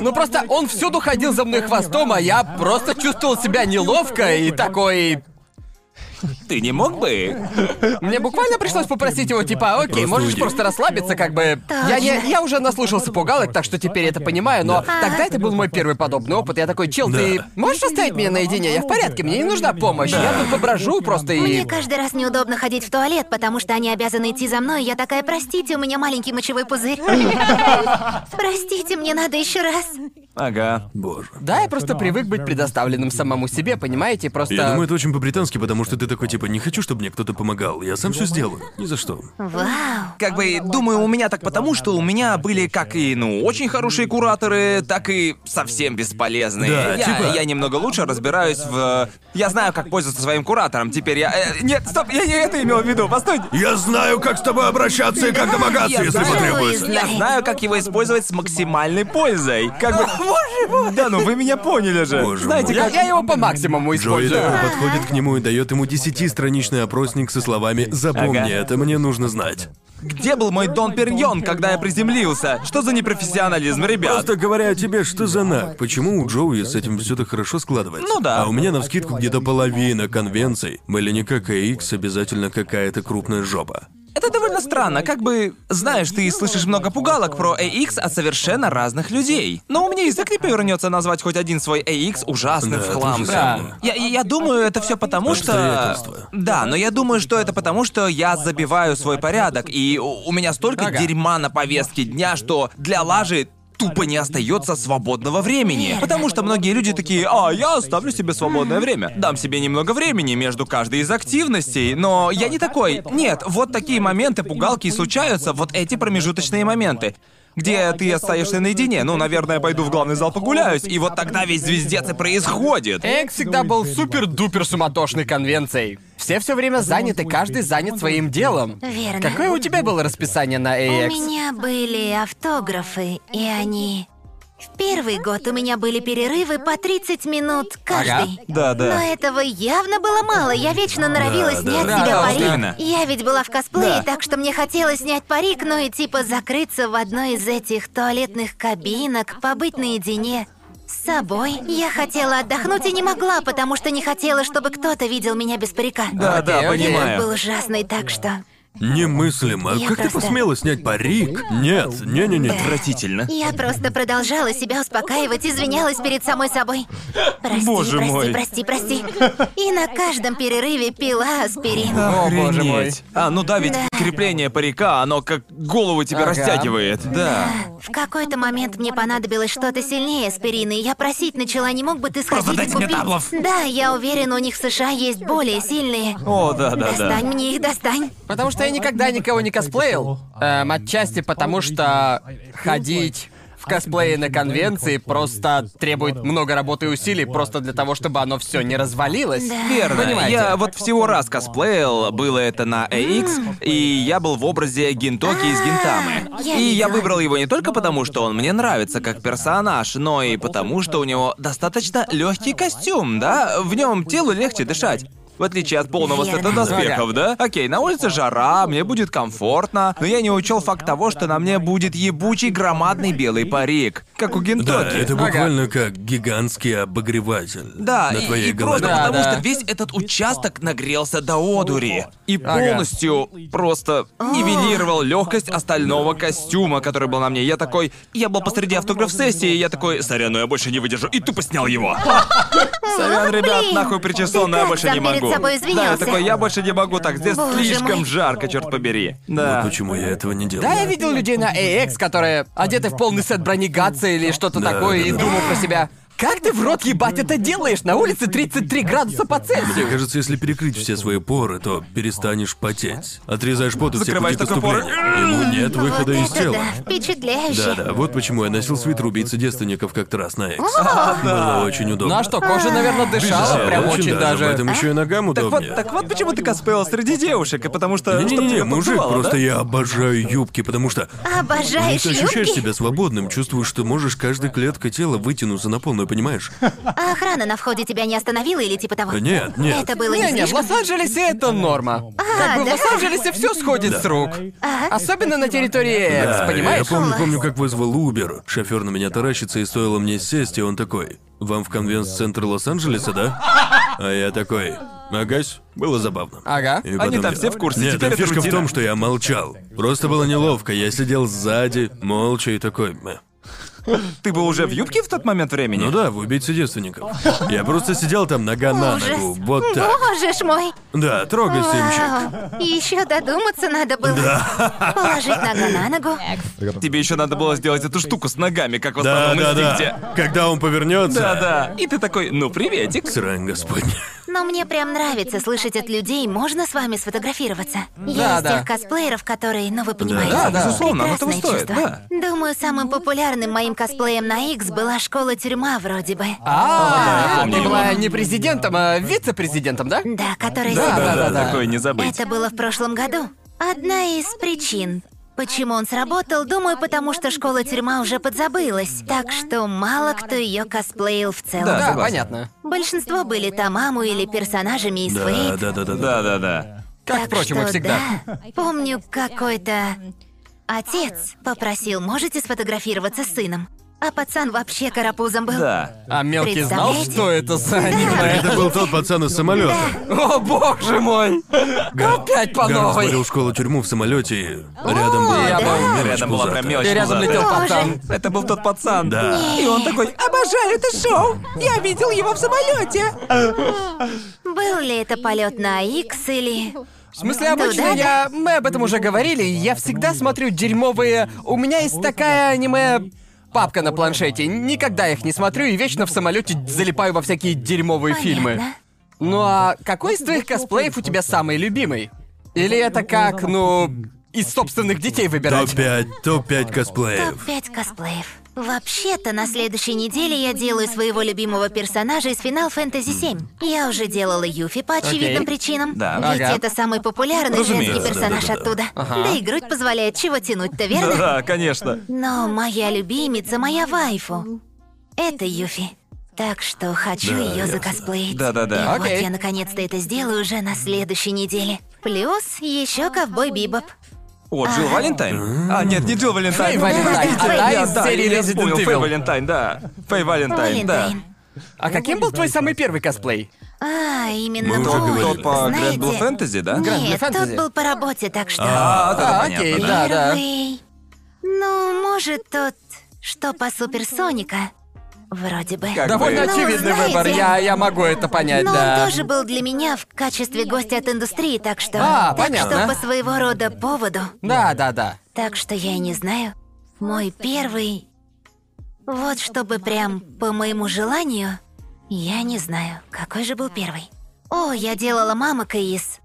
S2: Ну просто он всюду ходил за мной хвостом, а я просто чувствовал себя неловко и такой...
S1: Ты не мог бы?
S2: Мне буквально пришлось попросить его, типа, окей,
S3: Просто
S2: можешь
S3: уйди».
S2: просто расслабиться, как бы... Я, не, я уже наслушался пугалок, так что теперь это понимаю, но тогда это был мой первый подобный опыт. Я такой, чел, ты
S3: Да.
S2: можешь оставить меня наедине? Я в порядке, мне не нужна помощь. Я тут поброжу просто и...
S4: Мне каждый раз неудобно ходить в туалет, потому что они обязаны идти за мной, и я такая, простите, у меня маленький мочевой пузырь. Простите, мне надо еще раз.
S1: Ага.
S3: Боже.
S2: Да, я просто привык быть предоставленным самому себе, понимаете? Просто...
S3: Я думаю, это очень по-британски, потому что ты такой типа, не хочу, чтобы мне кто-то помогал, я сам все сделаю. Ни за что.
S4: Вау.
S1: Как бы, думаю, у меня так потому, что у меня были как и, ну, очень хорошие кураторы, так и совсем бесполезные.
S3: Да,
S1: я,
S3: типа-
S1: я немного лучше разбираюсь в... э, Я знаю, как пользоваться своим куратором, теперь я... э, нет, стоп, я не это имел в виду, постойте.
S3: Я знаю, как с тобой обращаться и как домогаться,
S1: Я
S3: если
S1: знаю.
S3: потребуется.
S1: Я знаю, как его использовать с максимальной пользой. Как бы... Да, ну вы меня поняли же.
S3: Боже
S1: Знаете,
S3: мой.
S2: Я,
S1: как...
S2: я его по максимуму
S3: Джои
S2: использую.
S3: такой подходит к нему и дает ему десятистраничный опросник со словами «Запомни
S1: Ага.
S3: это, мне нужно знать».
S1: Где был мой Дон Перьон, когда я приземлился? Что за непрофессионализм, ребят?
S3: Просто говоря о тебе, что за наг? Почему у Джоуи с этим все так хорошо складывается?
S1: Ну да.
S3: А у меня навскидку где-то половина конвенций. Были не как AX, обязательно какая-то крупная жопа.
S1: Это довольно странно, как бы... Знаешь, ты слышишь много пугалок про AX от совершенно разных людей. Но у меня язык не повернется назвать хоть один свой AX ужасным
S3: Да,
S1: в
S3: это
S1: хлам.
S3: ужасно.
S1: Да. Я, я- я думаю, это все потому, что...
S3: Обстоятельства.
S1: Да, но я думаю, что это потому, что я забиваю свой порядок, и у, у меня столько
S2: Ага.
S1: дерьма на повестке дня, что для лажи тупо не остается свободного времени. Потому что многие люди такие, а, я оставлю себе свободное время. Дам себе немного времени между каждой из активностей, но я не такой. Нет, вот такие моменты, пугалки и случаются, вот эти промежуточные моменты. Где ты остаешься наедине? Ну, наверное, пойду в главный зал погуляюсь, и вот тогда весь звездец и происходит.
S2: Эк всегда был супер-дупер суматошной конвенцией. Все все время заняты, каждый занят своим делом.
S4: Верно.
S2: Какое у тебя было расписание на
S4: У
S2: AX?
S4: меня были автографы, и они... В первый год у меня были перерывы по 30 минут каждый.
S1: Да, да.
S4: Но этого явно было мало. Я вечно
S3: Да, да.
S4: норовила снять
S2: Да,
S4: себе
S2: да, вот
S4: парик.
S1: именно.
S4: Я ведь была в косплее,
S2: Да.
S4: так что мне хотелось снять парик, ну и типа закрыться в одной из этих туалетных кабинок, побыть наедине. С собой я хотела отдохнуть и не могла, потому что не хотела, чтобы кто-то видел меня без парика.
S1: Да, да,
S2: Окей, окей.
S1: понимаю.
S4: Был ужасный, так что
S3: Немыслимо.
S4: Я
S3: как ты
S4: просто-
S3: посмела снять парик? Нет, не-не-не.
S1: Отвратительно.
S4: Я просто продолжала себя успокаивать, извинялась перед самой собой. Прости,
S1: Боже
S4: прости,
S1: мой.
S4: прости, прости. И на каждом перерыве пила аспирин.
S2: О, боже мой.
S1: Охренеть. А, ну да, ведь крепление парика, оно как голову тебя
S2: Ага.
S1: растягивает. Да.
S4: В какой-то момент мне понадобилось что-то сильнее аспирина, и я просить начала, не мог бы ты сходить
S1: Просто
S4: и
S1: дайте мне
S4: купить?»
S1: таблов.
S4: Да, я уверена, у них в США есть более сильные.
S1: О, да, да, да.
S4: Достань мне их, достань.
S2: Потому что я никогда никого не косплеил. Эм, отчасти потому, что ходить в косплее на конвенции просто требует много работы и усилий, просто для того, чтобы оно все не развалилось.
S1: Верно.
S2: Понимаете?
S1: Я вот всего раз косплеил, было это на AX, и я был в образе Гинтоки из Гинтамы.
S4: А, я
S1: И я
S4: видела.
S1: выбрал его не только потому, что он мне нравится как персонаж, но и потому, что у него достаточно легкий костюм, да? В нем телу легче дышать. В отличие от полного
S4: Верно.
S1: сета доспехов, да? Окей, на улице жара, мне будет комфортно, но я не учел факт того, что на мне будет ебучий громадный белый парик, как у Гинтоки.
S3: Да, это
S2: Ага.
S3: буквально как гигантский обогреватель
S1: Да,
S3: на
S1: и-
S3: твоей
S1: и
S3: голове.
S1: просто
S2: Да,
S1: потому
S2: да.
S1: что весь этот участок нагрелся до одури. И
S2: Ага.
S1: полностью просто нивелировал легкость остального костюма, который был на мне. Я такой, я был посреди автограф-сессии, и я такой, сорян, но я больше не выдержу, и тупо снял его. Сорян, ребят,
S4: ну блин.
S1: нахуй причесанный, я
S4: Ты
S1: больше
S4: так
S1: не
S4: там перед
S1: могу.
S4: собой
S1: Да, я
S4: извинялся.
S1: такой, я больше не могу так, здесь
S4: Боже
S1: слишком
S4: мой.
S1: жарко, черт побери.
S3: Вот
S1: Да.
S3: почему я этого не делал.
S2: Да, я видел людей на AX, которые одеты в полный сет брони Гатса или что-то
S3: Да,
S2: такое,
S3: да,
S2: и
S3: да.
S2: думал про себя, как ты в рот ебать это делаешь? На улице 33 градуса по
S3: Мне
S2: Цельсию.
S3: кажется, если перекрыть все свои поры, то перестанешь потеть. Отрезаешь пот от всех
S1: Закрываешь
S3: пути к
S1: такой поры.
S3: отступлению. Ему нет
S4: Вот
S3: выхода из
S4: это
S3: тела.
S4: да, впечатляюще.
S3: Да, да, вот почему я носил свитер убийцы девственников как-то раз на Экс. Было очень удобно.
S2: Ну а что, кожа, наверное, дышала,
S3: Да,
S2: прям очень
S3: В
S2: даже.
S3: этом еще и ногам
S1: Так вот,
S3: удобнее.
S1: так вот почему ты коспела среди девушек, и потому что... чтоб
S3: Не-не-не,
S1: тебя
S3: мужик,
S1: поддувало, да? А,
S3: просто я обожаю юбки, потому что ну,
S4: Обожаешь
S3: ты ощущаешь
S4: юбки?
S3: себя свободным, чувствуешь, что можешь каждой клеткой тела вытянуться на полную, понимаешь?
S4: А охрана на входе тебя не остановила или типа того?
S3: Нет, нет.
S4: Это было не
S2: Не, не, в
S4: слишком?
S2: Лос-Анджелесе это норма. как бы в
S4: А, да.
S2: Лос-Анджелесе все сходит с рук. Особенно на территории Экс,
S3: Да,
S2: понимаешь?
S3: Я помню, помню, как вызвал Uber. Шофер на меня таращится и стоило мне сесть, и он такой. Вам в конвенс-центр Лос-Анджелеса, да? А я такой. Агась, было забавно.
S2: Ага.
S3: И
S1: Они
S3: потом
S1: там
S3: я-
S1: все в курсе,
S3: Нет,
S1: теперь
S3: там
S1: это
S3: фишка в
S1: рутина.
S3: том, что я молчал. Просто было неловко. Я сидел сзади, молча и такой. «Мэ».
S1: Ты был уже в юбке в тот момент времени?
S3: Ну да, в убийце девственников. Я просто сидел там нога на
S4: Ужас.
S3: ногу. Вот так.
S4: Боже ж мой!
S3: Да, трогай Симчик.
S4: Еще додуматься надо было. Положить ногу на ногу.
S1: Тебе еще надо было сделать эту штуку с ногами, как в
S3: Да,
S1: основном
S3: да,
S1: инстинкте.
S3: да. Когда он повернется.
S1: Да, да. И ты такой, ну приветик.
S3: Срань, господи.
S4: Но мне прям нравится слышать от людей, можно с вами сфотографироваться.
S2: Да,
S4: Я из
S2: да.
S4: тех косплееров, которые, ну вы понимаете,
S1: Да, да, безусловно, оно того
S4: прекрасное
S1: стоит,
S4: чувство.
S1: да.
S4: Думаю, самым популярным моим косплеем на X была школа-тюрьма вроде бы.
S2: А,
S1: помню
S2: ты
S1: его.
S2: была не президентом, а вице-президентом, да?
S4: Да, которая
S2: да, да, да.
S1: такое не забыть.
S4: Это было в прошлом году. Одна из причин. Почему он сработал, думаю, потому что школа-тюрьма уже подзабылась, так что мало кто ее косплеил в целом.
S1: Да,
S2: Да,
S1: согласен.
S2: понятно.
S4: Большинство были Тамаму или персонажами из
S3: Да,
S4: Фейт.
S3: да, да, да, да.
S1: Да, да, да.
S2: Как,
S4: Так
S2: впрочем, и
S4: что,
S2: всегда.
S4: да, помню, какой-то отец попросил, можете сфотографироваться с сыном. А пацан вообще карапузом был.
S1: Да.
S2: А мелкий знал,
S4: Представляете?
S2: что это за аниме?
S3: Это был тот пацан из самолета.
S2: О, боже мой! Опять по
S3: Гарн
S2: новой!
S3: смотрел школу-тюрьму в самолете. и Рядом была
S2: я
S3: такая
S2: был.
S3: мелочь
S1: Рядом была прям
S3: пузатая.
S1: мелочь.
S2: И рядом
S1: пузатая.
S2: летел
S4: Боже.
S2: пацан.
S1: Это был тот пацан.
S3: Да.
S1: И он такой, обожаю это шоу. Я видел его в самолете.
S4: Был ли это полет на Икс или...
S2: В смысле, обычно
S4: Ну да,
S2: я... Мы об этом уже говорили, я всегда смотрю дерьмовые... У меня есть такая аниме... Папка на планшете. Никогда их не смотрю и вечно в самолете залипаю во всякие дерьмовые фильмы.
S4: Понятно.
S2: Ну а какой из твоих косплеев у тебя самый любимый? Или это как, ну, из собственных детей выбирать?
S3: Топ-5, топ-5 косплеев.
S4: Топ-5 косплеев. Вообще-то, на следующей неделе я делаю своего любимого персонажа из Final Fantasy VII. Я уже делала Юфи по очевидным
S2: Окей.
S4: причинам.
S1: Да.
S4: Ведь
S2: Ага.
S4: это самый популярный
S1: Разумеется,
S4: женский персонаж
S3: да-да-да.
S4: оттуда. Да и грудь позволяет, чего тянуть-то, верно?
S1: Да, конечно.
S4: Но моя любимица, моя вайфу. Это Юфи. Так что хочу
S3: Да,
S4: ее
S3: ясно.
S4: закосплеить.
S1: Да-да-да.
S4: И вот
S2: Окей.
S4: я наконец-то это сделаю уже на следующей неделе. Плюс еще ковбой Бибоп.
S1: О, Джилл Валентайн. А, нет, не Джилл Валентайн.
S2: Фэй Валентайн, а та
S1: Я,
S2: из
S1: да,
S2: серии
S1: я
S2: Resident
S1: вспомнил, Фэй
S2: Evil.
S1: Валентайн, да. Фэй Валентайн, да.
S4: Валентайн.
S2: А каким был твой самый первый косплей?
S4: А, именно
S3: Мы уже
S4: мой.
S3: говорили.
S1: Тот по Grand
S4: Знаете,
S1: Blue Fantasy, да?
S2: Grand Blue
S4: Нет, тот
S2: Fantasy.
S4: был по работе, так что...
S1: А, да,
S2: А,
S1: понятно,
S2: окей,
S1: да.
S2: да, да.
S4: Первый. Ну, может, тот, что по Суперсоника. Вроде бы.
S1: Как
S2: Довольно
S1: бы-
S4: Ну,
S2: очевидный
S4: знаете,
S2: выбор, я, я могу это понять,
S4: Но
S2: да.
S4: он тоже был для меня в качестве гостя от индустрии, так что...
S2: А,
S4: так
S2: понятно.
S4: что по своего рода поводу.
S2: Да, да, да.
S4: Так что я и не знаю. Мой первый... Вот чтобы прям по моему желанию... Я не знаю, какой же был первый. О, я делала мамок из...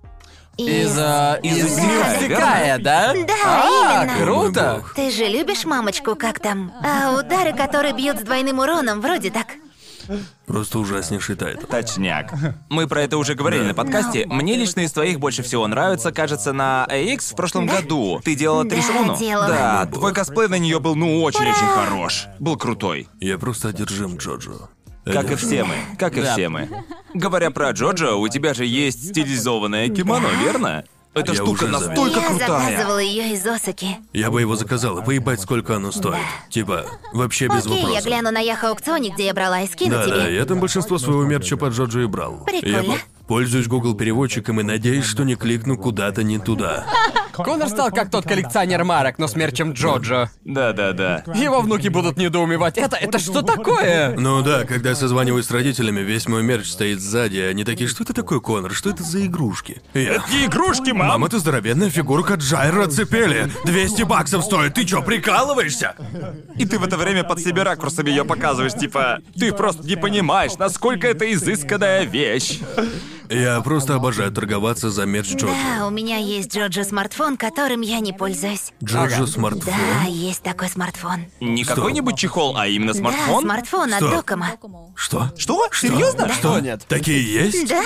S2: Из, э, из
S1: из
S2: Мюзикая, да?
S4: Да,
S2: а,
S4: именно.
S2: круто.
S4: Ты же любишь мамочку, как там? А удары, которые бьют с двойным уроном, вроде так.
S3: Просто ужаснейший тайтл.
S1: Точняк. Мы про это уже говорили на подкасте. Мне лично из твоих больше всего нравится, кажется, на AX в прошлом году. Ты делала
S4: Да,
S1: Трисуну?
S4: делала.
S1: Да, твой косплей на нее был ну очень-очень хорош. Был крутой.
S3: Я просто одержим Джоджо. Э,
S1: Как и
S3: Одержим.
S1: все мы. Как и
S2: Да.
S1: все мы. Говоря про Джоджо, у тебя же есть стилизованное кимоно, верно? Эта
S3: Я
S1: штука
S3: уже заметил.
S1: настолько
S4: я
S1: крутая.
S4: заказывала ее из Осаки.
S3: Я бы его заказал, и поебать, сколько оно стоит. Типа, вообще без
S4: Окей, я
S3: вопросов.
S4: гляну на Яха-аукционе, где я брала, и скину
S3: Да,
S4: тебе.
S3: да, я там большинство своего мерча под Джоджо и брал.
S4: Прикольно.
S3: Я по- пользуюсь Google переводчиком и надеюсь, что не кликну куда-то не туда.
S2: Конор стал как тот коллекционер марок, но с мерчем Джоджо.
S1: Да, да, да.
S2: Его внуки будут недоумевать. Это, это что такое?
S3: Ну да, когда я созваниваюсь с родителями, весь мой мерч стоит сзади, и они такие, что это такое, Конор, что это за игрушки? И я,
S8: Не игрушки, мам!
S3: Мам, это здоровенная фигурка Джайра Цепели. 200 баксов стоит, ты чё, прикалываешься?
S1: И ты в это время под себе ракурсами ее показываешь, типа, ты просто не понимаешь, насколько это изысканная вещь.
S3: Я просто обожаю торговаться за мерч Джоджо.
S4: Да, у меня есть Джоджо смартфон, которым я не пользуюсь.
S3: Джоджо смартфон.
S4: Да, есть такой смартфон.
S1: Не какой-нибудь чехол, а именно
S4: Да,
S1: смартфон.
S4: смартфон от
S3: Что?
S4: Докома.
S3: Что?
S1: Что? Серьезно?
S3: Что?
S2: нет?
S3: Такие есть?
S4: Да,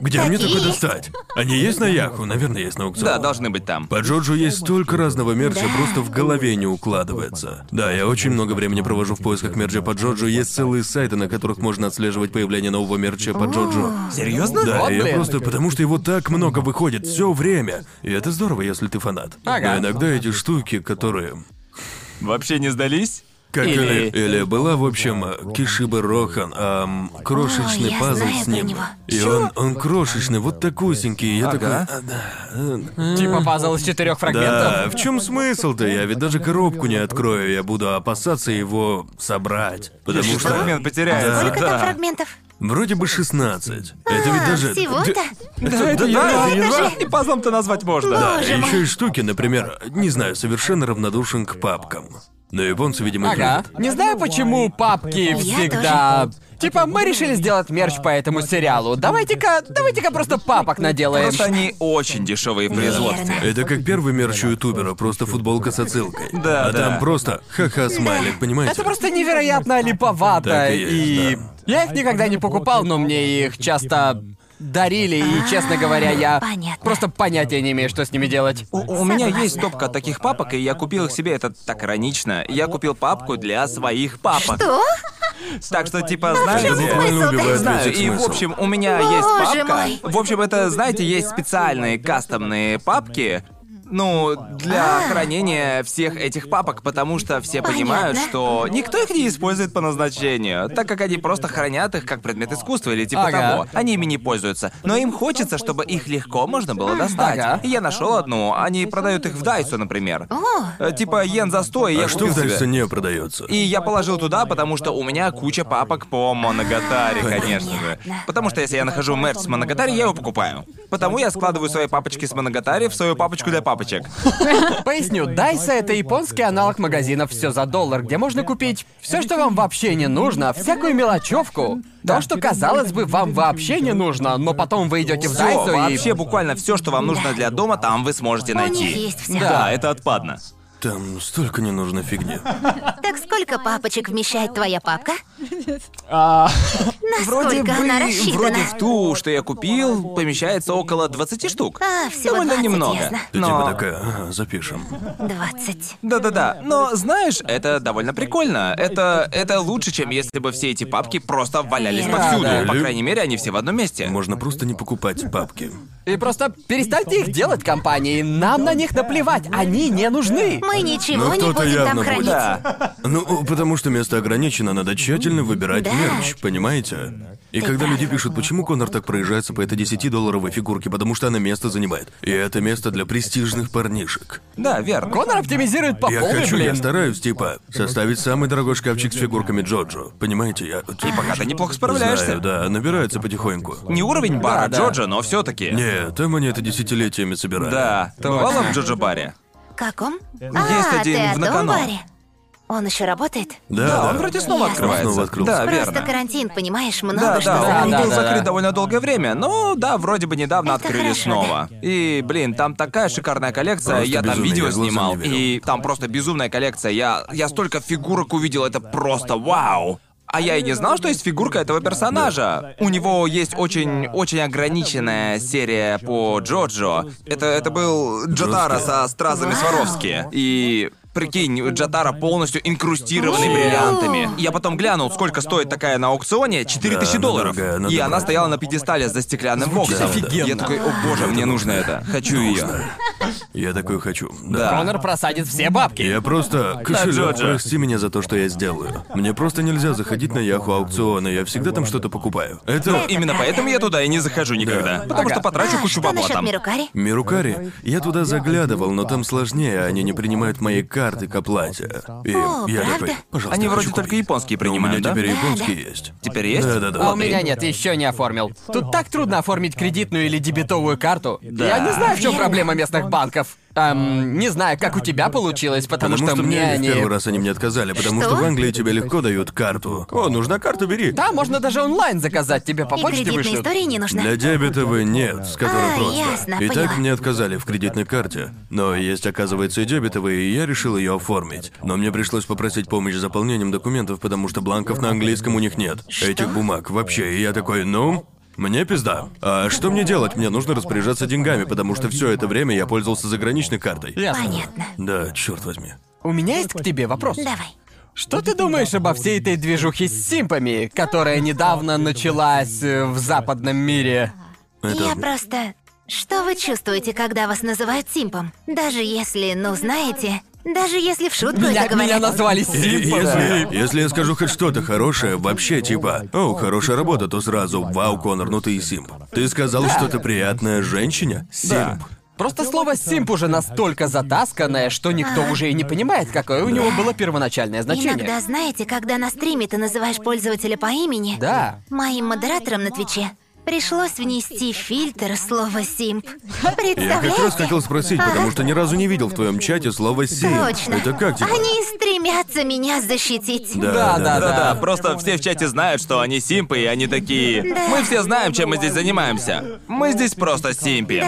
S3: Где мне
S4: такие
S3: такое
S4: есть.
S3: достать? Они есть на Яху? Наверное, есть на аукционе.
S1: Да, должны быть там.
S3: По Джоджу есть столько разного мерча,
S4: Да.
S3: просто в голове не укладывается. Да, я очень много времени провожу в поисках мерча по Джоджу. Есть целые сайты, на которых можно отслеживать появление нового мерча по Джоджу.
S1: Серьезно?
S3: Да,
S2: Вот
S3: я
S2: блин.
S3: просто потому что его так много выходит все время. И это здорово, если ты фанат.
S2: Ага.
S3: Но иногда эти штуки, которые.
S1: Вообще не сдались?
S3: Как
S1: Или-
S3: или... или была, в общем, э, Кишиба Рохан, ам, крошечный
S4: О, я
S3: пазл
S4: знаю
S3: с
S4: про
S3: ним.
S4: него.
S3: И он, он крошечный, вот такусенький. И Я
S1: Ага.
S3: такой. «А, да, э,
S2: Типа пазл из четырех фрагментов.
S3: Да, в чем смысл-то? Я ведь даже коробку не открою, я буду опасаться его собрать. Потому
S1: Потому что
S3: что.
S1: фрагмент потеряется.
S4: Сколько там
S1: да.
S4: фрагментов?
S3: Вроде бы 16. Это ведь
S4: А,
S3: даже...
S4: всего-то?
S3: Да, это, да, это едва.
S1: И пазлом-то назвать можно.
S3: А еще и штуки, например, не знаю, совершенно равнодушен к папкам. Но японцы, видимо,
S2: Ага.
S3: любят.
S2: Не знаю, почему папки всегда... Типа, мы решили сделать мерч по этому сериалу. Давайте-ка, давайте-ка просто папок наделаем.
S1: Просто они очень дешевые в производстве.
S3: Это как первый мерч у ютубера, просто футболка с отсылкой.
S1: Да,
S3: а
S1: да.
S3: там просто ха-ха смайлик, понимаете?
S2: Это просто невероятно липовато,
S3: Так и
S2: и...
S3: есть,
S2: Я их никогда не покупал, но мне их часто дарили, и, честно говоря, я
S4: понятно.
S2: просто понятия не имею, что с ними делать.
S1: У, у меня
S4: Согласна.
S1: есть стопка таких папок, и я купил их себе, это так иронично. Я купил папку для своих папок.
S4: Что?
S1: Так что, типа,
S4: Ну,
S1: знаешь,
S3: Это буквально убивает
S1: Знаю,
S3: весь их
S1: и в
S3: смысл.
S1: общем, у меня
S4: Боже
S1: есть папка.
S4: мой.
S1: В общем, это, знаете, есть специальные кастомные папки. Ну, для хранения всех этих папок, потому что все понимают,
S4: А. Понятно.
S1: что никто их не использует по назначению, так как они просто хранят их как предмет искусства или типа
S2: Ага.
S1: того. Они ими не пользуются, но им хочется, чтобы их легко можно было достать.
S2: Ага.
S1: И Я нашел одну, они продают их в Дайсу, например. Э, Типа йен за 100, и я
S3: А что
S1: купил
S3: в
S1: себе.
S3: дальше не продается?
S1: И я положил туда, потому что у меня куча папок по Моногатаре, конечно же. Потому что если я нахожу мерч с Моногатари, я его покупаю. Потому я складываю свои папочки с Моногатари в свою папочку для папочек.
S2: Поясню, Дайса это японский аналог магазинов все за доллар, где можно купить все, что вам вообще не нужно, всякую мелочевку. То, что казалось бы вам вообще не нужно, но потом вы идете в
S1: Всё,
S2: Дайсу и
S1: вообще буквально все, что вам нужно для дома, там вы сможете найти.
S4: них есть всё.
S1: Да, это отпадно.
S3: Там столько ненужной фигни.
S4: Так сколько папочек вмещает твоя папка?
S1: А, Вроде
S4: Насколько
S1: бы,
S4: она рассчитана?
S1: вроде в ту, что я купил, помещается около 20 штук.
S4: А, всего
S1: Довольно
S4: 20,
S1: немного.
S4: ясно.
S3: Ты
S1: Но-
S3: типа такая, ага, запишем.
S4: 20.
S1: Да-да-да, но знаешь, это довольно прикольно. Это, это лучше, чем если бы все эти папки просто валялись
S4: Да,
S1: повсюду.
S2: да.
S1: По крайней мере, они все в одном месте.
S3: Можно просто не покупать папки.
S2: И просто перестаньте их делать компании. Нам на них наплевать, они не нужны.
S4: Мы
S3: Ну,
S4: ничего не
S3: кто-то
S4: будем
S3: явно
S4: там
S3: будет.
S4: хранить.
S1: Да.
S3: Ну, потому что место ограничено, надо тщательно выбирать
S4: Да.
S3: мерч, понимаете? И когда люди пишут, почему Конор так проезжается по этой 10-долларовой фигурке, потому что она место занимает. И это место для престижных парнишек.
S1: Да, верно.
S2: Конор оптимизирует
S1: А
S2: по
S3: Я
S2: полной,
S3: хочу, я
S2: блин.
S3: стараюсь, типа, составить самый дорогой шкафчик с фигурками Джоджо. Понимаете, я... И
S1: Пока ты неплохо справляешься.
S3: Знаю, да, набирается потихоньку. а
S1: Не уровень бара
S2: Да, да.
S1: Джоджа, но все-таки.
S3: Не, там они это десятилетиями собирают.
S1: Да. Ты бывала в Джоджо баре?
S4: Каком?
S1: Есть
S4: а,
S1: один
S4: ты
S1: в
S4: о том
S1: Накано.
S4: баре? Он еще работает?
S3: Да,
S1: Да,
S3: да.
S1: он вроде снова
S4: Ясно.
S1: открывается.
S3: Снова открылся.
S1: Да,
S4: Просто
S1: А, верно.
S4: карантин, понимаешь, много
S1: Да,
S4: что
S1: да, он
S2: Да,
S4: занято.
S2: да,
S1: был
S2: да.
S1: закрыт довольно долгое время, но да, вроде бы недавно
S4: Это
S1: открыли
S4: хорошо,
S1: снова. И, блин, там такая шикарная коллекция,
S3: Просто
S1: я там
S3: безумие,
S1: видео
S3: я глазам не
S1: снимал,
S3: верил.
S1: и там просто безумная коллекция. Я, я столько фигурок увидел, это просто вау! А я и не знал, что есть фигурка этого персонажа. У него есть очень, очень ограниченная серия по Джоджо. Это, это был Джотара со стразами Сваровски. И прикинь, Джотара полностью инкрустированный
S4: Вау.
S1: бриллиантами. Я потом глянул, сколько стоит такая на аукционе. 4000
S3: Да, она
S1: долларов.
S3: дорогая, она
S1: и она
S3: дорогая.
S1: стояла на пьедестале за стеклянным боксом.
S2: офигенно.
S1: Я такой, о боже, мне нужно это. Хочу ее.
S3: Я такой хочу.
S1: Да.
S2: Конор просадит все бабки.
S3: Я просто... Кошелек,
S1: Джоджо.
S3: прости меня за то, что я сделаю. Мне просто нельзя заходить на Яху аукционы, я всегда там что-то покупаю. Это...
S1: Ну, Именно поэтому я туда и не захожу никогда. Потому
S2: Ага.
S1: что потрачу
S4: А,
S1: кучу
S4: что
S1: бабла
S4: насчет
S1: там.
S4: Мирукари?
S3: Мирукари, я туда заглядывал, но там сложнее, они не принимают мои карты к оплате. И
S4: О,
S3: я
S4: правда?
S3: такой, пожалуйста,
S1: Они
S3: я
S1: вроде
S3: хочу
S1: только
S3: купить.
S1: японские
S3: Но у меня
S1: принимают, да?
S3: теперь японские есть.
S1: Теперь есть?
S3: Да-да-да.
S2: А у меня нет, еще не оформил. Тут так трудно оформить кредитную или дебетовую карту. Я не знаю, в чем
S4: Верно.
S2: проблема местных банков. Эм, не знаю, как у тебя получилось, потому, что, мне
S3: в
S2: они.
S3: первый раз они мне отказали, потому что?
S4: Что?
S3: в Англии тебе легко дают карту. О, нужна карта, бери.
S2: Да, можно даже онлайн заказать, тебе по
S4: И
S2: почте
S4: кредитной
S2: вышлют.
S4: истории не нужно.
S3: Для дебетовой нет, с которой
S4: А,
S3: просто.
S4: ясно,
S3: и
S4: поняла.
S3: так мне отказали в кредитной карте. Но есть, оказывается, и дебетовая, и я решил ее оформить. Но мне пришлось попросить помощь с заполнением документов, потому что бланков на английском у них нет. Этих бумаг вообще. И я такой, ну, мне пизда. А что мне делать? Мне нужно распоряжаться деньгами, потому что все это время я пользовался заграничной картой.
S2: Ясно.
S4: Понятно.
S3: Да, черт возьми.
S2: У меня есть к тебе вопрос.
S4: Давай.
S2: Что ты думаешь обо всей этой движухе с симпами, которая недавно началась э, в западном мире?
S4: Я просто... Что вы чувствуете, когда вас называют симпом? Даже если, ну знаете, даже если в шутку
S2: Меня,
S4: Ну, это говорят.
S2: меня назвали
S3: И- и
S2: симпом.
S3: Если, если я скажу хоть что-то хорошее, вообще типа, о, хорошая работа, то сразу, вау, Конор, ну ты и симп. Ты сказал что-то приятное женщине? Симп.
S2: Просто слово «симп» уже настолько затасканное, что никто уже и не понимает, какое у него было первоначальное
S4: Иногда,
S2: значение.
S4: знаете, когда на стриме ты называешь пользователя по имени,
S2: Да.
S4: моим модераторам на Твиче пришлось внести фильтр слова «симп».
S3: Я как раз
S4: Представляете?
S3: хотел спросить, потому что ни разу не видел в твоем чате слово «сим».
S4: Точно.
S3: Это как типа?
S4: Они стремятся меня защитить.
S2: Да, да,
S1: Да-да,
S2: да.
S1: просто все в чате знают, что они симпы, и они такие... Мы все знаем, чем мы здесь занимаемся. Мы здесь просто симпи.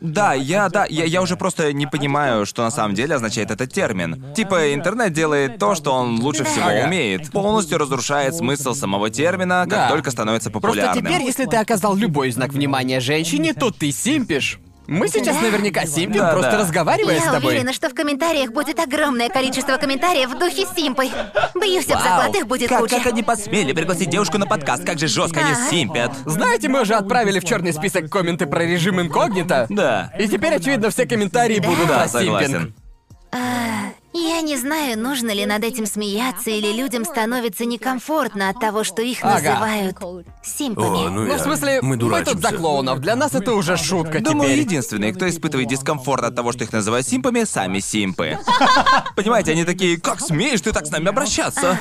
S1: Да, я, да, я, я уже просто не понимаю, что на самом деле означает этот термин. Типа, интернет делает то, что он лучше всего
S2: Ага.
S1: умеет. Полностью разрушает смысл самого термина, как
S2: Да.
S1: только становится
S2: Просто
S1: популярным.
S2: теперь, если ты оказал любой знак внимания женщине, то ты симпишь. Мы сейчас наверняка симпим,
S1: Да,
S2: просто
S1: да.
S2: разговаривая с
S4: Я
S2: тобой.
S4: уверена, что в комментариях будет огромное количество комментариев в духе симпы. Боюсь, об заклад их будет
S1: как
S4: куча.
S1: это не посмели пригласить девушку на подкаст, как же жестко они симпят.
S2: Знаете, мы уже отправили в черный список комменты про режим инкогнито.
S1: Да.
S2: И теперь, очевидно, все комментарии будут
S1: Да,
S2: про симпинг.
S1: согласен.
S4: Я не знаю, нужно ли над этим смеяться или людям становится некомфортно от того, что их
S2: Ага.
S4: называют
S3: О,
S4: симпами.
S3: ну,
S2: Ну,
S3: я-
S2: в смысле,
S3: мы
S2: мы, тут за
S3: дурачимся.
S2: клоунов. Для нас это уже шутка
S1: Думаю,
S2: теперь.
S1: единственные, кто испытывает дискомфорт от того, что их называют симпами, сами симпы. Понимаете, они такие, как смеешь ты так с нами обращаться?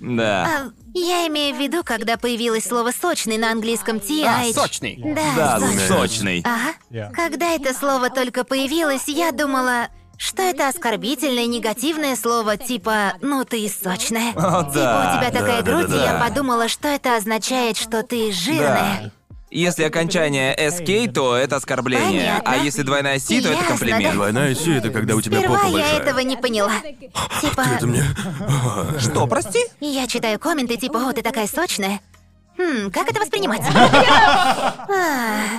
S1: Да.
S4: А, Я имею в виду, когда появилось слово сочный на английском T
S2: А, сочный.
S1: Да,
S4: Да, сочный.
S1: сочный.
S4: Ага. Когда это слово только появилось, я думала, что это оскорбительное негативное слово, типа «ну ты и сочная». типа «у тебя такая грудь», и я подумала, что это означает, что ты жирная.
S1: Если окончание SK, то это оскорбление, а
S4: Понятно.
S1: если двойная Си, то это
S4: Ясно,
S1: комплимент.
S3: Двойная си — это когда у тебя
S4: Сперва
S3: попа
S4: я
S3: большая.
S4: этого не поняла. Типа,
S1: Что, прости?
S4: и я читаю комменты типа «О, ты такая сочная». Хм, как это воспринимать?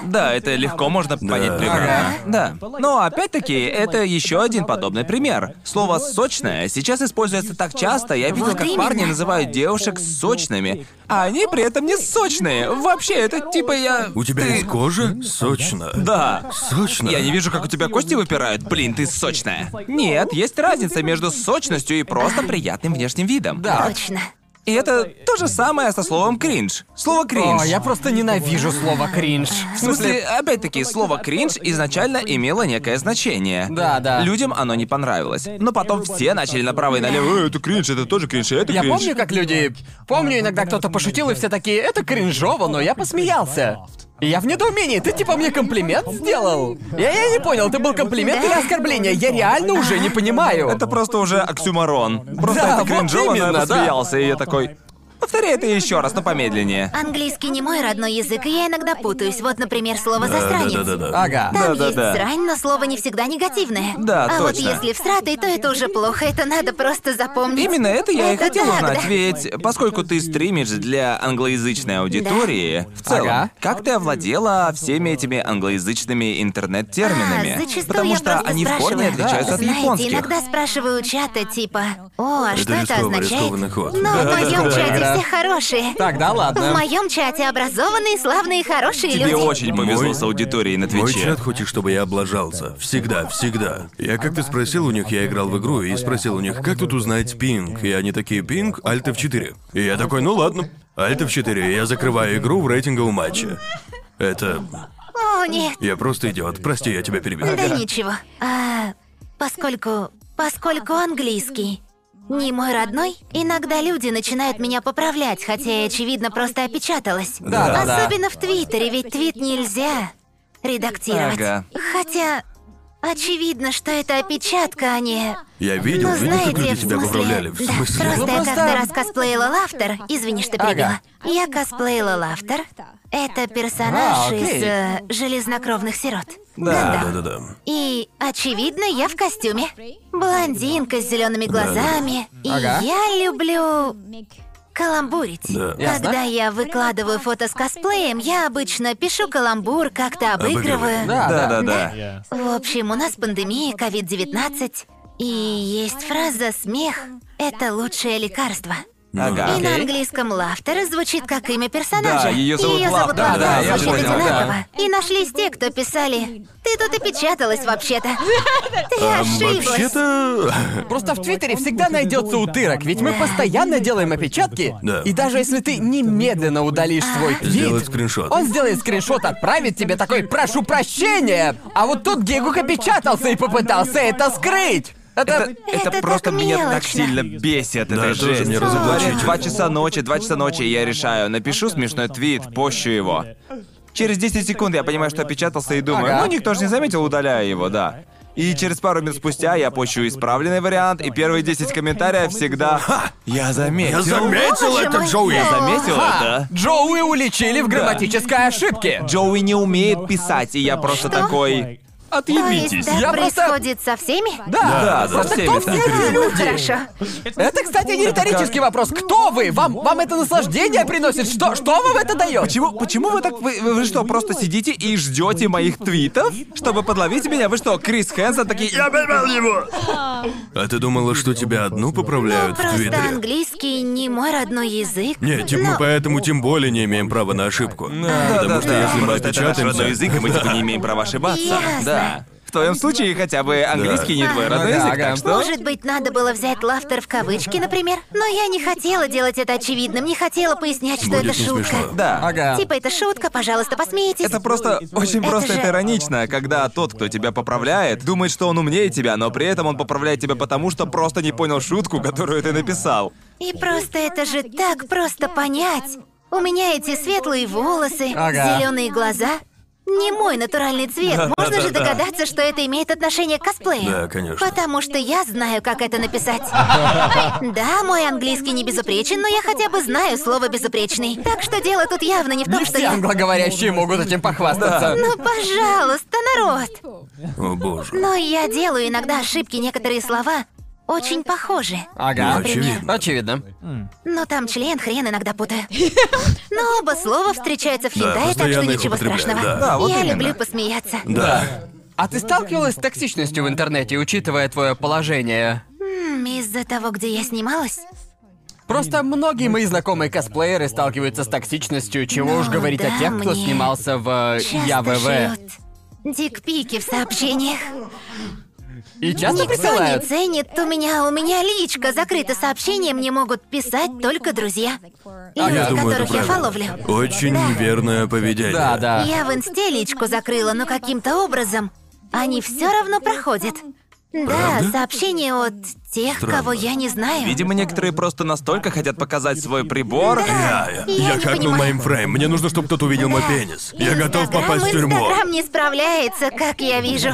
S1: Да, это легко можно понять
S2: Ага.
S1: прекрасно. Да. Но опять-таки, это еще один подобный пример. Слово «сочное» сейчас используется так часто, я видел,
S4: Вот
S1: как
S4: именно.
S1: парни называют девушек сочными, а они при этом не сочные. Вообще, это типа я...
S3: У тебя
S1: ты-
S3: есть кожа? Сочно.
S1: Да.
S3: Сочно.
S1: Я не вижу, как у тебя кости выпирают. Блин, ты сочная. Нет, есть разница между сочностью и просто приятным внешним видом. Да.
S4: Точно.
S1: И это то же самое со словом «кринж». Слово «кринж».
S2: О, А, я просто ненавижу слово кринж.
S1: В смысле, опять-таки, слово «кринж» изначально имело некое значение.
S2: Да, да.
S1: Людям оно не понравилось. Но потом все начали направо и налево, «Э, это кринж, это тоже кринж, и это
S2: Я
S1: кринж».
S2: помню, как люди... Помню, иногда кто-то пошутил, и все такие, это кринжово, но я посмеялся. И я в недоумении, ты типа мне комплимент сделал? Я, я не понял, это был комплимент или оскорбление, я реально уже не понимаю.
S1: Это просто уже оксюмарон. Просто
S2: Да,
S1: это кринжово,
S2: вот
S1: но я
S2: именно, да.
S1: посмеялся, и я такой... Повторяй это еще раз, но помедленнее.
S4: Английский не мой родной язык, и я иногда путаюсь. Вот, например, слово «засранец».
S3: Да-да-да.
S2: Ага.
S4: Там
S1: Да-да-да.
S4: есть срань, но слово не всегда негативное.
S1: Да,
S4: а вот
S1: точно.
S4: если всратый, то это уже плохо, это надо просто запомнить.
S1: Именно это я и
S4: Это
S1: хотел
S4: так,
S1: узнать,
S4: да.
S1: ведь поскольку ты стримишь для англоязычной аудитории, в целом,
S2: Ага.
S1: как ты овладела всеми этими англоязычными интернет-терминами?
S4: А, зачастую
S1: Потому
S4: я
S1: что
S4: просто
S1: они в корне
S4: спрашиваю.
S1: отличаются от
S4: Знаете,
S1: японских.
S4: иногда спрашиваю у чата, типа, «О, а
S3: Это
S4: что это
S3: рискованный,
S4: означает?»
S3: рискованный ход.
S4: Но
S3: Да,
S4: в моем
S2: да,
S4: чате
S2: да.
S4: все хорошие.
S2: Так, да
S4: В
S2: ладно.
S4: моем чате образованные, славные, хорошие
S1: Тебе
S4: люди.
S1: очень повезло
S3: Мой-
S1: с аудиторией на
S3: Мой
S1: Твиче.
S3: чат хочет, чтобы я облажался. Всегда, всегда. Я как-то спросил у них, я играл в игру, и спросил у них, как тут узнать пинг? И они такие, пинг, альт F4. И я такой, ну ладно. Альт F4, и я закрываю игру в рейтинговом матче. Это...
S4: О, нет.
S3: Я просто идиот. Прости, я тебя перебил.
S4: Да ничего. А, поскольку... Поскольку английский не мой родной, иногда люди начинают меня поправлять, хотя я, очевидно, просто опечаталась.
S2: Да, да, да.
S4: Особенно в Твиттере, ведь твит нельзя редактировать.
S1: Ага.
S4: Хотя... Очевидно, что это опечатка, а не...
S3: Я видел,
S4: ну,
S3: видел, как
S4: знаете,
S3: люди
S4: в
S3: тебя
S4: смысле...
S3: поправляли. В
S4: Да,
S3: смысле? Ну,
S4: Просто я
S2: просто-
S4: как-то раскосплеила Лафтер. Извини, что перебила.
S2: Ага.
S4: Я косплеила Лафтер. Это персонаж
S2: А, окей.
S4: из э, «Железнокровных сирот».
S1: Да.
S3: Да, да, да.
S4: И, очевидно, я в костюме. Блондинка с зелеными глазами. И
S2: Ага.
S4: я люблю каламбурить.
S3: Да.
S2: Ясно.
S4: Когда я выкладываю фото с косплеем, я обычно пишу каламбур, как-то обыгрываю.
S2: Да,
S1: Да, да,
S4: Да.
S1: да.
S4: В общем, у нас пандемия COVID-19, и есть фраза «смех – это лучшее лекарство».
S3: Ну,
S1: Ага.
S4: И на
S2: Окей.
S4: английском Лафтер звучит как имя персонажа.
S1: Да, её зовут
S4: Её зовут
S1: Лафтер,
S4: Лафтер,
S2: да, я
S4: звучит
S2: понял,
S4: одинаково. И нашлись те, кто писали. Ты тут и печаталась вообще-то. Ты ошиблась.
S3: Вообще-то...
S2: Просто в Твиттере всегда найдется утырок, ведь мы постоянно делаем опечатки.
S3: Да.
S2: И даже если ты немедленно удалишь свой
S3: Сделает
S2: твит,
S3: скриншот.
S2: он сделает скриншот, отправит тебе такой «Прошу прощения!» А вот тут Гигук опечатался и попытался это скрыть! Это...
S1: Это,
S4: Это
S1: просто
S4: так
S1: меня так
S4: мелочно.
S1: сильно бесит,
S3: Да,
S1: эта
S3: тоже
S1: жесть.
S3: мне разоблачительно.
S1: Говорят, Два часа ночи, два часа ночи, и я решаю, напишу смешной твит, пощу его. Через 10 секунд я понимаю, что опечатался и думаю,
S2: Ага.
S1: ну никто же не заметил, удаляю его, да. И через пару минут спустя я пощу исправленный вариант, и первые 10 комментариев всегда «Ха! Я
S3: Я
S1: заметил!»
S3: заметил
S4: Боже
S3: это,
S4: мой,
S3: Джоуи!
S4: да.
S1: Заметил
S2: А,
S1: это?
S2: Джоуи уличили в грамматической ошибке.
S1: Джоуи не умеет писать, и я просто такой...
S4: То есть
S1: Отъебитесь.
S4: так
S2: Я просто-
S4: происходит со всеми?
S1: Да, со
S2: Просто кто
S1: всеми
S2: все
S1: так.
S2: эти
S4: Ну,
S2: люди?
S4: хорошо.
S2: Это, кстати, не риторический вопрос. Кто вы? Вам, вам это наслаждение приносит? Что, что вам это дает?
S1: Почему, почему вы так... Вы, вы что, просто сидите и ждете моих твитов? Чтобы подловить меня? Вы что, Крис Хэнсон такие... Я поймал его!
S3: А ты думала, что тебя одну поправляют в
S4: Ну, Просто
S3: Твиттере?
S4: английский не мой родной язык. Ну,
S3: Нет, типа мы
S4: Но-
S3: поэтому тем более не имеем права на ошибку.
S1: Да,
S3: Потому что
S1: да,
S3: если мы
S1: просто это наш родной
S3: опечатаемся...
S1: язык, и мы типа не имеем права ошибаться.
S4: Ясно.
S1: Да. В твоем случае хотя бы английский не твой
S4: Ага.
S1: родной язык,
S2: А. Ну Ага.
S1: так что...
S4: Может быть, надо было взять лафтер в кавычки, например? Но я не хотела делать это очевидным, не хотела пояснять, что
S3: Будет
S4: это
S3: не
S4: шутка.
S3: смешно.
S1: Да.
S2: Ага.
S4: Типа, это шутка, пожалуйста, посмейтесь.
S1: Это просто очень
S4: Это
S1: просто
S4: же-
S1: это иронично, когда тот, кто тебя поправляет, думает, что он умнее тебя, но при этом он поправляет тебя потому, что просто не понял шутку, которую ты написал.
S4: И просто это же так просто понять. У меня эти светлые волосы,
S2: Ага.
S4: зеленые глаза. Не мой натуральный цвет. Можно же догадаться, что это имеет отношение к косплею.
S3: Да, конечно.
S4: Потому что я знаю, как это написать. Да, мой английский не безупречен, но я хотя бы знаю слово безупречный. Так что дело тут явно не в том,
S2: Не
S4: что
S2: все
S4: я.
S2: англоговорящие могут этим похвастаться.
S4: Ну, пожалуйста, народ.
S3: О боже.
S4: Но я делаю иногда ошибки, некоторые слова очень похожи.
S2: Ага.
S3: Ну, очевидно.
S2: Очевидно.
S4: Но там член хрен иногда путаю. Но оба слова встречаются в хентае, так что
S3: постоянно их
S4: ничего
S3: употребляю,
S4: страшного.
S3: да.
S1: Да, вот
S4: Я
S1: именно.
S4: люблю посмеяться.
S3: Да.
S2: А ты сталкивалась с токсичностью в интернете, учитывая твое положение?
S4: М, Из-за того, где я снималась.
S2: Просто многие мои знакомые косплееры сталкиваются с токсичностью, чего уж говорить о
S4: Ну да,
S2: тех, кто
S4: мне
S2: снимался в э,
S4: Часто
S2: ЯВВ.
S4: шлют Дикпики в сообщениях.
S2: И часто
S4: Никто не
S2: присылают.
S4: ценит у меня, у меня личка закрыта. Сообщения мне могут писать только друзья. Люди,
S3: А Я думаю, это
S4: которых я
S3: правильно.
S4: фоловлю.
S3: Очень верное поведение.
S2: Да, да.
S4: Я в инсте личку закрыла, но каким-то образом они все равно проходят. Да, сообщения от тех, кого я не знаю.
S1: Видимо, некоторые просто настолько хотят показать свой прибор.
S3: Я,
S4: Я
S3: я
S4: не
S3: какнул
S4: понимаю.
S3: мейнфрейм. Мне нужно, чтобы кто-то увидел мой пенис. Я готов
S4: Инстаграм,
S3: попасть в тюрьму.
S4: Инстаграм не справляется, как я вижу.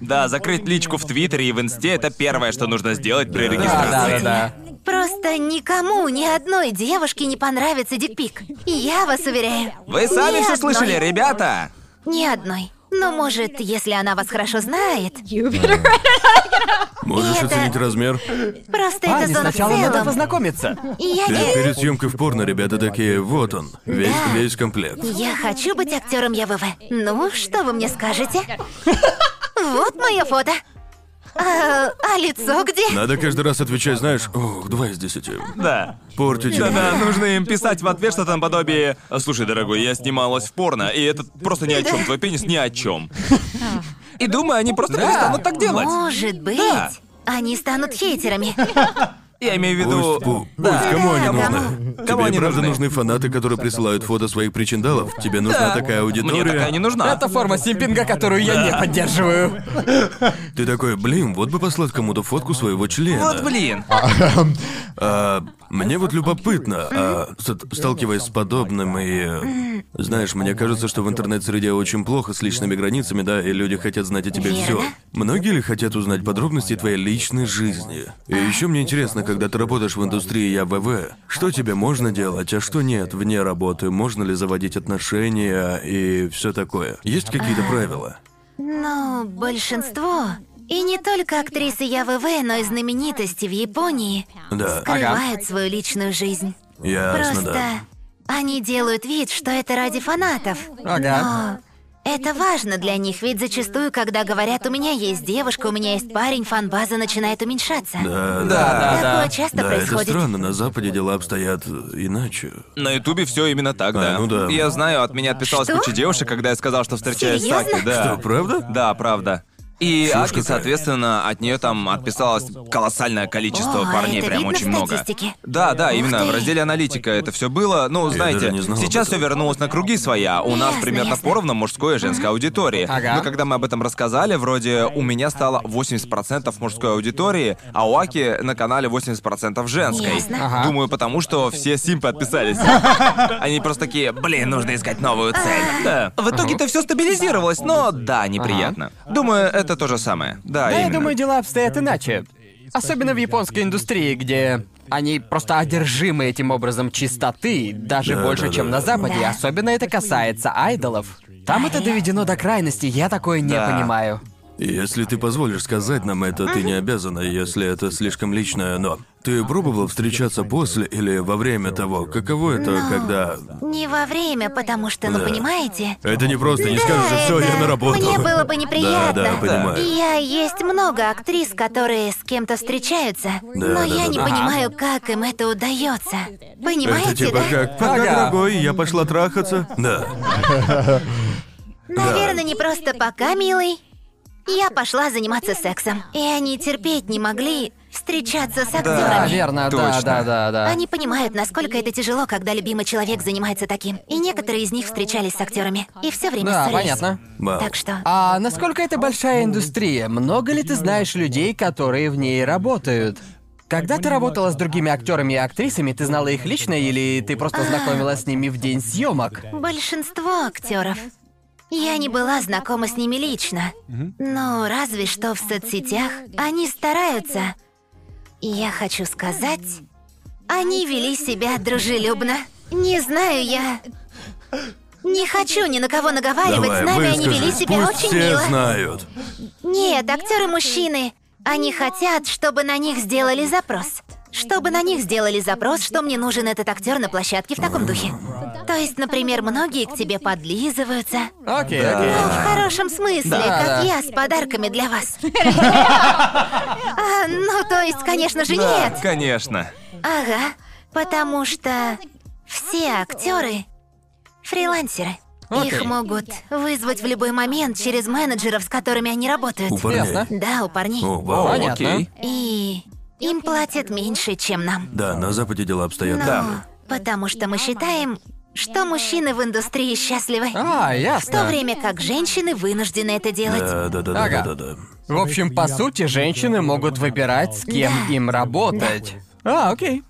S1: Да, закрыть личку в Твиттере и в Инсте — это первое, что нужно сделать при
S2: Да, да, да,
S1: регистрации.
S2: да.
S4: Просто никому, ни одной девушке не понравится дикпик. Я вас уверяю.
S1: Вы сами
S4: Ни
S1: все
S4: одной.
S1: слышали, ребята!
S4: Ни одной. Но может, если она вас хорошо знает,
S3: Можешь
S4: Это-
S3: оценить размер?
S4: просто
S2: А,
S4: эта зона в
S2: сначала надо
S4: целом.
S2: познакомиться.
S4: Я
S3: Перед,
S4: не...
S3: перед съемкой в порно ребята такие, вот он, весь,
S4: Да.
S3: весь комплект.
S4: Я хочу быть актером ЯВВ. Ну, что вы мне скажете? Вот мое фото. А, а лицо где?
S3: Надо каждый раз отвечать, знаешь, ох, два из десяти.
S1: Да.
S3: Портите.
S1: Да-да, нужно им писать в ответ что-то наподобие «Слушай, дорогой, я снималась в порно, и это просто ни о чем, твой пенис ни о чем». И думаю, они просто перестанут так делать.
S4: Может быть,
S1: Да.
S4: они станут хейтерами.
S1: Я имею в
S3: Пусть,
S1: виду...
S3: пу- пусть, кому они
S4: Кому?
S3: нужны?
S1: Кому
S3: Тебе
S1: они
S3: правда
S1: нужны?
S3: нужны фанаты, которые присылают фото своих причиндалов? Тебе нужна
S1: Мне
S3: такая аудитория?
S1: такая не нужна.
S2: Это форма симпинга, которую я не поддерживаю.
S3: Ты такой, блин, вот бы послать кому-то фотку своего члена.
S1: Вот блин.
S3: А, мне вот любопытно, а, ст- сталкиваясь с подобным и... э, Знаешь, мне кажется, что в интернет-среде очень плохо с личными границами, да, и люди хотят знать о тебе все.
S4: Верно.
S3: Многие ли хотят узнать подробности твоей личной жизни? И еще мне интересно, когда ты работаешь в индустрии ЯВВ, что тебе можно делать, а что нет вне работы, можно ли заводить отношения и все такое. Есть какие-то правила?
S4: Ну, большинство. И не только актрисы ЯВВ, но и знаменитости в Японии
S3: Да,
S4: скрывают свою личную жизнь.
S3: ясно,
S4: Просто
S3: да.
S4: они делают вид, что это ради фанатов.
S3: А?
S2: Ага.
S4: Но Это важно для них, ведь зачастую, когда говорят, у меня есть девушка, у меня есть парень, фан-база начинает уменьшаться.
S3: Да,
S2: Да, да,
S4: Такое
S2: да.
S4: часто
S3: Да, это
S4: происходит.
S3: странно, на Западе дела обстоят иначе.
S1: На Ютубе все именно так,
S3: А,
S1: да.
S3: ну да.
S1: Я знаю, от меня отписалась
S4: Что?
S1: куча девушек, когда я сказал, что встречаюсь с
S4: Серьёзно?
S1: Аки, да.
S3: Что, правда?
S1: Да, правда. И
S3: Чушь
S1: Аки,
S3: какая.
S1: соответственно, от нее там отписалось колоссальное количество
S4: О, а
S1: парней,
S4: это
S1: прям
S4: видно
S1: очень
S4: в
S1: много.
S4: статистике?
S1: Да, да, именно
S4: ты.
S1: в разделе аналитика это все было. Ну, знаете,
S3: даже не знал об
S1: сейчас все
S3: этом.
S1: вернулось на круги своя. У нас
S4: Ясно,
S1: примерно
S4: ясно.
S1: поровну мужской и женской аудитории.
S2: Ага.
S1: Но когда мы об этом рассказали, вроде у меня стало 80% мужской аудитории, а у Аки на канале 80% женской.
S4: Ясно.
S2: Ага.
S1: Думаю, потому что все симпы отписались. Они просто такие, блин, нужно искать новую цель. Да. В итоге-то все стабилизировалось, но да, неприятно. Думаю, это то же самое. Да,
S2: Да, А я
S1: именно.
S2: думаю, дела обстоят иначе. Особенно в японской индустрии, где они просто одержимы этим образом чистоты, даже
S3: Да,
S2: больше,
S3: да,
S2: чем
S3: да.
S2: на Западе.
S4: Да.
S2: Особенно это касается айдолов. Там это доведено до крайности, я такое не
S1: Да.
S2: понимаю.
S3: Если ты позволишь сказать нам это, ты не обязана, если это слишком личное, но... Ты пробовала встречаться после или во время того? Каково это, когда...
S4: Не во время, потому что, ну
S3: Да.
S4: понимаете?
S3: Это не просто, не скажешь,
S4: Да,
S3: все, я
S4: это
S3: на работу.
S4: Мне было бы неприятно.
S3: Да, да, понимаю.
S4: И я есть много актрис, которые с кем-то встречаются, но
S3: да,
S4: я
S3: да,
S4: не
S3: да.
S4: понимаю, как им это удается. Понимаете,
S3: Это типа
S4: да?
S3: как, пока,
S2: Ага.
S3: дорогой, я пошла трахаться. Да.
S4: Наверное, не просто пока, милый. Я пошла заниматься сексом. И они терпеть не могли встречаться с
S2: Да,
S4: актерами.
S2: верно, да,
S1: Точно.
S2: да, да, да.
S4: Они понимают, насколько это тяжело, когда любимый человек занимается таким. И некоторые из них встречались с актерами. И все время
S2: Да,
S4: ссорились.
S2: понятно.
S3: Вау.
S4: Так что.
S2: А насколько это большая индустрия? Много ли ты знаешь людей, которые в ней работают? Когда ты работала с другими актерами и актрисами, ты знала их лично или ты просто
S4: А.
S2: знакомилась с ними в день съемок?
S4: Большинство актеров. Я не была знакома с ними лично. Но разве что в соцсетях они стараются. И я хочу сказать, они вели себя дружелюбно. Не знаю я. Не хочу ни на кого наговаривать,
S3: Давай,
S4: с нами они
S3: выскажись.
S4: вели себя
S3: Пусть
S4: очень
S3: все
S4: мило.
S3: знают.
S4: Нет, актеры мужчины. Они хотят, чтобы на них сделали запрос. Чтобы на них сделали запрос, что мне нужен этот актер на площадке в таком духе. То есть, например, многие к тебе подлизываются.
S2: Окей, окей.
S4: Ну, в хорошем смысле, как
S2: да.
S4: я с подарками для вас. А, ну, то есть, конечно же,
S1: Да,
S4: нет.
S1: конечно.
S4: Ага. Потому что все актеры фрилансеры. Их
S2: Окей.
S4: могут вызвать в любой момент через менеджеров, с которыми они работают.
S3: У парней.
S2: Ясно.
S4: Да, у парней.
S3: О, вау.
S2: Понятно.
S1: Окей.
S4: И им платят меньше, чем нам.
S3: Да, на Западе дела обстоят.
S4: Но Потому что мы считаем, что мужчины в индустрии счастливы.
S2: А,
S4: В то
S2: ясно.
S4: время как женщины вынуждены это делать.
S3: Да, да, да, да,
S2: Ага.
S3: да, да, да.
S2: В общем, по сути, женщины могут выбирать, с кем
S4: Да.
S2: им работать. А, окей.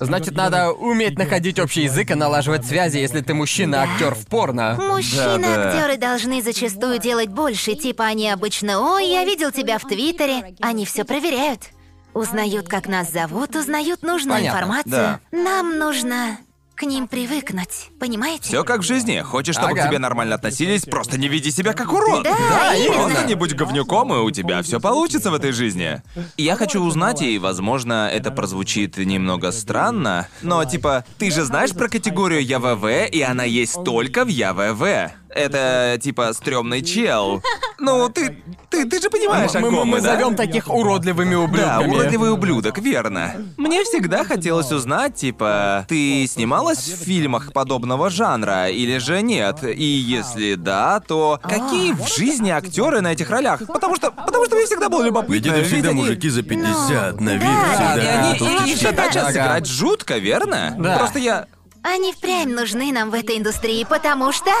S2: Значит, надо уметь находить общий язык и налаживать связи, если ты мужчина-актер в порно.
S4: Мужчины-актеры должны зачастую делать больше, типа они обычно «Ой, я видел тебя в Твиттере». Они все проверяют. Узнают, как нас зовут, узнают нужную
S2: Понятно,
S4: информацию. Нам нужно к ним привыкнуть, понимаете?
S1: Все как в жизни. Хочешь, чтобы
S2: Ага.
S1: к тебе нормально относились, просто не веди себя как урод.
S4: Да,
S2: Да, именно.
S1: Просто не будь говнюком, и у тебя все получится в этой жизни. И Я хочу узнать, и, возможно, это прозвучит немного странно, но типа, ты же знаешь про категорию ЯВВ, и она есть только в ЯВВ. Это типа стрёмный чел. Ну, ты, ты, ты же понимаешь,
S2: Мы,
S1: о
S2: мы-
S1: ком
S2: мы
S1: да?
S2: зовем таких уродливыми
S1: Да,
S2: ублюдками.
S1: уродливый ублюдок, верно. Мне всегда хотелось узнать, типа, ты снималась в фильмах подобного жанра или же нет? И если да, то какие в жизни актеры на этих ролях? Потому что, потому что мне всегда было
S3: Ведь
S1: любопытно.
S3: это всегда
S1: они-
S3: мужики за 50 на вид.
S4: да,
S3: всегда.
S1: И они,
S3: тут
S1: и их
S3: все-
S1: задача
S2: Ага.
S1: сыграть жутко, верно?
S2: Да.
S1: Просто я...
S4: Они впрямь нужны нам в этой индустрии, потому что...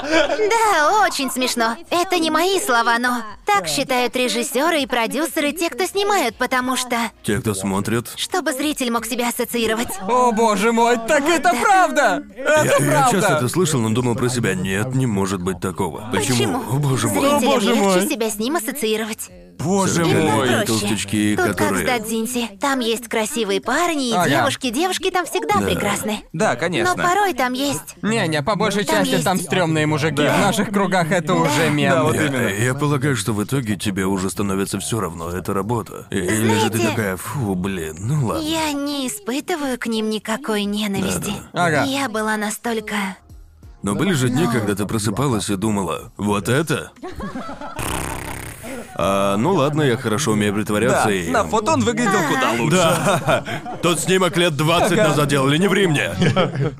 S4: Да, очень смешно. Это не мои слова, но так считают режиссеры и продюсеры, те, кто снимают, потому что...
S3: Те, кто смотрит.
S4: Чтобы зритель мог себя ассоциировать.
S2: О боже мой, так это правда!
S3: Я,
S2: Это
S3: я
S2: правда!
S3: часто это слышал, но думал про себя. Нет, не может быть такого. Почему? О, боже мой.
S4: Зрителям
S2: боже
S4: легче
S2: мой.
S4: себя с ним ассоциировать.
S3: Боже
S4: мой.
S3: Толстячки,
S4: Тут
S3: которые...
S4: как с Дадзинси. Там есть красивые парни и
S2: Ага.
S4: девушки. Девушки там всегда прекрасны.
S1: Да,
S4: Но
S1: конечно.
S4: порой там есть...
S2: Не-не, по большей
S4: Там
S2: части
S4: есть-
S2: там стрёмные мужики. В наших кругах это уже мем.
S1: Да, вот
S3: Я- э,
S1: именно.
S3: Я, полагаю, что в итоге тебе уже становится все равно, это работа. И- Или же ты
S4: Знаете-
S3: такая, фу, блин, ну ладно.
S4: Я не испытываю к ним никакой ненависти.
S2: Ага.
S4: Я была настолько
S3: Но были же дни, когда ты просыпалась и думала, вот это? А, ну ладно, я хорошо умею притворяться
S1: Да,
S3: и...
S1: на фото он выглядел куда лучше.
S3: Тот снимок лет 20 назад делали, не ври мне.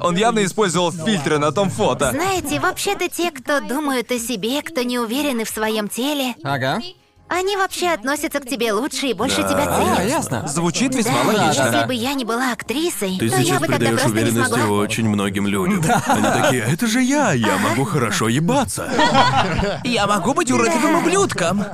S1: Он явно использовал фильтры на том фото.
S4: Знаете, вообще-то те, кто думают о себе, кто не уверены в своем теле,
S2: Ага.
S4: они вообще относятся к тебе лучше и больше тебя
S2: А,
S4: ценят.
S2: ясно.
S1: Звучит весьма
S4: Да,
S1: логично.
S4: если
S2: да.
S4: бы я не была актрисой,
S3: Ты
S4: то я
S3: сейчас
S4: бы тогда
S3: придаешь
S4: просто не
S3: уверенности
S4: смогла.
S3: очень многим людям. Они такие, это же я, я могу хорошо ебаться.
S1: Я могу быть уродливым ублюдком.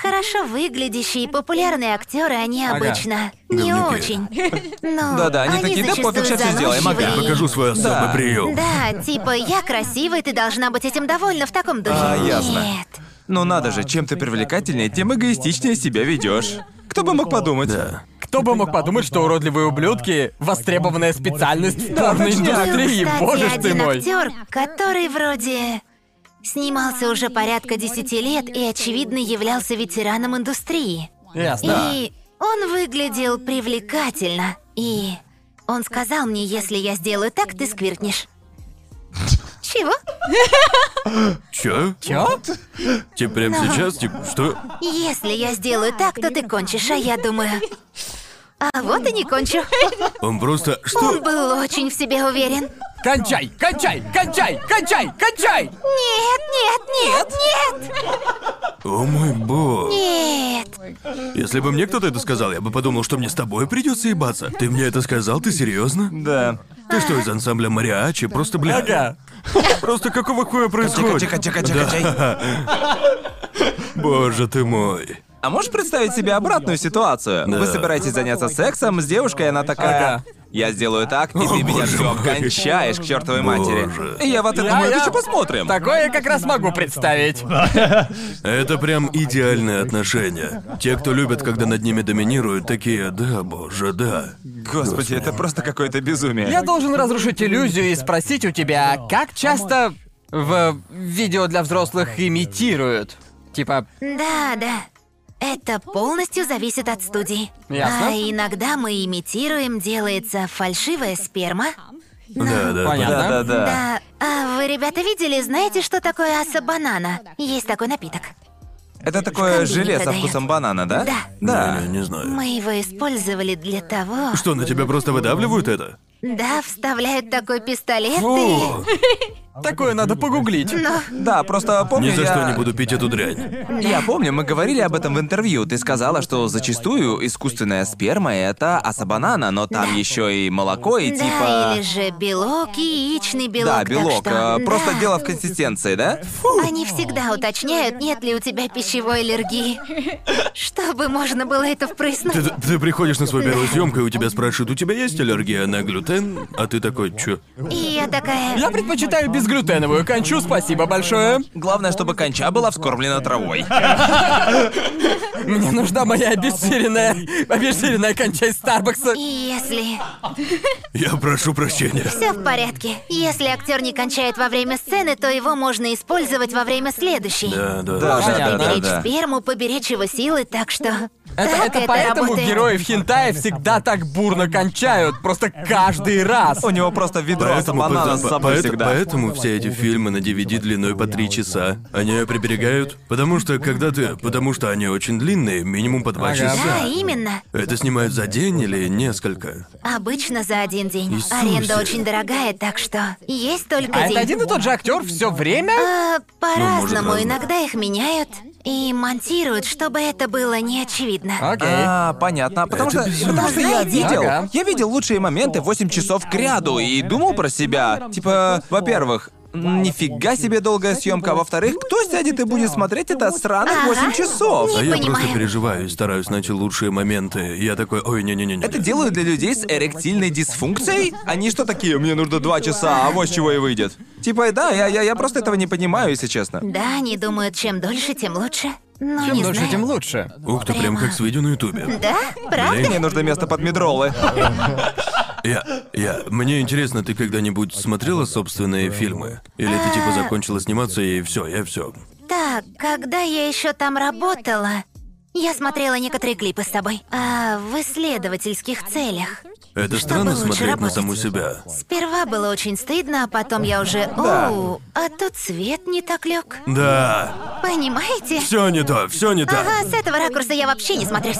S4: Хорошо выглядящие и популярные актеры, они
S2: Ага.
S4: обычно не
S3: Говнюки.
S4: очень. Ну,
S1: Да-да, они такие, да
S4: зачастую
S1: пофиг, щас всё сделаем, ага.
S3: Я
S4: заносчивые.
S3: покажу свой особый
S1: Да.
S3: прием.
S4: Да, типа, я красивая, ты должна быть этим довольна в таком духе.
S1: А, ясно.
S4: Нет.
S1: Ну надо же, чем ты привлекательнее, тем эгоистичнее себя ведешь. Кто бы мог подумать?
S3: Да.
S2: Кто бы мог подумать, что уродливые ублюдки – востребованная специальность в порной индустрии,
S4: Был,
S2: боже ж
S4: кстати,
S2: ты
S4: один
S2: мой.
S4: актер, который вроде снимался уже порядка 10 лет и, очевидно, являлся ветераном индустрии.
S2: Ясно.
S4: И он выглядел привлекательно. И он сказал мне, если я сделаю так, ты сквиркнешь. Чего?
S3: Чё?
S2: Чё?
S3: Типа прям сейчас, типа, что?
S4: Если я сделаю так, то ты кончишь, а я думаю... А вот и не кончу.
S3: Он просто...
S4: Он
S3: Что?
S4: был очень в себе уверен.
S2: Кончай, кончай, кончай, кончай, кончай!
S4: Нет, нет, нет, нет,
S3: О мой бог.
S4: нет.
S3: Если бы мне кто-то это сказал, я бы подумал, что мне с тобой придется ебаться. Ты мне это сказал? Ты серьезно?
S1: Да.
S3: Ты что, из ансамбля мариачи? Просто, бля...
S2: Ага.
S3: Просто какого хуя происходит?
S1: Тихо-тихо-тихо-тихо.
S3: Боже ты мой.
S1: А можешь представить себе обратную ситуацию?
S3: Да.
S1: Вы собираетесь заняться сексом с девушкой, и она такая.
S2: Ага.
S1: Я сделаю так, и ты
S3: О,
S1: меня
S3: боже
S1: все
S3: мой.
S1: кончаешь к чертовой матери.
S3: Боже.
S1: И я вот это
S2: Я-
S1: мы
S2: я-
S1: еще посмотрим.
S2: Такое я как раз могу представить.
S3: Это прям идеальное отношение. Те, кто любят, когда над ними доминируют, такие, да, боже, да.
S1: Господи, это просто какое-то безумие.
S2: Я должен разрушить иллюзию и спросить у тебя, как часто в видео для взрослых имитируют? Типа,
S4: Да, да. Это полностью зависит от студии.
S2: Ясно.
S4: А иногда мы имитируем, делается фальшивая сперма.
S3: Да, да,
S2: Понятно.
S3: да.
S1: Да, да, да.
S4: Да. А вы, ребята, видели, знаете, что такое аса банана? Есть такой напиток.
S1: Это такое
S4: Скандинавия
S1: желе со
S4: дает.
S1: вкусом банана, да?
S4: Да.
S1: Да.
S3: Не, не, не знаю.
S4: Мы его использовали для того.
S3: Что, на тебя просто выдавливают это?
S4: Да, вставляют такой пистолет
S3: Фу!
S2: такое надо погуглить.
S1: Да, просто
S3: Ни
S1: помню,
S3: за
S1: я...
S3: что не буду пить эту дрянь.
S1: Я помню, мы говорили об этом в интервью. Ты сказала, что зачастую искусственная сперма — это асабанана, но там еще и молоко и
S4: и... Да,
S1: типа...
S4: или же белок, яичный белок.
S1: Да,
S4: так
S1: белок.
S4: что-
S1: э, Просто
S4: Да.
S1: дело в консистенции, да?
S4: Они всегда уточняют, нет ли у тебя пищевой аллергии. Чтобы можно было это впрыснуть.
S3: Ты, ты приходишь на свою первую съемку, и у тебя спрашивают, у тебя есть аллергия на глютен? А ты такой, чё?
S4: И я такая...
S2: Я предпочитаю безглютеновую кончу, спасибо большое.
S1: Главное, чтобы конча была вскормлена травой.
S2: Мне нужна моя обезжиренная, обезжиренная конча из Старбакса.
S4: И если
S3: Я прошу прощения.
S4: все в порядке, если актер не кончает во время сцены, то его можно использовать во время следующей.
S3: Да, да,
S1: Да,
S2: Можно
S1: да, да,
S4: Беречь
S1: да.
S4: сперму, поберечь его силы, так что.
S2: Это,
S4: так
S2: это поэтому
S4: работает.
S2: героев хентая всегда так бурно кончают, просто каждый раз.
S1: У него просто ведро
S3: Поэтому,
S1: асабанана
S3: по-
S1: с
S3: по-
S1: собой
S3: поэт-
S1: всегда.
S3: поэтому все эти фильмы на DVD длиной по три часа. Они приберегают, потому что когда ты... Потому что они очень длинные, минимум по два
S2: Ага.
S4: Да,
S3: часа.
S4: именно.
S3: Это снимают за день или несколько?
S4: Обычно за один день.
S3: Иисусе.
S4: Аренда очень дорогая, так что есть только
S2: А
S4: день.
S2: это один и тот же актер все время?
S4: А, По-разному,
S3: разное.
S4: иногда их меняют и монтируют, чтобы это было не очевидно.
S2: Окей.
S1: А, понятно. Потому
S3: Это
S1: что,
S3: безумие.
S1: потому что я видел,
S2: Ага.
S1: я видел лучшие моменты 8 часов к ряду и думал про себя. Типа, во-первых, м, нифига себе долгая съемка, а во-вторых, кто сядет и будет смотреть это сраных
S4: Ага.
S1: 8 часов?
S4: Не
S3: а я
S4: понимаю.
S3: просто переживаю и стараюсь найти лучшие моменты. Я такой, ой, не-не-не-не.
S1: Это делают для людей с эректильной дисфункцией? Они что такие, мне нужно два часа, а вот чего и выйдет. Типа, да, я, я, я просто этого не понимаю, если честно.
S4: Да, они думают, чем дольше, тем лучше. Но
S2: Чем
S4: не
S2: дольше,
S4: знаю.
S2: тем лучше.
S3: Ух ты, прям как с видео на ютубе.
S4: Да, правда?
S1: Мне нужно место под медролы.
S3: Я, я, мне интересно, ты когда-нибудь смотрела собственные фильмы? Или ты типа
S4: А.
S3: закончила сниматься и все, я все.
S4: Так, когда я еще там работала, я смотрела некоторые клипы с тобой. А в исследовательских целях.
S3: Это странно
S4: лучше
S3: смотреть на
S4: работать.
S3: саму себя.
S4: Сперва было очень стыдно, а потом я уже... Оу, а то цвет не так лег.
S3: Да,
S4: Понимаете?
S3: все не то, все не
S4: Ага,
S3: так.
S4: с этого ракурса я вообще не смотрюсь.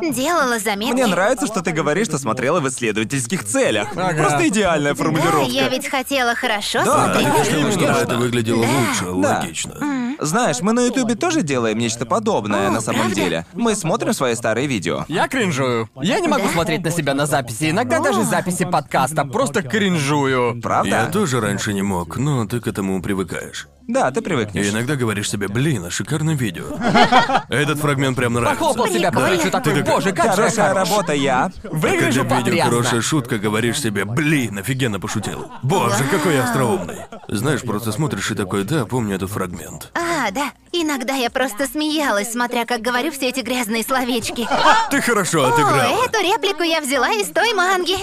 S4: Делала заметки.
S1: Мне нравится, что ты говоришь, что смотрела в исследовательских целях. Просто идеальная
S4: Да,
S1: формулировка.
S4: я ведь хотела хорошо
S1: Да,
S4: смотреть.
S1: конечно,
S3: Потому А что
S1: Именно.
S3: это выглядело
S4: Да.
S3: лучше,
S1: Да.
S3: логично.
S1: Знаешь, мы на Ютубе тоже делаем нечто подобное
S4: О,
S1: на самом
S4: правда?
S1: деле. Мы смотрим свои старые видео.
S2: Я кринжую. Я не могу
S4: Да?
S2: смотреть на себя на записи. Иногда даже записи подкаста. Просто кринжую.
S1: Правда?
S3: Я тоже раньше не мог, но ты к этому привыкаешь.
S1: Да, ты
S3: И
S1: привыкнешь.
S3: иногда говоришь себе, блин, а шикарное видео. Этот фрагмент прям
S2: Похлопал
S3: нравится.
S2: себя по
S4: Прикольно.
S2: плечу такой, боже, как же я
S1: Хорошая
S2: хорош.
S1: работа, я.
S2: Выгляжу
S3: Когда видео хорошая
S2: потрясно.
S3: шутка, говоришь себе, блин, офигенно пошутил. Боже, какой я остроумный. Знаешь, просто смотришь и такой, да, помню этот фрагмент.
S4: А, да. Иногда я просто смеялась, смотря как говорю все эти грязные словечки.
S3: Ты хорошо
S4: О,
S3: отыграл.
S4: эту реплику я взяла из той манги.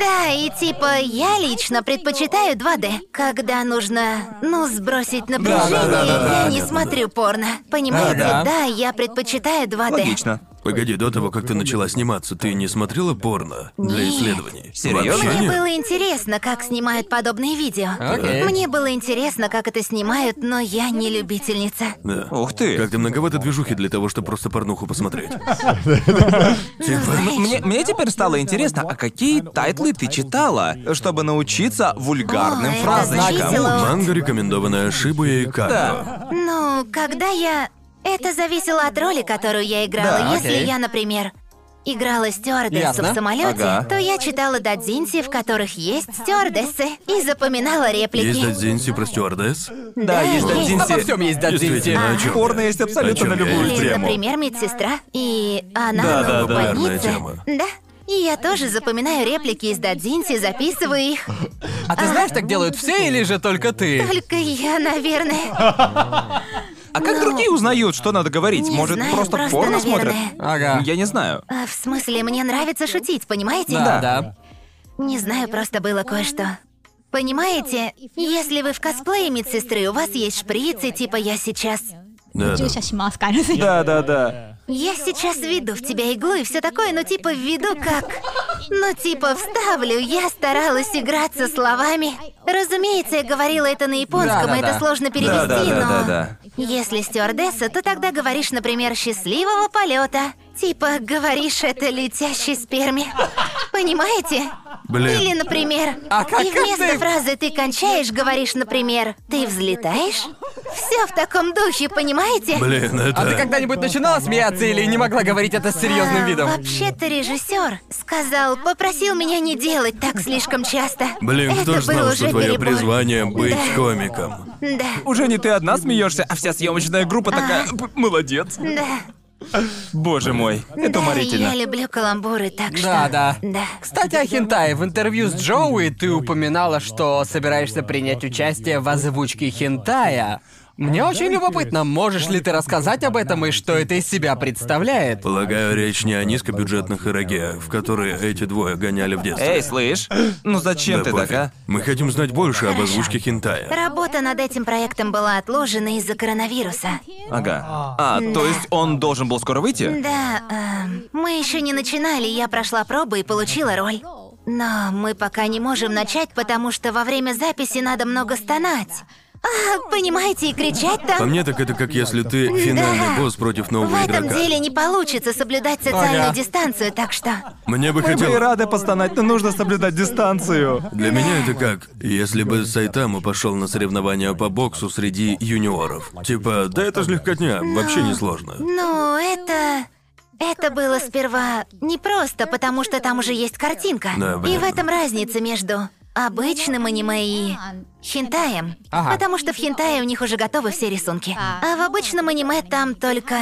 S4: Да, и типа я лично предпочитаю 2D, когда нужно, ну, сбросить напряжение. Я не смотрю порно. Понимаете?
S2: Ага.
S4: Да, я предпочитаю 2D.
S1: Логично.
S3: Погоди, до того, как ты начала сниматься, ты не смотрела порно для
S4: Нет.
S3: исследований?
S1: Серьёзно?
S3: Вообще
S4: Мне
S3: нет?
S4: было интересно, как снимают подобные видео.
S2: Окей.
S4: Мне было интересно, как это снимают, но я не любительница.
S3: Да.
S1: Ух ты.
S3: Как-то многовато движухи для того, чтобы просто порнуху посмотреть.
S4: Ну, знаешь,
S1: Мне, мне теперь стало интересно, а какие тайтлы ты читала, чтобы научиться вульгарным
S4: О, это
S1: фразочкам?
S4: значительно.
S3: Манга, рекомендованная Шибуя и Како.
S4: Ну, когда я... Это зависело от роли, которую я играла.
S2: Да,
S4: Если
S2: окей.
S4: я, например, играла стюардессу
S2: Ясно.
S4: в самолете,
S1: Ага.
S4: то я читала дадзинси, в которых есть стюардессы, и запоминала
S3: Есть
S4: реплики.
S3: дадзинси про стюардесс?
S1: Да, есть
S4: есть.
S2: Обо
S1: дадзинси.
S2: всем есть дадзинси.
S3: Действительно, о чем?
S1: Порно есть абсолютно на любую
S4: Или,
S1: тему.
S4: например, медсестра, и она
S1: Да,
S4: ну,
S1: да,
S4: в
S1: да.
S4: больнице.
S3: Популярная тема.
S4: Да. И я тоже запоминаю реплики из дадзинси, записываю их.
S2: А ты знаешь, так делают все или же только ты?
S4: Только я, наверное,
S1: А как другие узнают, что надо говорить?
S4: Ну. не
S1: Может,
S4: знаю,
S1: просто,
S4: просто,
S1: порно
S4: наверное.
S1: смотрят?
S2: Ага.
S1: Я не знаю.
S4: А, в смысле, мне нравится шутить, понимаете?
S2: Да, да.
S4: Не знаю, просто было кое-что. Понимаете, если вы в косплее медсестры, у вас есть шприцы, типа я сейчас...
S3: Да, да.
S9: 注射しますからね。
S1: Да, да, да.
S4: Я сейчас введу в тебя иглу и все такое, ну типа введу как... Ну типа вставлю, я старалась играться словами. Разумеется, я говорила это на японском,
S2: Да, да,
S4: и это
S2: да.
S4: сложно перевести,
S1: да, да,
S4: но...
S1: да, да.
S4: Если стюардесса, то тогда говоришь, например, «счастливого полета. Типа говоришь это летящей сперме. Понимаете?
S3: Блин.
S4: Или, например,
S2: А как
S4: и вместо
S2: ты-
S4: фразы ты кончаешь, говоришь, например, ты взлетаешь. Все в таком духе, понимаете?
S3: Блин, это...
S2: А ты когда-нибудь начинала смеяться или не могла говорить это с серьезным
S4: А,
S2: видом?
S4: Вообще-то режиссер сказал, попросил меня не делать так слишком часто.
S3: Блин,
S4: это
S3: кто ж знал,
S4: был
S3: что
S4: уже
S3: твое
S4: перебор.
S3: призвание быть
S4: Да.
S3: комиком?
S4: Да,
S1: Уже не ты одна смеешься, а вся съемочная группа такая. «П, Молодец.
S4: да.
S1: Боже мой, это
S4: да,
S1: уморительно.
S4: я люблю каламбуры, так что...
S2: Да, да.
S4: Да.
S2: Кстати, о хентае. В интервью с Джоуи ты упоминала, что собираешься принять участие в озвучке хентая. Мне очень любопытно, можешь ли ты рассказать об этом и что это из себя представляет?
S3: Полагаю, речь не о низкобюджетных эроге, в которые эти двое гоняли в детстве.
S1: Эй, слышь, ну зачем
S3: Да
S1: ты
S3: пофиг.
S1: так, а?
S3: Мы хотим знать больше об озвучке хентая.
S4: Работа над этим проектом была отложена из-за коронавируса.
S1: Ага. А, то есть он должен был скоро выйти?
S4: Да, эм, мы еще не начинали, я прошла пробы и получила роль. Но мы пока не можем начать, потому что во время записи надо много стонать. А, понимаете, и кричать
S3: По
S4: там.
S3: мне так это как если ты финальный
S4: Да.
S3: босс против
S4: В
S3: нового
S4: этом
S3: игрока.
S4: деле не получится соблюдать социальную
S2: Ага.
S4: дистанцию, так что...
S3: Мне бы
S1: Мы бы и
S3: хотелось...
S1: рады постонать, но нужно соблюдать дистанцию.
S3: Для меня это как, если бы Сайтама пошел на соревнования по боксу среди юниоров. Типа, да это же легкотня, вообще не сложно.
S4: Ну, это... Это было сперва непросто, потому что там уже есть картинка.
S3: Да,
S4: и в
S3: понятно.
S4: этом разница между обычным аниме и хентаем.
S2: Ага.
S4: Потому что в хентае у них уже готовы все рисунки. А в обычном аниме там только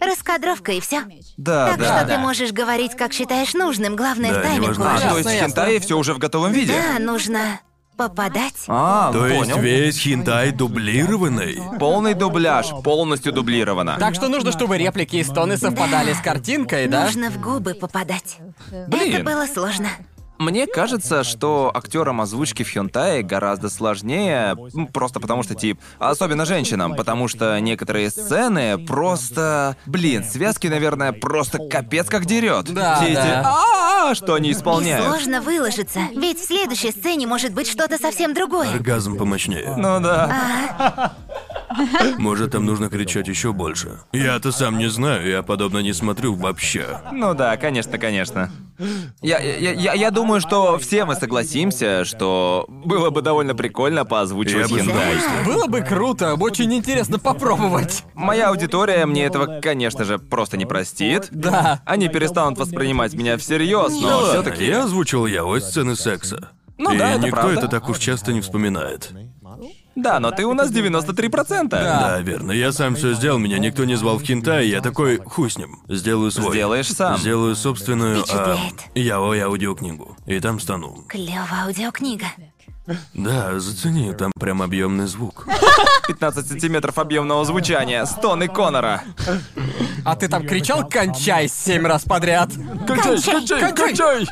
S4: раскадровка и все.
S1: А, Да,
S4: так
S1: да.
S4: что ты можешь говорить, как считаешь нужным, главное
S3: Да,
S4: в тайминг
S3: неважно.
S1: А,
S4: уложить.
S1: то есть в
S2: Ясно,
S1: хентае все уже в готовом виде?
S4: Да, нужно попадать.
S1: А,
S3: То есть
S1: понял.
S3: весь хентай дублированный?
S1: Полный дубляж, полностью дублировано.
S2: Так что нужно, чтобы реплики и стоны совпадали с картинкой, да?
S4: Нужно в губы попадать.
S1: Блин.
S4: Это было сложно.
S1: Мне кажется, что актерам озвучки в Хюнтае гораздо сложнее, м, просто потому что тип, особенно женщинам, потому что некоторые сцены просто, блин, связки, наверное, просто капец как дерет.
S2: Да,
S1: Все эти
S2: да.
S1: «А-а-а», что они исполняют.
S4: Сложно выложиться, ведь в следующей сцене может быть что-то совсем другое.
S3: Оргазм помощнее.
S1: Ну да.
S3: Может, там нужно кричать еще больше. Я-то сам не знаю, я подобно не смотрю вообще.
S1: Ну да, конечно, конечно. Я, я, я, я думаю, что все мы согласимся, что было бы довольно прикольно
S3: Я
S1: поозвучивать
S3: бы с
S1: Hyundai.
S3: удовольствием.
S2: Было бы круто, очень интересно попробовать.
S1: Моя аудитория мне этого, конечно же, просто не простит.
S2: Да.
S1: Они перестанут воспринимать меня всерьез, но
S3: Ладно,
S1: все-таки.
S3: Я озвучил Яо сцены секса.
S1: Ну
S3: И
S1: да, это
S3: никто
S1: правда.
S3: это так уж часто не вспоминает.
S1: Да, но ты у нас 93%.
S2: Да.
S3: Да, А, верно. Я сам все сделал, меня никто не звал в Хинтай, я такой, хуй с ним. Сделаю свой.
S1: Сделаешь сам.
S3: Сделаю собственную а,
S4: Впечатляет.
S3: Яо и аудиокнигу. И там стану.
S4: Клёвая аудиокнига.
S3: Да, зацени, там прям объемный звук.
S1: 15 сантиметров объемного звучания, стоны Конора.
S2: А ты там кричал «Кончай» семь раз подряд?
S1: Кончай, кончай, кончай!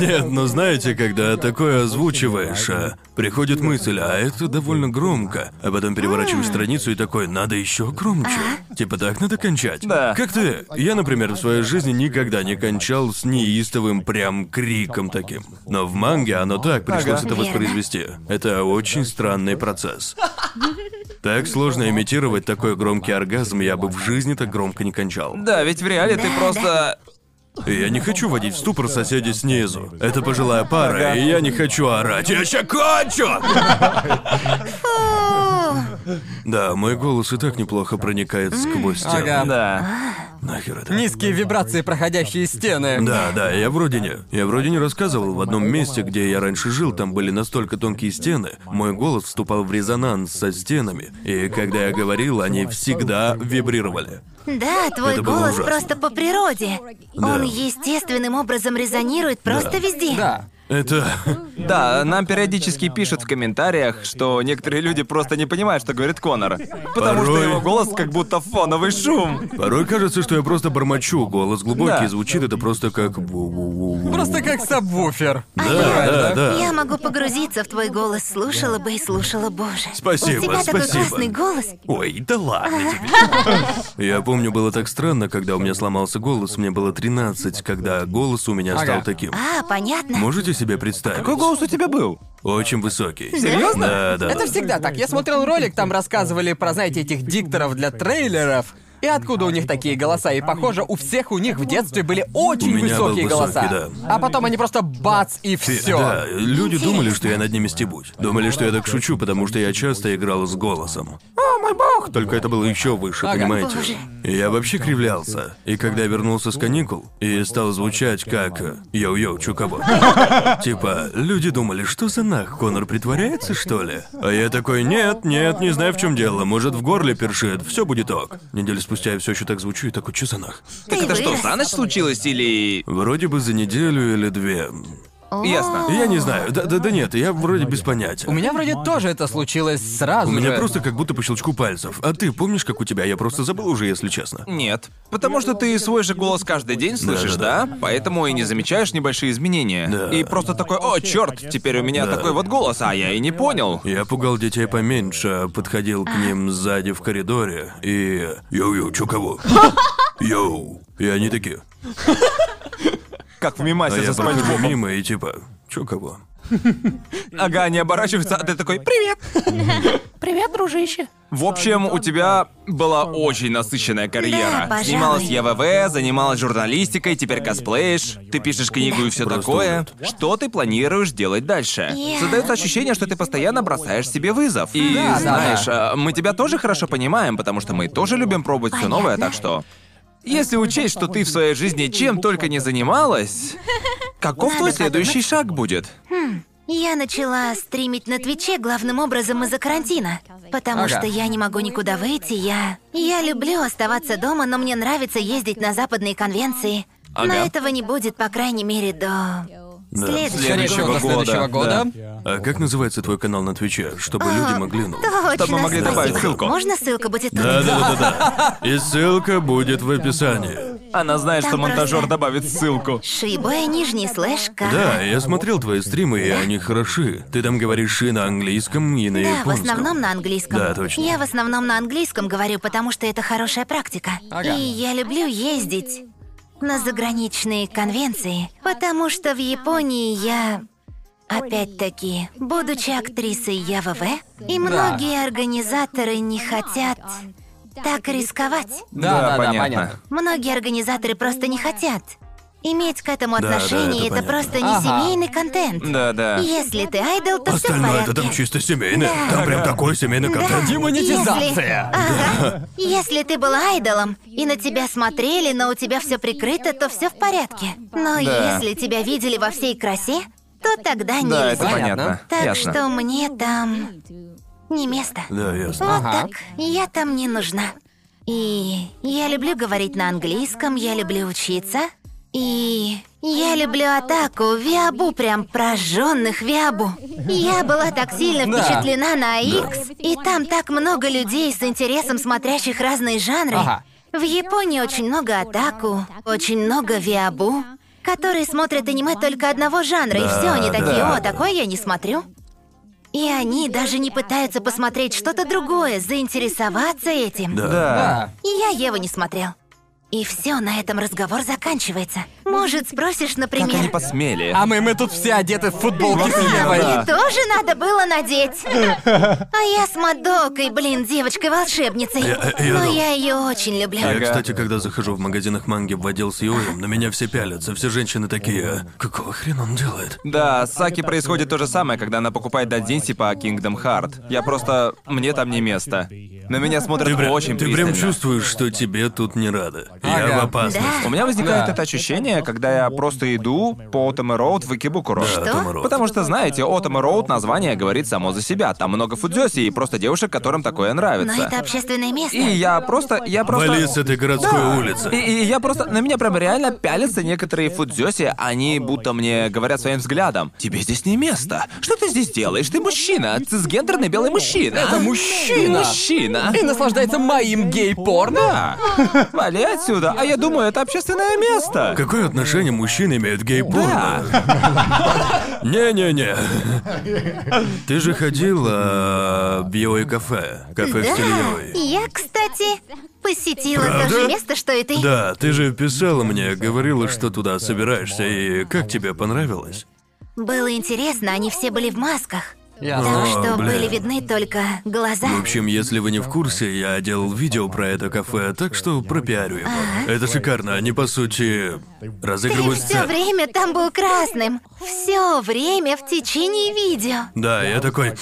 S3: Нет, но знаете, когда такое озвучиваешь, а, приходит мысль, а это довольно громко, а потом переворачиваешь страницу и такой, надо еще громче. Типа так надо кончать.
S1: Да.
S3: Как ты? Я, например, в своей жизни никогда не кончал с неистовым прям криком таким. Но в манге оно так, пришлось это
S4: Верно.
S3: воспроизвести. Это очень странный процесс. Так сложно имитировать такой громкий оргазм, я бы в жизни так громко не кончал.
S1: Да, ведь в реале ты
S4: Да,
S1: просто...
S3: И Я не хочу водить в ступор соседей снизу. Это пожилая пара, и я не хочу орать. Я ща кончу! Да, мой голос и так неплохо проникает сквозь стену.
S2: Ага.
S1: Да.
S3: Нахер это?
S2: Низкие вибрации, проходящие стены.
S3: Да, да, я вроде не. Я вроде не рассказывал. В одном месте, где я раньше жил, там были настолько тонкие стены, мой голос вступал в резонанс со стенами. И когда я говорил, они всегда вибрировали.
S4: Да, твой
S3: Это было
S4: голос
S3: ужасно.
S4: просто по природе. Он естественным образом резонирует просто везде.
S2: Да.
S3: Это...
S1: Да, нам периодически пишут в комментариях, что некоторые люди просто не понимают, что говорит Конор. Потому что
S3: Порой.
S1: его голос как будто фоновый шум.
S3: Порой кажется, что я просто бормочу, голос глубокий,
S1: Да.
S3: звучит это просто как... ву-ву-ву-ву.
S2: Просто как сабвуфер.
S3: Да, да, да.
S4: А Я могу погрузиться в твой голос, слушала бы и слушала, боже.
S3: Спасибо,
S4: У тебя такой
S3: спасибо.
S4: классный голос.
S3: Ой, да ладно тебе. Я помню, было так странно, когда у меня сломался голос, мне было 13, когда голос у меня стал
S2: Ага.
S3: таким.
S4: А, понятно.
S3: Можете себе представить?
S1: Какой голос у тебя был?
S3: Очень высокий.
S4: Серьезно?
S3: Да, да.
S2: Это всегда так. Я смотрел ролик, там рассказывали про, знаете, этих дикторов для трейлеров. И откуда у них такие голоса? И похоже, у всех у них в детстве были очень
S3: У меня был
S2: высокие
S3: высокий,
S2: голоса. А потом они просто бац и
S3: Ты-
S2: все.
S3: Да, люди думали, что я над ними стебусь. Думали, что я так шучу, потому что я часто играл с голосом. О, мой бог! Только это было еще выше,
S2: Ага.
S3: понимаете?
S4: Боже.
S3: И Я вообще кривлялся. И когда я вернулся с каникул и стал звучать как э, «Йоу-йоу, Чукабо». Типа, люди думали, что за нах, Конор притворяется, что ли? А я такой, нет, нет, не знаю, в чем дело. Может, в горле першит, все будет ок. Неделю спустя я все еще так звучу и такой, что за нах?
S4: Ты
S1: Это что,
S4: вырос.
S1: за ночь случилось или...
S3: Вроде бы за неделю или две.
S1: Ясно.
S3: Я не знаю, да-да-да нет, я вроде без понятия.
S2: У меня вроде тоже это случилось сразу
S3: У меня
S2: же.
S3: просто как будто по щелчку пальцев. А ты помнишь, как у тебя? Я просто забыл уже, если честно.
S1: Нет. Потому что ты свой же голос каждый день слышишь, да?
S3: Да-да-да.
S1: Поэтому и не замечаешь небольшие изменения.
S3: Да.
S1: И просто такой, о, черт, теперь у меня такой вот голос, а я и не понял.
S3: Я пугал детей поменьше, подходил к ним сзади в коридоре и... Йоу-йоу, чё кого? Йоу. И они такие.
S1: Как в
S3: А
S1: мимасе
S3: я
S1: со Спанч
S3: прохожу
S1: Бобом.
S3: мимо и типа... Чё кого?
S1: Ага, они оборачиваются, а ты такой, привет.
S9: Привет, дружище.
S1: В общем, у тебя была очень насыщенная карьера.
S4: Да, пожалуй.
S1: Снималась я ВВ, занималась журналистикой, теперь косплеишь, ты пишешь книгу и все
S3: Просто
S1: такое. Что ты планируешь делать дальше?
S4: Я-
S1: Создается ощущение, что ты постоянно бросаешь себе вызов. И
S2: Да, да,
S1: знаешь, а, мы тебя тоже хорошо понимаем, потому что мы тоже любим пробовать все новое, так что. Если учесть, что ты в своей жизни чем только не занималась, каков твой следующий шаг будет?
S4: Я начала стримить на Твиче главным образом из-за карантина. Потому
S2: Ага.
S4: что я не могу никуда выйти, я... Я люблю оставаться дома, но мне нравится ездить на западные конвенции.
S1: Ага.
S4: Но этого не будет, по крайней мере, до... Следующего.
S1: Следующего
S2: До следующего
S1: года,
S2: года.
S3: А как называется твой канал на Твиче, чтобы люди могли... ну-
S4: Точно,
S1: Чтобы мы могли
S4: спасибо.
S1: добавить ссылку.
S4: Можно ссылка будет тут?
S3: Да-да-да-да-да. И ссылка будет в описании.
S1: Она знает,
S4: Там
S1: что монтажер
S4: просто-
S1: добавит ссылку.
S4: Шибуя нижний слэш К.
S3: Да, я смотрел твои стримы, и они хороши. Ты там говоришь и на английском, и на
S4: Да, в
S3: японском.
S4: основном на английском.
S3: Да, точно.
S4: Я в основном на английском говорю, потому что это хорошая практика.
S2: Ага.
S4: И я люблю ездить на заграничные конвенции, потому что в Японии я... Опять-таки, будучи актрисой ЯВВ, и многие организаторы не хотят так рисковать.
S2: Да, да, да, понятно.
S4: Многие организаторы просто не хотят. Иметь к этому
S3: да, это
S4: отношение это,
S3: понятно.
S4: просто не
S2: Ага.
S4: семейный контент.
S1: Да, да.
S4: Если ты айдол, то все в
S3: А Остальное
S4: порядке.
S3: это там чисто семейное.
S4: Да.
S3: Там прям такой семейный контент.
S2: Демонетизация.
S4: Если... Ага. Если ты был айдолом, и на тебя смотрели, но у тебя все прикрыто, то все в порядке. Но
S1: Да.
S4: если тебя видели во всей красе, то тогда нельзя.
S1: Да, это
S2: Понятно.
S1: понятно.
S4: Так
S1: Ясно.
S4: что мне там не место.
S3: Да, ясно.
S4: Вот
S2: Ага.
S4: так, я там не нужна. И я люблю говорить на английском, я люблю учиться. И я люблю атаку Виабу, прям прожженных Виабу. Я была так сильно
S2: Да.
S4: впечатлена на X, и там так много людей с интересом смотрящих разные жанры.
S2: Ага.
S4: В Японии очень много атаку, очень много Виабу, которые смотрят аниме только одного жанра, и все, они такие,
S3: да.
S4: о, такое я не смотрю. И они даже не пытаются посмотреть что-то другое, заинтересоваться этим.
S3: Да.
S1: Да.
S2: Да.
S4: И я Еву не смотрел. И все, на этом разговор заканчивается. Может, спросишь, например, «А,
S1: Как они посмели.
S2: А мы, мы тут все одеты в футболки с Евой.
S4: «Мне тоже надо было надеть. А я с Мадокой, блин, девочкой-волшебницей.
S3: Я- я
S4: Но
S3: думал.
S4: я ее очень люблю.
S3: Я,
S1: Ага.
S3: кстати, когда захожу в магазинах манги в отдел с Йоем, на меня все пялятся, все женщины такие, «А, какого хрена он делает?
S1: Да, с Саки происходит то же самое, когда она покупает Дадзинси по Kingdom Heart. Я просто... Мне там не место. На меня смотрят
S3: Ты прям,
S1: очень
S3: ты прям
S1: пристально.
S3: чувствуешь, что тебе тут не рада. Я
S2: Ага.
S3: в опасности.
S1: У меня возникает
S2: Да.
S1: это ощущение, когда я просто иду по Отоме Роуд в Икебукуро.
S3: Да, Отоме Роуд.
S1: Потому что, знаете, Отоме Роуд название говорит само за себя. Там много фудзёси и просто девушек, которым такое
S4: Но
S1: нравится.
S4: это общественное место.
S1: И я просто... Я просто...
S3: Вали с этой городской улицы.
S1: И, и я просто... На меня прям реально пялятся некоторые фудзёси, они будто мне говорят своим взглядом. «Тебе здесь не место. Что ты здесь делаешь? Ты мужчина. Цисгендерный белый мужчина.
S2: Это мужчина.
S1: Ты мужчина.
S2: И наслаждается моим гей-порно.
S1: Да. Вали отсюда. А я думаю, это общественное место.
S3: Какое отношение мужчины имеют к гей-порно? Не-не-не. Ты же ходил а, в Йои кафе. Кафе в стиле Йои.
S4: Я, кстати, посетила то
S3: Правда?
S4: же место, что и ты.
S3: Да, ты же писала мне, говорила, что туда собираешься, и как тебе понравилось?
S4: Было интересно, они все были в масках.
S3: А,
S2: Ясно.
S4: Так что
S3: блин.
S4: были видны только глаза.
S3: В общем, если вы не в курсе, я делал видео про это кафе, так что пропиарю его. Это шикарно, они по сути
S4: Ты
S3: разыгрывают
S4: все
S3: сцену.
S4: время там был красным. Все время в течение видео.
S3: Да, я такой,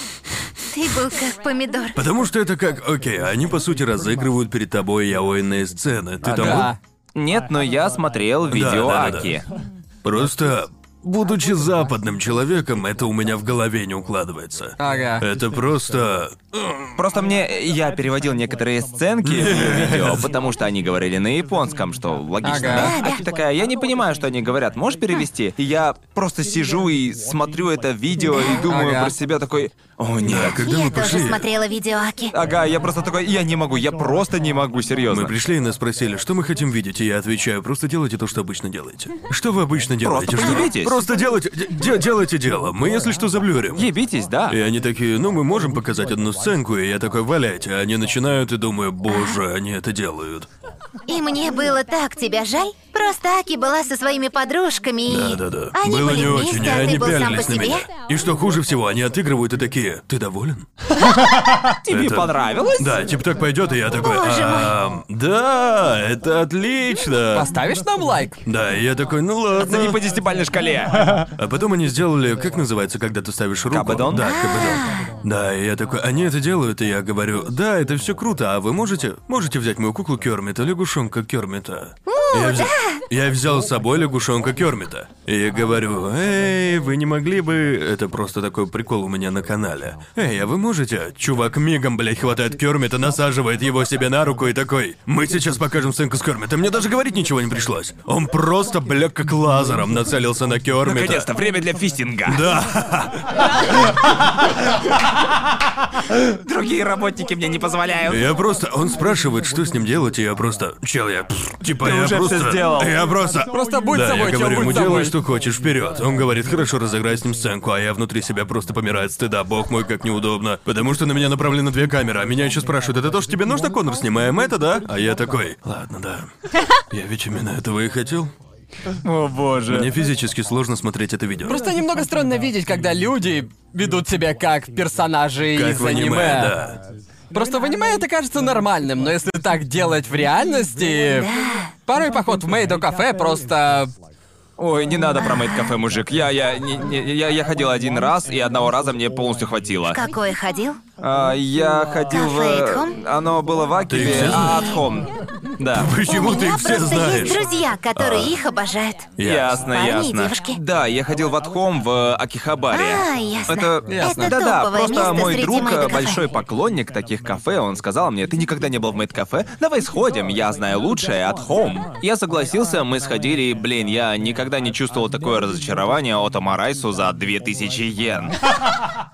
S4: Ты был как помидор.
S3: потому что это как, окей, они по сути разыгрывают перед тобой яойные сцены. Ты там
S2: Да.
S1: Нет, но я смотрел видео
S3: да, да, да.
S1: Аки.
S3: Просто, будучи западным человеком, это у меня в голове не укладывается.
S2: Ага.
S3: Это просто...
S1: Просто мне... Я переводил некоторые сценки в видео, потому что они говорили на японском, что логично.
S2: Ага.
S1: да? Аки такая, я не понимаю, что они говорят, можешь перевести? И я просто сижу и смотрю это видео и думаю
S2: Ага.
S1: про себя такой... О, нет.
S3: Когда
S4: Я
S3: мы ну,
S4: тоже
S3: пошли...
S4: смотрела видео Аки.
S1: Ага, я просто такой, я не могу, я просто не могу, серьезно.
S3: Мы пришли и нас спросили, что мы хотим видеть, и я отвечаю, просто делайте то, что обычно делаете. Что вы обычно делаете?
S1: Просто
S3: что?
S1: поебитесь.
S3: Просто делайте... де- де- делайте дело. Мы, если что, заблюрим.
S1: Ебитесь, да.
S3: И они такие, ну мы можем показать одну сценку, и я такой, валяйте. А Они начинают и думаю, боже, они это делают.
S4: И мне было так тебя жаль. Просто Аки была со своими подружками и...
S3: Да-да-да.
S4: Они
S3: Было
S4: были
S3: не
S4: вместе,
S3: очень, и
S4: а ты
S3: они
S4: был сам по
S3: пялились на
S4: себе.
S3: меня. И что хуже всего, они отыгрывают и такие, ты доволен?
S1: Тебе
S3: это-
S1: понравилось?
S3: Да, тип так пойдет, и я такой.
S4: Боже мой.
S3: «Ам, Да, это отлично.
S2: Поставишь нам лайк?
S3: Да, и я такой, ну
S1: Оцени
S3: ладно.
S1: по десятибалльной шкале.
S3: А потом они сделали, как называется, когда ты ставишь руку?
S1: Кабадон?
S3: Да, кабадон. Да, и я такой, они это делают, и я говорю, да, это все круто, а вы можете, можете взять мою куклу Кермита, лягушонка Кермита. я, взя- я взял с собой лягушонка Кермита. И я говорю, эй, вы не могли бы... Это просто такой прикол у меня на канале. Эй, а вы можете? Чувак мигом, блядь, хватает Кермита, насаживает его себе на руку и такой, мы сейчас покажем сценку с Кермитом, мне даже говорить ничего не пришлось. Он просто, блядь, как лазером нацелился на Кермита.
S1: Наконец-то, время для фистинга.
S3: Да.
S1: Другие работники мне не позволяют.
S3: Я просто... Он спрашивает, что с ним делать, и я просто... Чел, я... пф, Типа,
S1: Ты
S3: я
S1: уже
S3: просто...
S1: это сделал.
S3: Я просто...
S2: Просто будь
S3: да,
S2: собой,
S3: я
S2: чел,
S3: говорю
S2: будь
S3: ему,
S2: собой.
S3: делай, что хочешь, вперед. Он говорит, хорошо, разыграй с ним сценку, а я внутри себя просто помираю от стыда. Бог мой, как неудобно. Потому что на меня направлены две камеры, а меня еще спрашивают, это то, что тебе нужно, Коннор, снимаем это, да? А я такой, ладно, да. Я ведь именно этого и хотел.
S1: О боже.
S3: Мне физически сложно смотреть это видео.
S2: Просто немного странно видеть, когда люди ведут себя как персонажи
S3: как
S2: из
S3: в аниме, да.
S2: Просто в аниме это кажется нормальным, но если так делать в реальности... Порой поход в Мейдо кафе просто...
S1: Ой, не надо про мейд кафе, мужик. Я, я, не- не- я, я ходил один раз, и одного раза мне полностью хватило.
S4: Какое ходил?
S1: А, я ходил в...
S4: Кафе At Home?
S1: Оно было в Акиве,
S3: все
S1: а от Home. Да.
S3: Почему
S4: У
S3: ты
S4: меня
S3: их все
S4: просто
S3: знаешь? А.
S4: есть друзья, которые их обожают.
S1: Ясно,
S4: Парни и
S1: ясно.
S4: девушки.
S1: Да, я ходил в Атхом в Акихабаре.
S4: А, ясно.
S1: Это,
S2: Ясно.
S1: да, да,
S4: топовое
S1: просто
S4: место
S1: мой
S4: среди
S1: друг,
S4: мейд-кафе.
S1: большой поклонник таких кафе, он сказал мне, ты никогда не был в мейд кафе, давай сходим, я знаю лучшее от Home. Я согласился, мы сходили, и, блин, я никогда не чувствовал такое разочарование от Амарайсу за 2000 йен.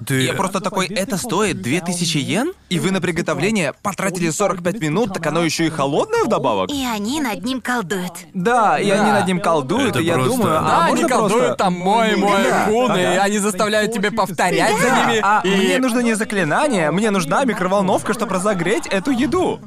S3: Ты...
S1: Я просто такой, это стоит 2000 йен? И вы на приготовление потратили 45 минут, так оно еще и холодное вдобавок?
S4: И они над ним колдуют.
S1: Да, и они
S2: Да.
S1: над ним колдуют,
S3: Это
S1: и я
S3: просто-
S1: думаю, а
S2: да,
S1: можно
S2: они колдуют
S1: просто-
S2: там мой, мой,
S1: Да,
S2: кун, и
S1: ага.
S2: они заставляют тебя повторять за
S1: Да,
S2: ними.
S1: а
S2: и...
S1: мне нужно не заклинание, мне нужна микроволновка, чтобы разогреть эту еду.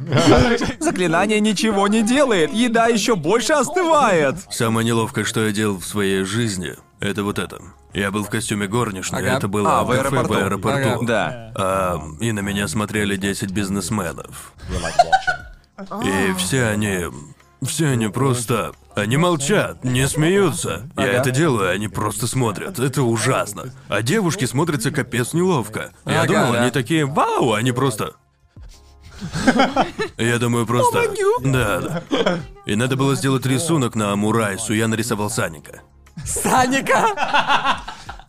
S1: Заклинание ничего не делает, еда еще больше остывает.
S3: Самое неловкое, что я делал в своей жизни, это вот это. Я был в костюме горничной,
S2: Ага.
S3: это было
S1: А, в
S3: кафе
S1: аэропорту.
S3: в аэропорту.
S1: Да.
S3: А, и на меня смотрели 10 бизнесменов. И все они... Все они просто... Они молчат, не смеются. Я это делаю, и они просто смотрят. Это ужасно. А девушки смотрятся капец неловко. Я
S2: Ага,
S3: думал,
S2: да.
S3: они такие, вау, они просто... Я думаю, просто... Да, да. И надо было сделать рисунок на Амурайсу, я нарисовал Саника.
S2: Саника!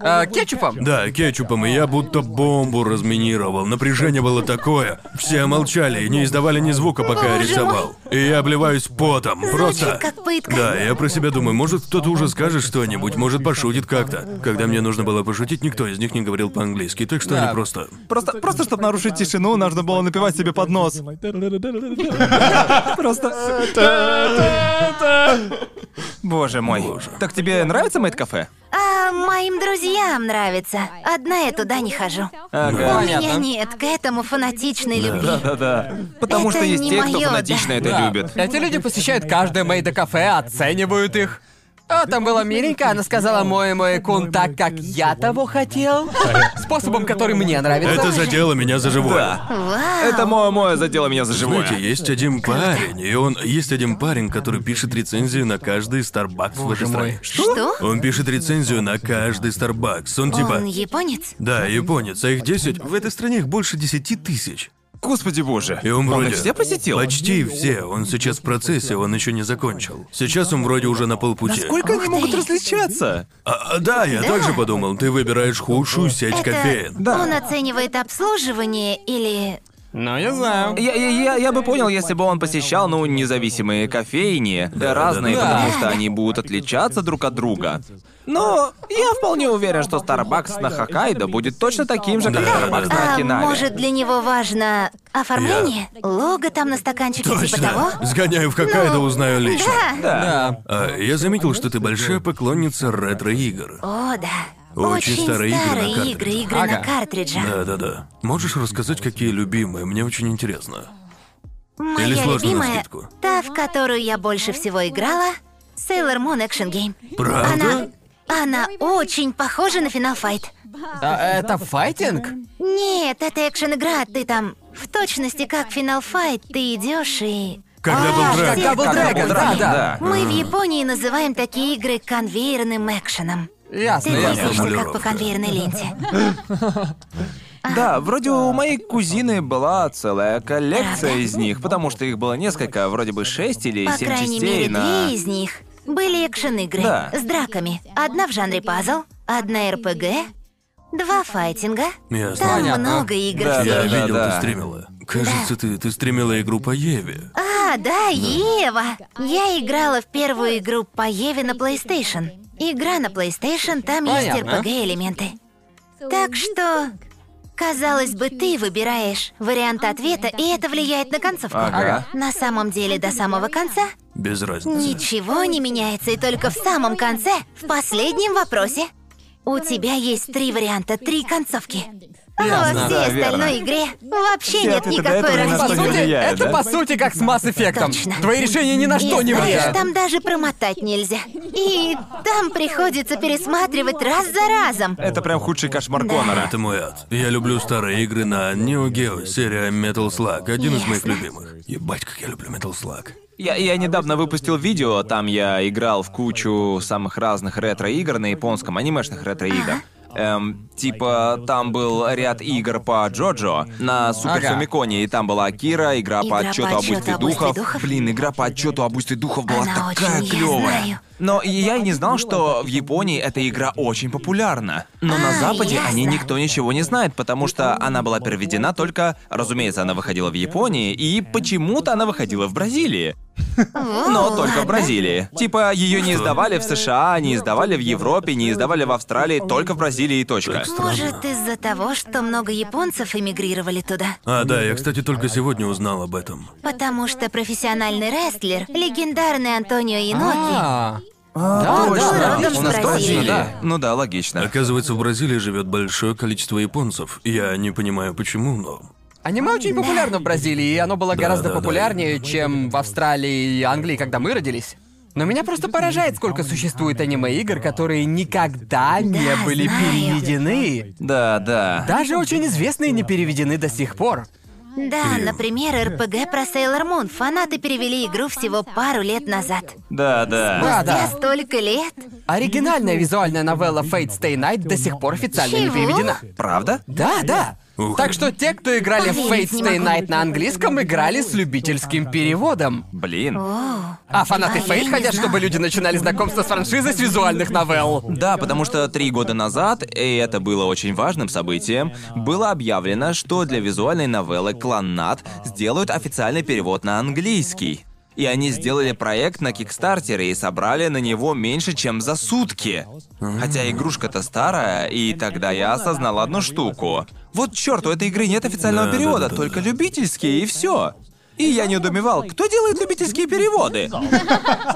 S2: Э, кетчупом?
S3: Да, кетчупом, и я будто бомбу разминировал. Напряжение было такое. Все молчали и не издавали ни звука, пока я
S4: Боже
S3: рисовал. И я обливаюсь потом. Просто.
S4: Звучит как пытка.
S3: Да, я про себя думаю, может, кто-то уже скажет что-нибудь, может, пошутит как-то. Когда мне нужно было пошутить, никто из них не говорил по-английски, так что
S2: Да.
S3: они просто.
S1: Просто, просто чтобы нарушить тишину, нужно было напивать себе под нос. Просто... Боже мой. Так тебе нравится мейд кафе?
S4: А моим друзьям нравится. Одна я туда не хожу.
S1: Ага.
S4: У меня
S2: Понятно.
S4: нет к этому фанатичной любви.
S1: Да-да-да. Потому
S4: Это
S1: что есть
S4: не
S1: те, кто
S4: моё,
S1: фанатично
S4: да.
S1: это
S2: Да.
S1: любит.
S2: Эти люди посещают каждое мейдо-кафе, оценивают их. А, там была Миленька, она сказала мой мой кун так, как я того хотел. Способом, который мне нравится.
S3: Это задело меня за живое.
S4: Вау.
S1: Это мое-мое задело меня за живое.
S3: Знаете, есть один парень, и он... Есть один парень, который пишет рецензию на каждый Starbucks в этой стране.
S4: Что?
S3: Он пишет рецензию на каждый Starbucks. Он типа...
S4: Он японец?
S3: Да, японец, а их 10. В этой стране их больше 10 тысяч.
S1: Господи боже.
S3: И он вроде...
S1: их все посетил?
S3: Почти все. Он сейчас в процессе, он еще не закончил. Сейчас он вроде уже на полпути.
S1: Сколько они могут различаться?
S3: А, а, да, я также подумал, ты выбираешь худшую сеть
S4: Это- типа
S3: кофеин.
S1: Да.
S4: Он оценивает обслуживание или...
S2: Ну, я знаю.
S1: Я, я, я, я бы понял, если бы он посещал, ну, независимые кофейни, да, разные,
S3: да,
S2: да.
S1: потому что они будут отличаться друг от друга. Но я вполне уверен, что Starbucks на Хоккайдо будет точно таким же, как
S3: Да, да,
S1: Starbucks
S3: да.
S1: на
S4: А
S1: Окинаве.
S4: может, для него важно оформление? Лого там на стаканчике, типа того? Ну.
S3: Точно. Сгоняю в Хоккайдо, узнаю лично.
S1: Да.
S2: Да.
S3: А, я заметил, что ты большая поклонница ретро-игр.
S4: О, да.
S3: Очень старые игры на
S4: игры,
S3: картриджах.
S4: игры
S2: Ага.
S4: на картриджах.
S3: Да-да-да. Можешь рассказать, какие любимые? Мне очень интересно.
S4: Моя
S3: Или сложно на
S4: любимая,
S3: скидку?
S4: та, в которую я больше всего играла, Sailor Moon Action Game.
S3: Правда?
S4: Она очень похожа на Final Fight.
S2: А, это файтинг?
S4: Нет, это экшен-игра, ты там в точности как Final Fight, ты идешь и...
S3: Когда
S4: А,
S3: был
S4: да,
S3: драк?
S2: Как Double
S1: Как
S2: Dragon,
S1: Double
S2: да,
S1: Dragon,
S2: да.
S4: Мы в Японии называем такие игры конвейерным экшеном.
S2: Ясно,
S4: Ты
S1: Ну,
S2: ясно.
S4: мыслишь как
S3: формулировка.
S4: по конвейерной ленте.
S1: Да, вроде у моей кузины была целая коллекция из них, потому что их было несколько, вроде бы шесть или
S4: По
S1: семь
S4: крайней
S1: частей
S4: мере,
S1: на...
S4: две из них были экшен-игры
S1: Да.
S4: с драками. Одна в жанре пазл, одна РПГ, два файтинга.
S3: Ясно.
S4: Там
S2: Понятно.
S4: много игр
S1: Да,
S4: в
S3: Я
S1: да,
S4: серии.
S1: да.
S3: видел, ты стримила. Кажется, ты, ты стримила игру по Еве.
S4: А, да, Ева. Я играла в первую игру по Еве на PlayStation. Игра на PlayStation, там есть
S2: Понятно.
S4: RPG-элементы. Так что, казалось бы, ты выбираешь вариант ответа, и это влияет на концовку.
S1: Ага.
S4: На самом деле, до самого конца
S3: Без разницы.
S4: Ничего не меняется, и только в самом конце, в последнем вопросе, у тебя есть три варианта, три концовки. А во
S1: Ясно,
S4: всей
S1: да,
S4: остальной игре вообще нет
S1: ответы до этого
S4: никакой
S1: не
S2: По
S1: настолько
S4: разницы.
S2: сути,
S1: влияет,
S2: это
S1: да?
S2: по сути как с Mass Effect.
S4: Точно.
S2: Твои решения ни на что
S4: И
S2: не
S4: знаешь,
S2: влияют.
S4: там даже промотать нельзя. И там приходится пересматривать раз за разом.
S1: Это прям худший кошмар Конора.
S3: Это мой ад. Я люблю старые игры на Neo Geo, серия Metal Slug, один из моих
S4: Ясно.
S3: любимых. Ебать, как я люблю Metal Slug.
S1: Я, я недавно выпустил видео, там я играл в кучу самых разных ретро-игр на японском, анимешных ретро-игр. Эм, типа, там был ряд игр по Джоджо на Супер
S2: Ага.
S1: Фамиконе, и там была Акира, игра по
S4: Игра по
S1: отчету об
S4: отчёту
S1: убийстве
S4: об убийстве
S1: духов.
S4: духов.
S1: Блин, игра по отчету об убийстве духов была
S4: Она
S1: такая
S4: очень, я знаю.
S1: клевая. Но и я и не знал, что в Японии эта игра очень популярна. Но на
S4: А,
S1: Западе о ней
S4: ясно.
S1: никто ничего не знает, потому что она была переведена только, разумеется, она выходила в Японии, и почему-то она выходила в Бразилии.
S2: Ну,
S1: Но только в Бразилии. Типа, ее не издавали в США, не издавали в Европе, не издавали в Австралии, только в Бразилии и точка.
S4: Может, из-за того, что много японцев эмигрировали туда.
S3: А, да, я, кстати, только сегодня узнал об этом.
S4: Потому что профессиональный рестлер, легендарный Антонио Иноки,
S2: А, да,
S4: да,
S2: да,
S4: он
S2: у нас
S4: в
S2: тоже,
S4: Бразилии.
S2: да.
S1: Ну да, логично.
S3: Оказывается, в Бразилии живет большое количество японцев. Я не понимаю, почему, но...
S2: Аниме очень популярно в Бразилии, и оно было гораздо
S3: да, да.
S2: популярнее, чем в Австралии и Англии, когда мы родились. Но меня просто поражает, сколько существует аниме-игр, которые никогда не
S4: Да,
S2: были
S4: знаю.
S2: переведены.
S1: Да, да.
S2: Даже очень известные не переведены до сих пор.
S4: Да, например, РПГ про Сейлор Мун. Фанаты перевели игру всего пару лет назад.
S1: Да, да.
S2: Да,
S4: Я
S2: да.
S4: столько лет.
S2: Оригинальная визуальная новелла Fate Stay Night до сих пор официально не
S4: Чего?
S2: переведена.
S1: Правда?
S2: Да, да.
S3: Ух.
S2: Так что те, кто играли в Fate
S4: Поверить не
S2: Stay
S4: могу.
S2: Night на английском, играли с любительским переводом.
S1: Блин.
S4: О,
S2: А фанаты
S4: А я
S2: Fate
S4: не
S2: хотят,
S4: знала.
S2: чтобы люди начинали знакомство с франшизой с визуальных новелл.
S1: Да, потому что три года назад, и это было очень важным событием, было объявлено, что для визуальной новеллы «Кланнат» сделают официальный перевод на английский. И они сделали проект на Кикстартере и собрали на него меньше, чем за сутки. Хотя игрушка-то старая, и тогда я осознал одну штуку. Вот черт, у этой игры нет официального
S3: Да, да,
S1: перевода,
S3: да, да,
S1: только
S3: да.
S1: любительские и все. И я недоумевал, кто делает любительские переводы?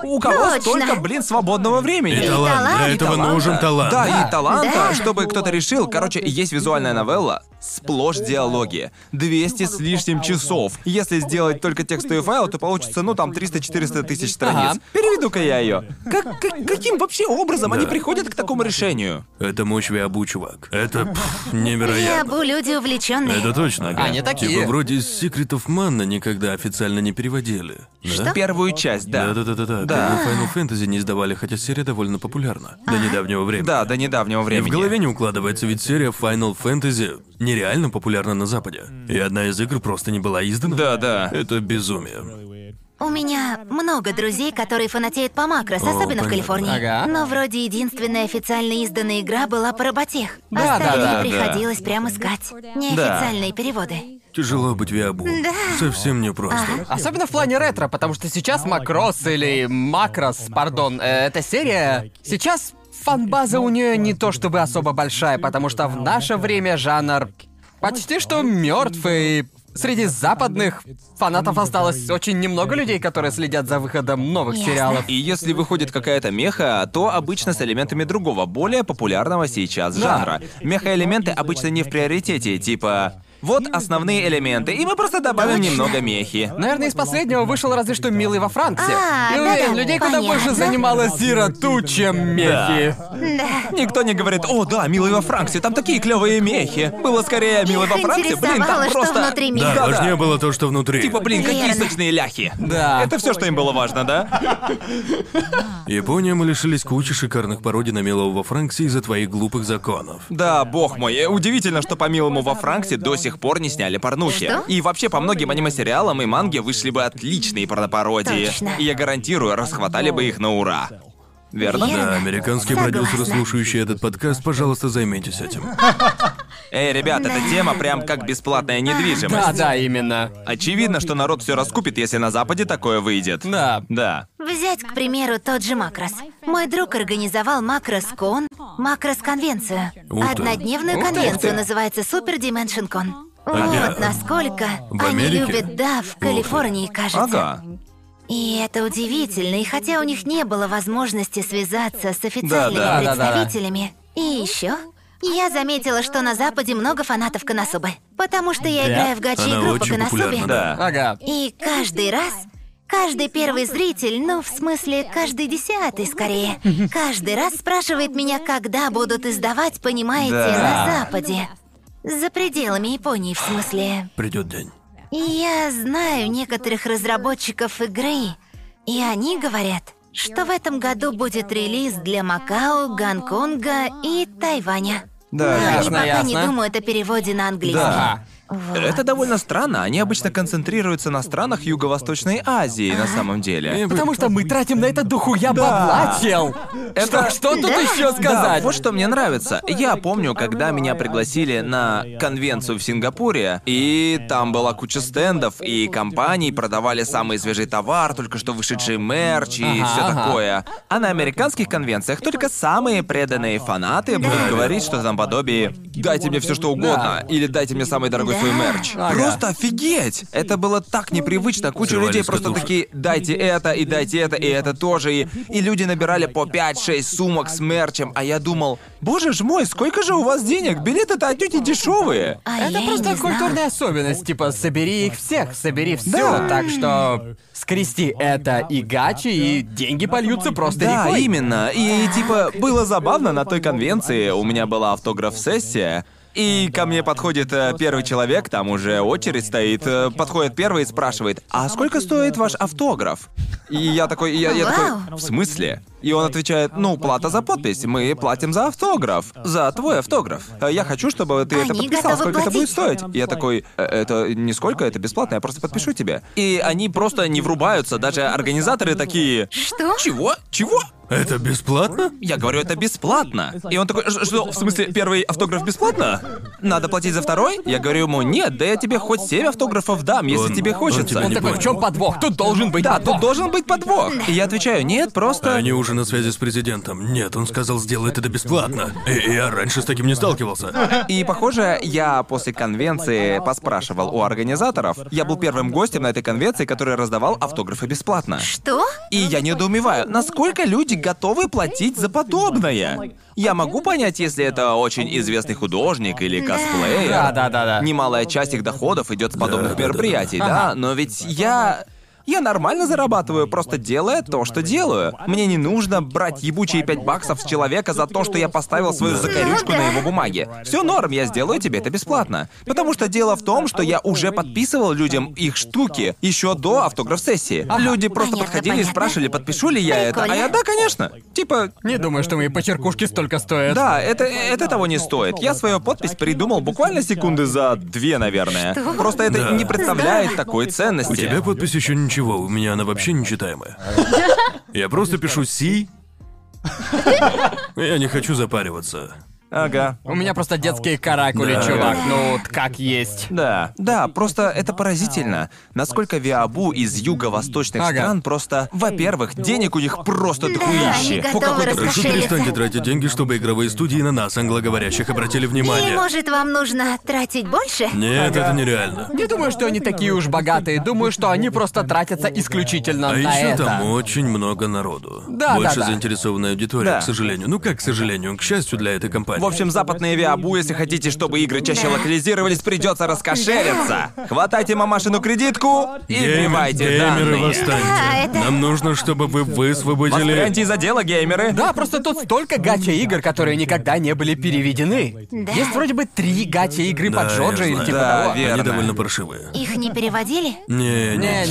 S1: У кого
S4: Точно.
S1: столько, блин, свободного времени?
S3: И талант, для
S4: талант, и
S3: этого
S1: талант.
S3: нужен талант.
S1: Да, и таланта,
S4: Да.
S1: чтобы кто-то решил. Короче, есть визуальная новелла, сплошь диалоги. 200 с лишним часов. Если сделать только текстовый файл, то получится, ну, там, 300-400 тысяч страниц.
S2: Ага.
S1: Переведу-ка я ее. Как, как- каким вообще образом они приходят к такому решению?
S3: Это мощь Виабу, чувак. Это пф,
S4: я
S3: невероятно.
S4: бу люди увлеченные.
S3: Это точно.
S1: А,
S3: ага.
S2: Они такие.
S3: Типа вроде из Секретов Манна никогда официально не переводили. Да?
S1: Первую часть, да.
S3: Да-да-да-да.
S1: Да.
S3: Как бы Final Fantasy не издавали, хотя серия довольно популярна. До недавнего времени.
S1: Да, до недавнего
S3: И
S1: времени.
S3: в голове не укладывается, ведь серия Final Fantasy нереально популярна на Западе. И одна из игр просто не была издана.
S1: Да, да.
S3: Это безумие.
S4: У меня много друзей, которые фанатеют по макрос, особенно
S3: понятно.
S4: в Калифорнии.
S2: Ага.
S4: Но вроде единственная официально изданная игра была про ботех.
S2: Да,
S4: Остальные
S1: да, да.
S4: приходилось прям искать. Неофициальные переводы.
S3: Тяжело быть Виабу. Совсем непросто.
S2: Особенно в плане ретро, потому что сейчас Макрос или Макрос, пардон, э, эта серия сейчас фанбаза у нее не то чтобы особо большая, потому что в наше время жанр почти что мертв и среди западных фанатов осталось очень немного людей, которые следят за выходом новых
S4: Ясно.
S2: сериалов.
S1: И если выходит какая-то меха, то обычно с элементами другого, более популярного сейчас жанра. Меха-элементы обычно не в приоритете, типа... Вот основные элементы, и мы просто добавим немного мехи.
S2: Наверное, из последнего вышел разве что «Милый во Франксе».
S4: А,
S2: и
S4: да-да,
S2: уверен, людей куда
S4: понятно.
S2: больше занимала сироту, чем мехи.
S1: Никто не говорит, о да, милый во Франксе, там такие клевые мехи. Было скорее милый
S4: Их
S1: во Франксе, блин,
S4: интересовало,
S1: там
S4: что
S1: просто...
S4: внутри меха.
S3: Да,
S1: Да-да.
S3: важнее было то, что внутри.
S1: Типа, блин, какие
S4: Верно.
S1: сочные ляхи.
S2: Да.
S1: Это все, что им было важно, да?
S3: Япония мы лишились кучи шикарных пародий на милого во Франксе из-за твоих глупых законов.
S1: Да, бог мой, э, удивительно, что по милому во Франксе до сих пор не сняли порнухи.
S4: Что?
S1: И вообще по многим аниме-сериалам и манге вышли бы отличные порнопародии.
S4: Точно.
S1: И я гарантирую, расхватали бы их на ура. Верно?
S4: Верно.
S3: Да, американские
S4: Согласна.
S3: продюсеры, слушающие этот подкаст, пожалуйста, займитесь этим.
S1: Эй, ребят, эта тема прям как бесплатная недвижимость.
S2: Да, да, именно.
S1: Очевидно, что народ все раскупит, если на Западе такое выйдет.
S2: Да.
S1: Да.
S4: Взять, к примеру, тот же макрос. Мой друг организовал макроскон, макросконвенцию.
S3: Ух ты.
S4: Однодневную
S2: Ух ты.
S4: конвенцию называется Super Dimension Con.
S3: где?
S4: Вот насколько
S3: В
S4: они
S3: Америке?
S4: любят, да, в Калифорнии, кажется.
S1: Ага.
S4: И это удивительно, и хотя у них не было возможности связаться с официальными
S1: Да,
S2: да. Да-да-да.
S4: представителями. И еще. Я заметила, что на Западе много фанатов Коносубы, потому что я играю в
S3: Она
S4: гачи-игру по
S3: очень
S4: Коносубе.
S3: популярна,
S1: Да.
S2: Ага.
S4: И каждый раз, каждый первый зритель, ну, в смысле, каждый десятый скорее, каждый раз спрашивает меня, когда будут издавать, понимаете, на Западе. За пределами Японии, в смысле.
S3: Придет день.
S4: И Я знаю некоторых разработчиков игры, и они говорят, что в этом году будет релиз для Макао, Гонконга и Тайваня.
S1: Да,
S4: Но они
S2: ясно,
S4: пока не
S2: ясно.
S4: думают о переводе на английский.
S1: Да.
S4: Вот.
S1: Это довольно странно. Они обычно концентрируются на странах Юго-Восточной Азии на самом деле.
S2: Потому что мы тратим на это дохуя бабла, чел. Что, что тут еще
S1: Да,
S2: сказать?
S1: вот что мне нравится. Я помню, когда меня пригласили на конвенцию в Сингапуре, и там была куча стендов, и компании продавали самый свежий товар, только что вышедший мерч и
S2: Ага,
S1: все
S2: ага.
S1: такое. А на американских конвенциях только самые преданные фанаты будут говорить что-то там подобие «Дайте мне все что угодно» или «Дайте мне самый дорогой свой мерч».
S2: Ага.
S1: Просто офигеть! Это было так непривычно. Куча
S3: Срывали
S1: людей
S3: с
S1: просто
S3: катушек.
S1: такие и дайте это, и дайте это, и это тоже. И, и люди набирали по 5-6 сумок с мерчем, а я думал, боже ж мой, сколько же у вас денег? Билеты-то отнюдь не дешевые.
S4: А я
S2: Это
S4: и
S2: просто
S4: не знала.
S2: культурная особенность, типа собери их всех, собери все,
S1: Да.
S2: так что скрести это и гачи, и деньги польются просто
S1: Да,
S2: рекой.
S1: именно. И типа было забавно на той конвенции, у меня была автограф-сессия. И ко мне подходит э, первый человек, там уже очередь стоит, э, подходит первый и спрашивает, а сколько стоит ваш автограф? И я такой, я, я такой,
S4: Вау.
S1: в смысле? И он отвечает, ну, плата за подпись, мы платим за автограф, за твой автограф. Э, Я хочу, чтобы ты это
S4: Они
S1: подписал,
S4: готовы
S1: сколько это будет
S4: платить.
S1: стоить. И Я такой, «Э, это нисколько, это бесплатно, я просто подпишу тебе. И они просто не врубаются, даже организаторы такие,
S4: Что?
S1: чего? Чего?
S3: Это бесплатно?
S1: Я говорю, это бесплатно. И он такой, «Ж- что, в смысле, первый автограф бесплатно? Надо платить за второй? Я говорю ему, нет, да я тебе хоть 7 автографов дам, если
S3: Он-
S1: тебе
S3: он
S1: хочется.
S3: тебя
S2: Он
S3: не
S2: такой, в
S3: понял.
S2: чем подвох? Тут должен быть
S1: Да,
S2: подвох.
S1: тут должен быть подвох. И я отвечаю, нет, просто...
S3: А Они уже на связи с президентом. Нет, он сказал, сделает это бесплатно. И я раньше с таким не сталкивался.
S1: И, похоже, я после конвенции поспрашивал у организаторов. Я был первым гостем на этой конвенции, который раздавал автографы бесплатно.
S4: Что?
S1: И я недоумеваю, насколько люди готовы платить за подобное. Я могу понять, если это очень известный художник или косплеер.
S2: Да, да, да, да.
S1: Немалая часть их доходов идет с подобных
S3: да, да.
S1: мероприятий, да, но ведь я... Я нормально зарабатываю, просто делая то, что делаю. Мне не нужно брать ебучие 5 баксов с человека за то, что я поставил свою закорючку на его бумаге. Все норм, я сделаю тебе это бесплатно. Потому что дело в том, что я уже подписывал людям их штуки еще до автограф-сессии. Люди просто
S4: Понятно,
S1: подходили и
S4: понятно.
S1: спрашивали, подпишу ли я это. А я, да, конечно. Типа,
S2: Не думаю, что мои почеркушки столько стоят.
S1: да, это, это того не стоит. Я свою подпись придумал буквально секунды за две, наверное. Просто это
S3: Да.
S1: не представляет такой ценности.
S3: У тебя подпись еще ничего, у меня она вообще нечитаемая. Я просто пишу Си. Я не хочу запариваться.
S1: Ага.
S2: У меня просто детские каракули,
S3: Да.
S2: чувак. Ну, вот как есть.
S1: Да, да, просто это поразительно, насколько Виабу из юго-восточных
S2: Ага.
S1: стран просто, во-первых, денег у них просто
S4: они
S1: дохуище.
S4: готовы
S3: Прошу,
S4: раскошелиться.
S3: перестаньте тратить деньги, чтобы игровые студии на нас, англоговорящих, обратили
S4: Или,
S3: внимание.
S4: может, вам нужно тратить больше?
S3: Нет, это нереально.
S2: Не думаю, что они такие уж богатые. Думаю, что они просто тратятся исключительно
S3: А
S2: на
S3: еще
S2: это.
S3: там очень много народу.
S2: Да,
S3: Больше
S2: да, да.
S3: заинтересованная аудитория,
S1: Да.
S3: к сожалению. Ну как, к сожалению, к счастью для этой компании.
S1: В общем, западные Виабу, если хотите, чтобы игры чаще локализировались, придется раскошелиться. Хватайте мамашину кредитку и
S3: Геймер-
S1: вбивайте
S3: геймеры
S1: данные.
S4: Да,
S3: восстаньте.
S4: А, это-
S3: Нам нужно, чтобы вы высвободили.
S1: Воспряньте из отдела, геймеры.
S2: Да, просто тут столько гача-игр, которые никогда не были переведены. Есть вроде бы три гача-игры
S3: Да,
S2: под Джоджа
S3: я
S2: или
S3: знаю.
S2: типа
S1: Да,
S2: того.
S1: верно.
S3: Они довольно паршивые.
S4: Их не переводили?
S3: Не, не,
S2: Не-не-не, их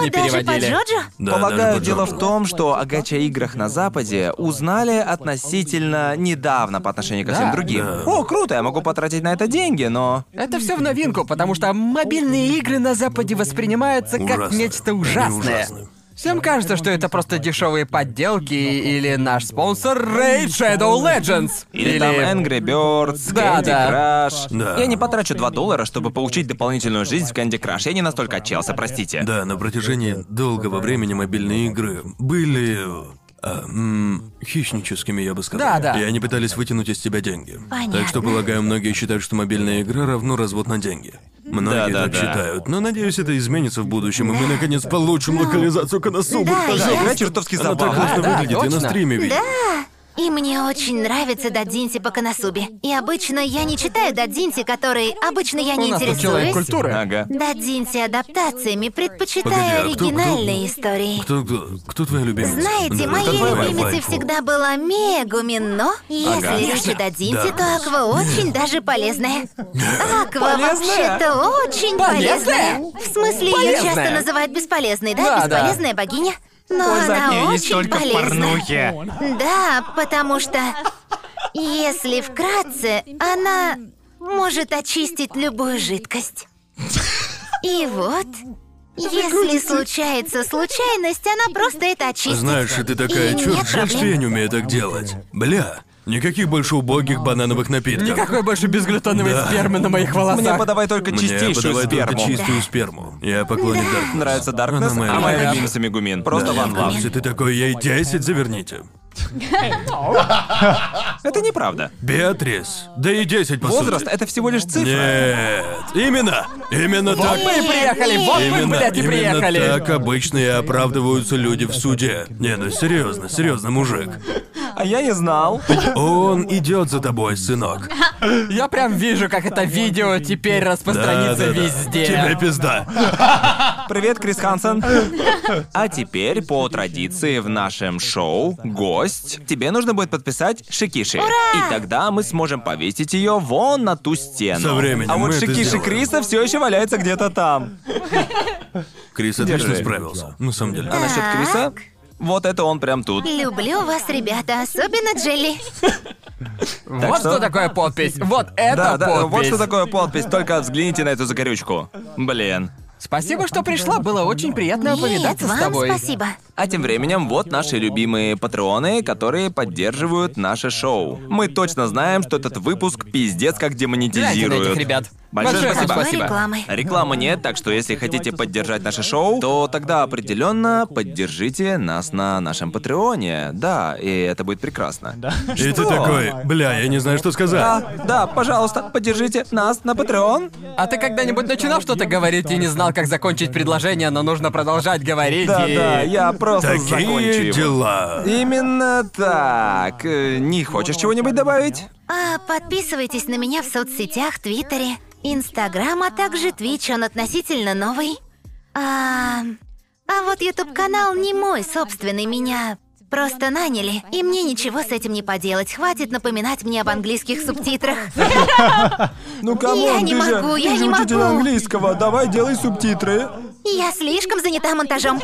S2: не
S4: О, даже по
S2: переводили.
S4: Джоджо?
S3: Да, даже
S1: Полагаю,
S3: по
S1: дело
S3: Джорджу.
S1: в том, что о гача-играх на Западе узнали относительно недавно по отношению ко всем
S2: Да.
S1: другим. О, круто, я могу потратить на это деньги, но...
S2: Это все в новинку, потому что мобильные игры на Западе воспринимаются как
S3: Ужасно.
S2: нечто
S3: Они
S2: ужасное.
S3: ужасны.
S2: Всем кажется, что это просто дешевые подделки или наш спонсор Raid Shadow Legends.
S1: Или, там Angry Birds,
S2: Да,
S1: Candy
S2: да.
S1: Crush.
S3: Да.
S1: Я не потрачу 2 доллара, чтобы получить дополнительную жизнь в Candy Crush. Я не настолько отчелся, простите.
S3: Да, на протяжении долгого времени мобильные игры были эм, хищническими, я бы сказал.
S2: Да, да.
S3: И они пытались вытянуть из тебя деньги.
S4: Понятно.
S3: Так что, полагаю, многие считают, что мобильная игра равно развод на деньги. Многие
S1: Да, да,
S3: так
S1: да.
S3: считают. Но надеюсь, это изменится в будущем, и мы наконец получим локализацию Коносубы,
S4: Да, я-
S3: пожалуйста.
S1: Игра чертовски
S3: Она так
S1: забавна.
S3: классно
S2: Ну, да,
S3: выглядит, я на
S2: точно.
S3: стриме видел.
S4: И мне очень нравится Дадзинси по Коносубе. И обычно я не читаю Дадзинси, которые обычно я не
S2: У нас тут человек
S4: интересуюсь.
S2: культуры.
S1: Ага.
S4: Дадзинси адаптациями, предпочитая
S3: Погоди, а кто- кто-
S4: оригинальные истории.
S3: Кто, кто, кто твоя любимица?
S4: Знаете,
S3: Да,
S4: моей
S3: это твоя
S4: любимицей
S3: вайфу.
S4: всегда была Мегумин, но если
S1: Ага.
S4: речь о Дадзинси,
S3: Да.
S4: то Аква очень даже полезная. Аква вообще-то очень полезная.
S2: Полезная?
S4: В смысле, ее
S2: Полезная.
S4: часто называют бесполезной, да?
S2: Да, да.
S4: Бесполезная богиня. Но она очень полезна. Да, потому что, если вкратце, она может очистить любую жидкость. И вот, если случается случайность, она просто это очистит.
S3: Знаешь, и ты такая,
S4: И
S3: черт, жаль,
S4: нет
S3: что я
S4: проблем.
S3: не умею так делать. Бля, никаких больше убогих банановых напитков.
S2: Никакой больше безглютоновой спермы на моих волосах.
S1: Мне подавай только
S3: Мне
S1: чистейшую
S3: подавай только
S1: сперму.
S3: чистую сперму. Я поклонник Даркнесса.
S1: Нравится
S3: Она
S1: Даркнесс,
S3: моя
S1: а моя
S3: любимая.
S1: любимица Мегумин.
S3: Да,
S1: Просто
S3: я
S1: вам
S3: в
S1: вам.
S3: курсе, ты такой, ей 10 заверните.
S1: Это неправда.
S3: Беатрис, да и 10 по сути.
S1: Возраст это всего лишь цифра.
S3: Нет, именно, именно так.
S2: Мы и приехали, вот мы,
S3: Именно,
S2: блядь, и
S3: именно
S2: приехали.
S3: так обычно и оправдываются люди в суде. Не, ну серьезно, серьезно, мужик.
S1: А я не знал.
S3: Он идет за тобой, сынок.
S2: Я прям вижу, как это видео теперь распространится
S3: Да-да-да.
S2: везде.
S3: Тебе пизда.
S1: Привет, Крис Хансен. А теперь, по традиции в нашем шоу, гость, тебе нужно будет подписать шикиши. И тогда мы сможем повесить ее вон на ту стену.
S3: Со временем
S1: а вот
S3: мы это
S1: шикиши
S3: сделаем.
S1: Криса все еще валяется где-то там.
S3: Крис отлично
S1: Держи.
S3: справился, на самом деле.
S1: А насчет Криса? Вот это он прям тут.
S4: Люблю вас, ребята, особенно Джелли.
S2: Вот
S1: что-
S2: что такое подпись. Вот это
S1: Да, да,
S2: подпись.
S1: вот что такое подпись, только взгляните на эту закорючку. Блин.
S2: Спасибо, что пришла. Было очень приятно
S4: Нет,
S2: повидаться с
S4: вам
S2: тобой.
S4: спасибо.
S1: А тем временем вот наши любимые патреоны, которые поддерживают наше шоу. Мы точно знаем, что этот выпуск пиздец как
S2: Гляньте на
S1: демонетизируют.
S2: этих ребят.
S1: Большое
S2: Большое
S1: спасибо.
S2: спасибо.
S4: Ой, рекламы.
S1: Рекламы нет, так что если хотите поддержать наше шоу, то тогда определенно поддержите нас на нашем Патреоне. Да, и это будет прекрасно.
S3: И ты такой, бля, я не знаю, что сказать.
S1: Да, да, пожалуйста, поддержите нас на Патреон.
S2: А ты когда-нибудь начинал что-то говорить и не знал, как закончить предложение, но нужно продолжать говорить
S1: Да,
S2: и...
S1: да, я просто закончу
S3: Такие
S1: его.
S3: дела.
S1: Именно так. Э, Не хочешь чего-нибудь добавить?
S4: А подписывайтесь на меня в соцсетях, Твиттере, Инстаграм, а также Твич, он относительно новый. А, а вот YouTube канал не мой собственный, меня просто наняли, и мне ничего с этим не поделать. Хватит напоминать мне об английских субтитрах.
S1: Ну
S4: камон, не ты же- могу, ты я же не учитель могу.
S1: английского, давай делай субтитры.
S4: Я слишком занята монтажом.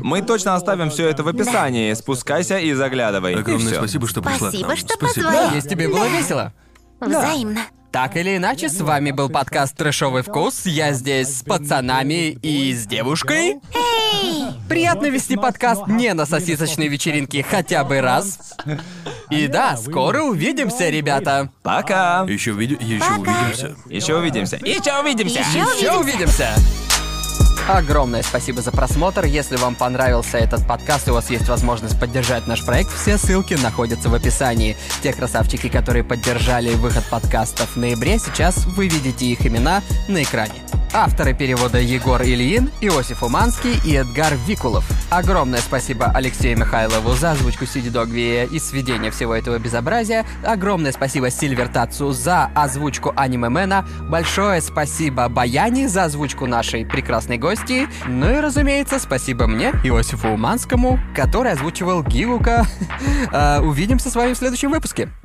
S1: Мы точно оставим все это в описании. Спускайся и заглядывай. и
S3: Огромное
S1: всё.
S3: спасибо, что пришла к
S4: Спасибо,
S3: нам.
S4: что позвали.
S2: Надеюсь, тебе было весело.
S4: Взаимно.
S2: Так или иначе, с вами был подкаст «Трэшовый вкус». Я здесь с пацанами и с девушкой. Приятно вести подкаст не на сосисочной вечеринке хотя бы раз. И да, скоро увидимся, ребята.
S1: Пока.
S3: Еще видео, еще увидимся.
S1: Еще увидимся. Еще увидимся.
S4: Еще
S2: Еще увидимся! Огромное спасибо за просмотр. Если вам понравился этот подкаст и у вас есть возможность поддержать наш проект, все ссылки находятся в описании. Те красавчики, которые поддержали выход подкаста в ноябре, сейчас вы видите их имена на экране. Авторы перевода Егор Ильин, Иосиф Уманский и Эдгар Викулов. Огромное спасибо Алексею Михайлову за озвучку Сиди Догвия и сведение всего этого безобразия. Огромное спасибо Сильвер Татсу за озвучку аниме Мэна. Большое спасибо Баяне за озвучку нашей прекрасной гости. Ну и, разумеется, спасибо мне, Иосифу Уманскому, который озвучивал Гигука. Э, Увидимся с вами в следующем выпуске.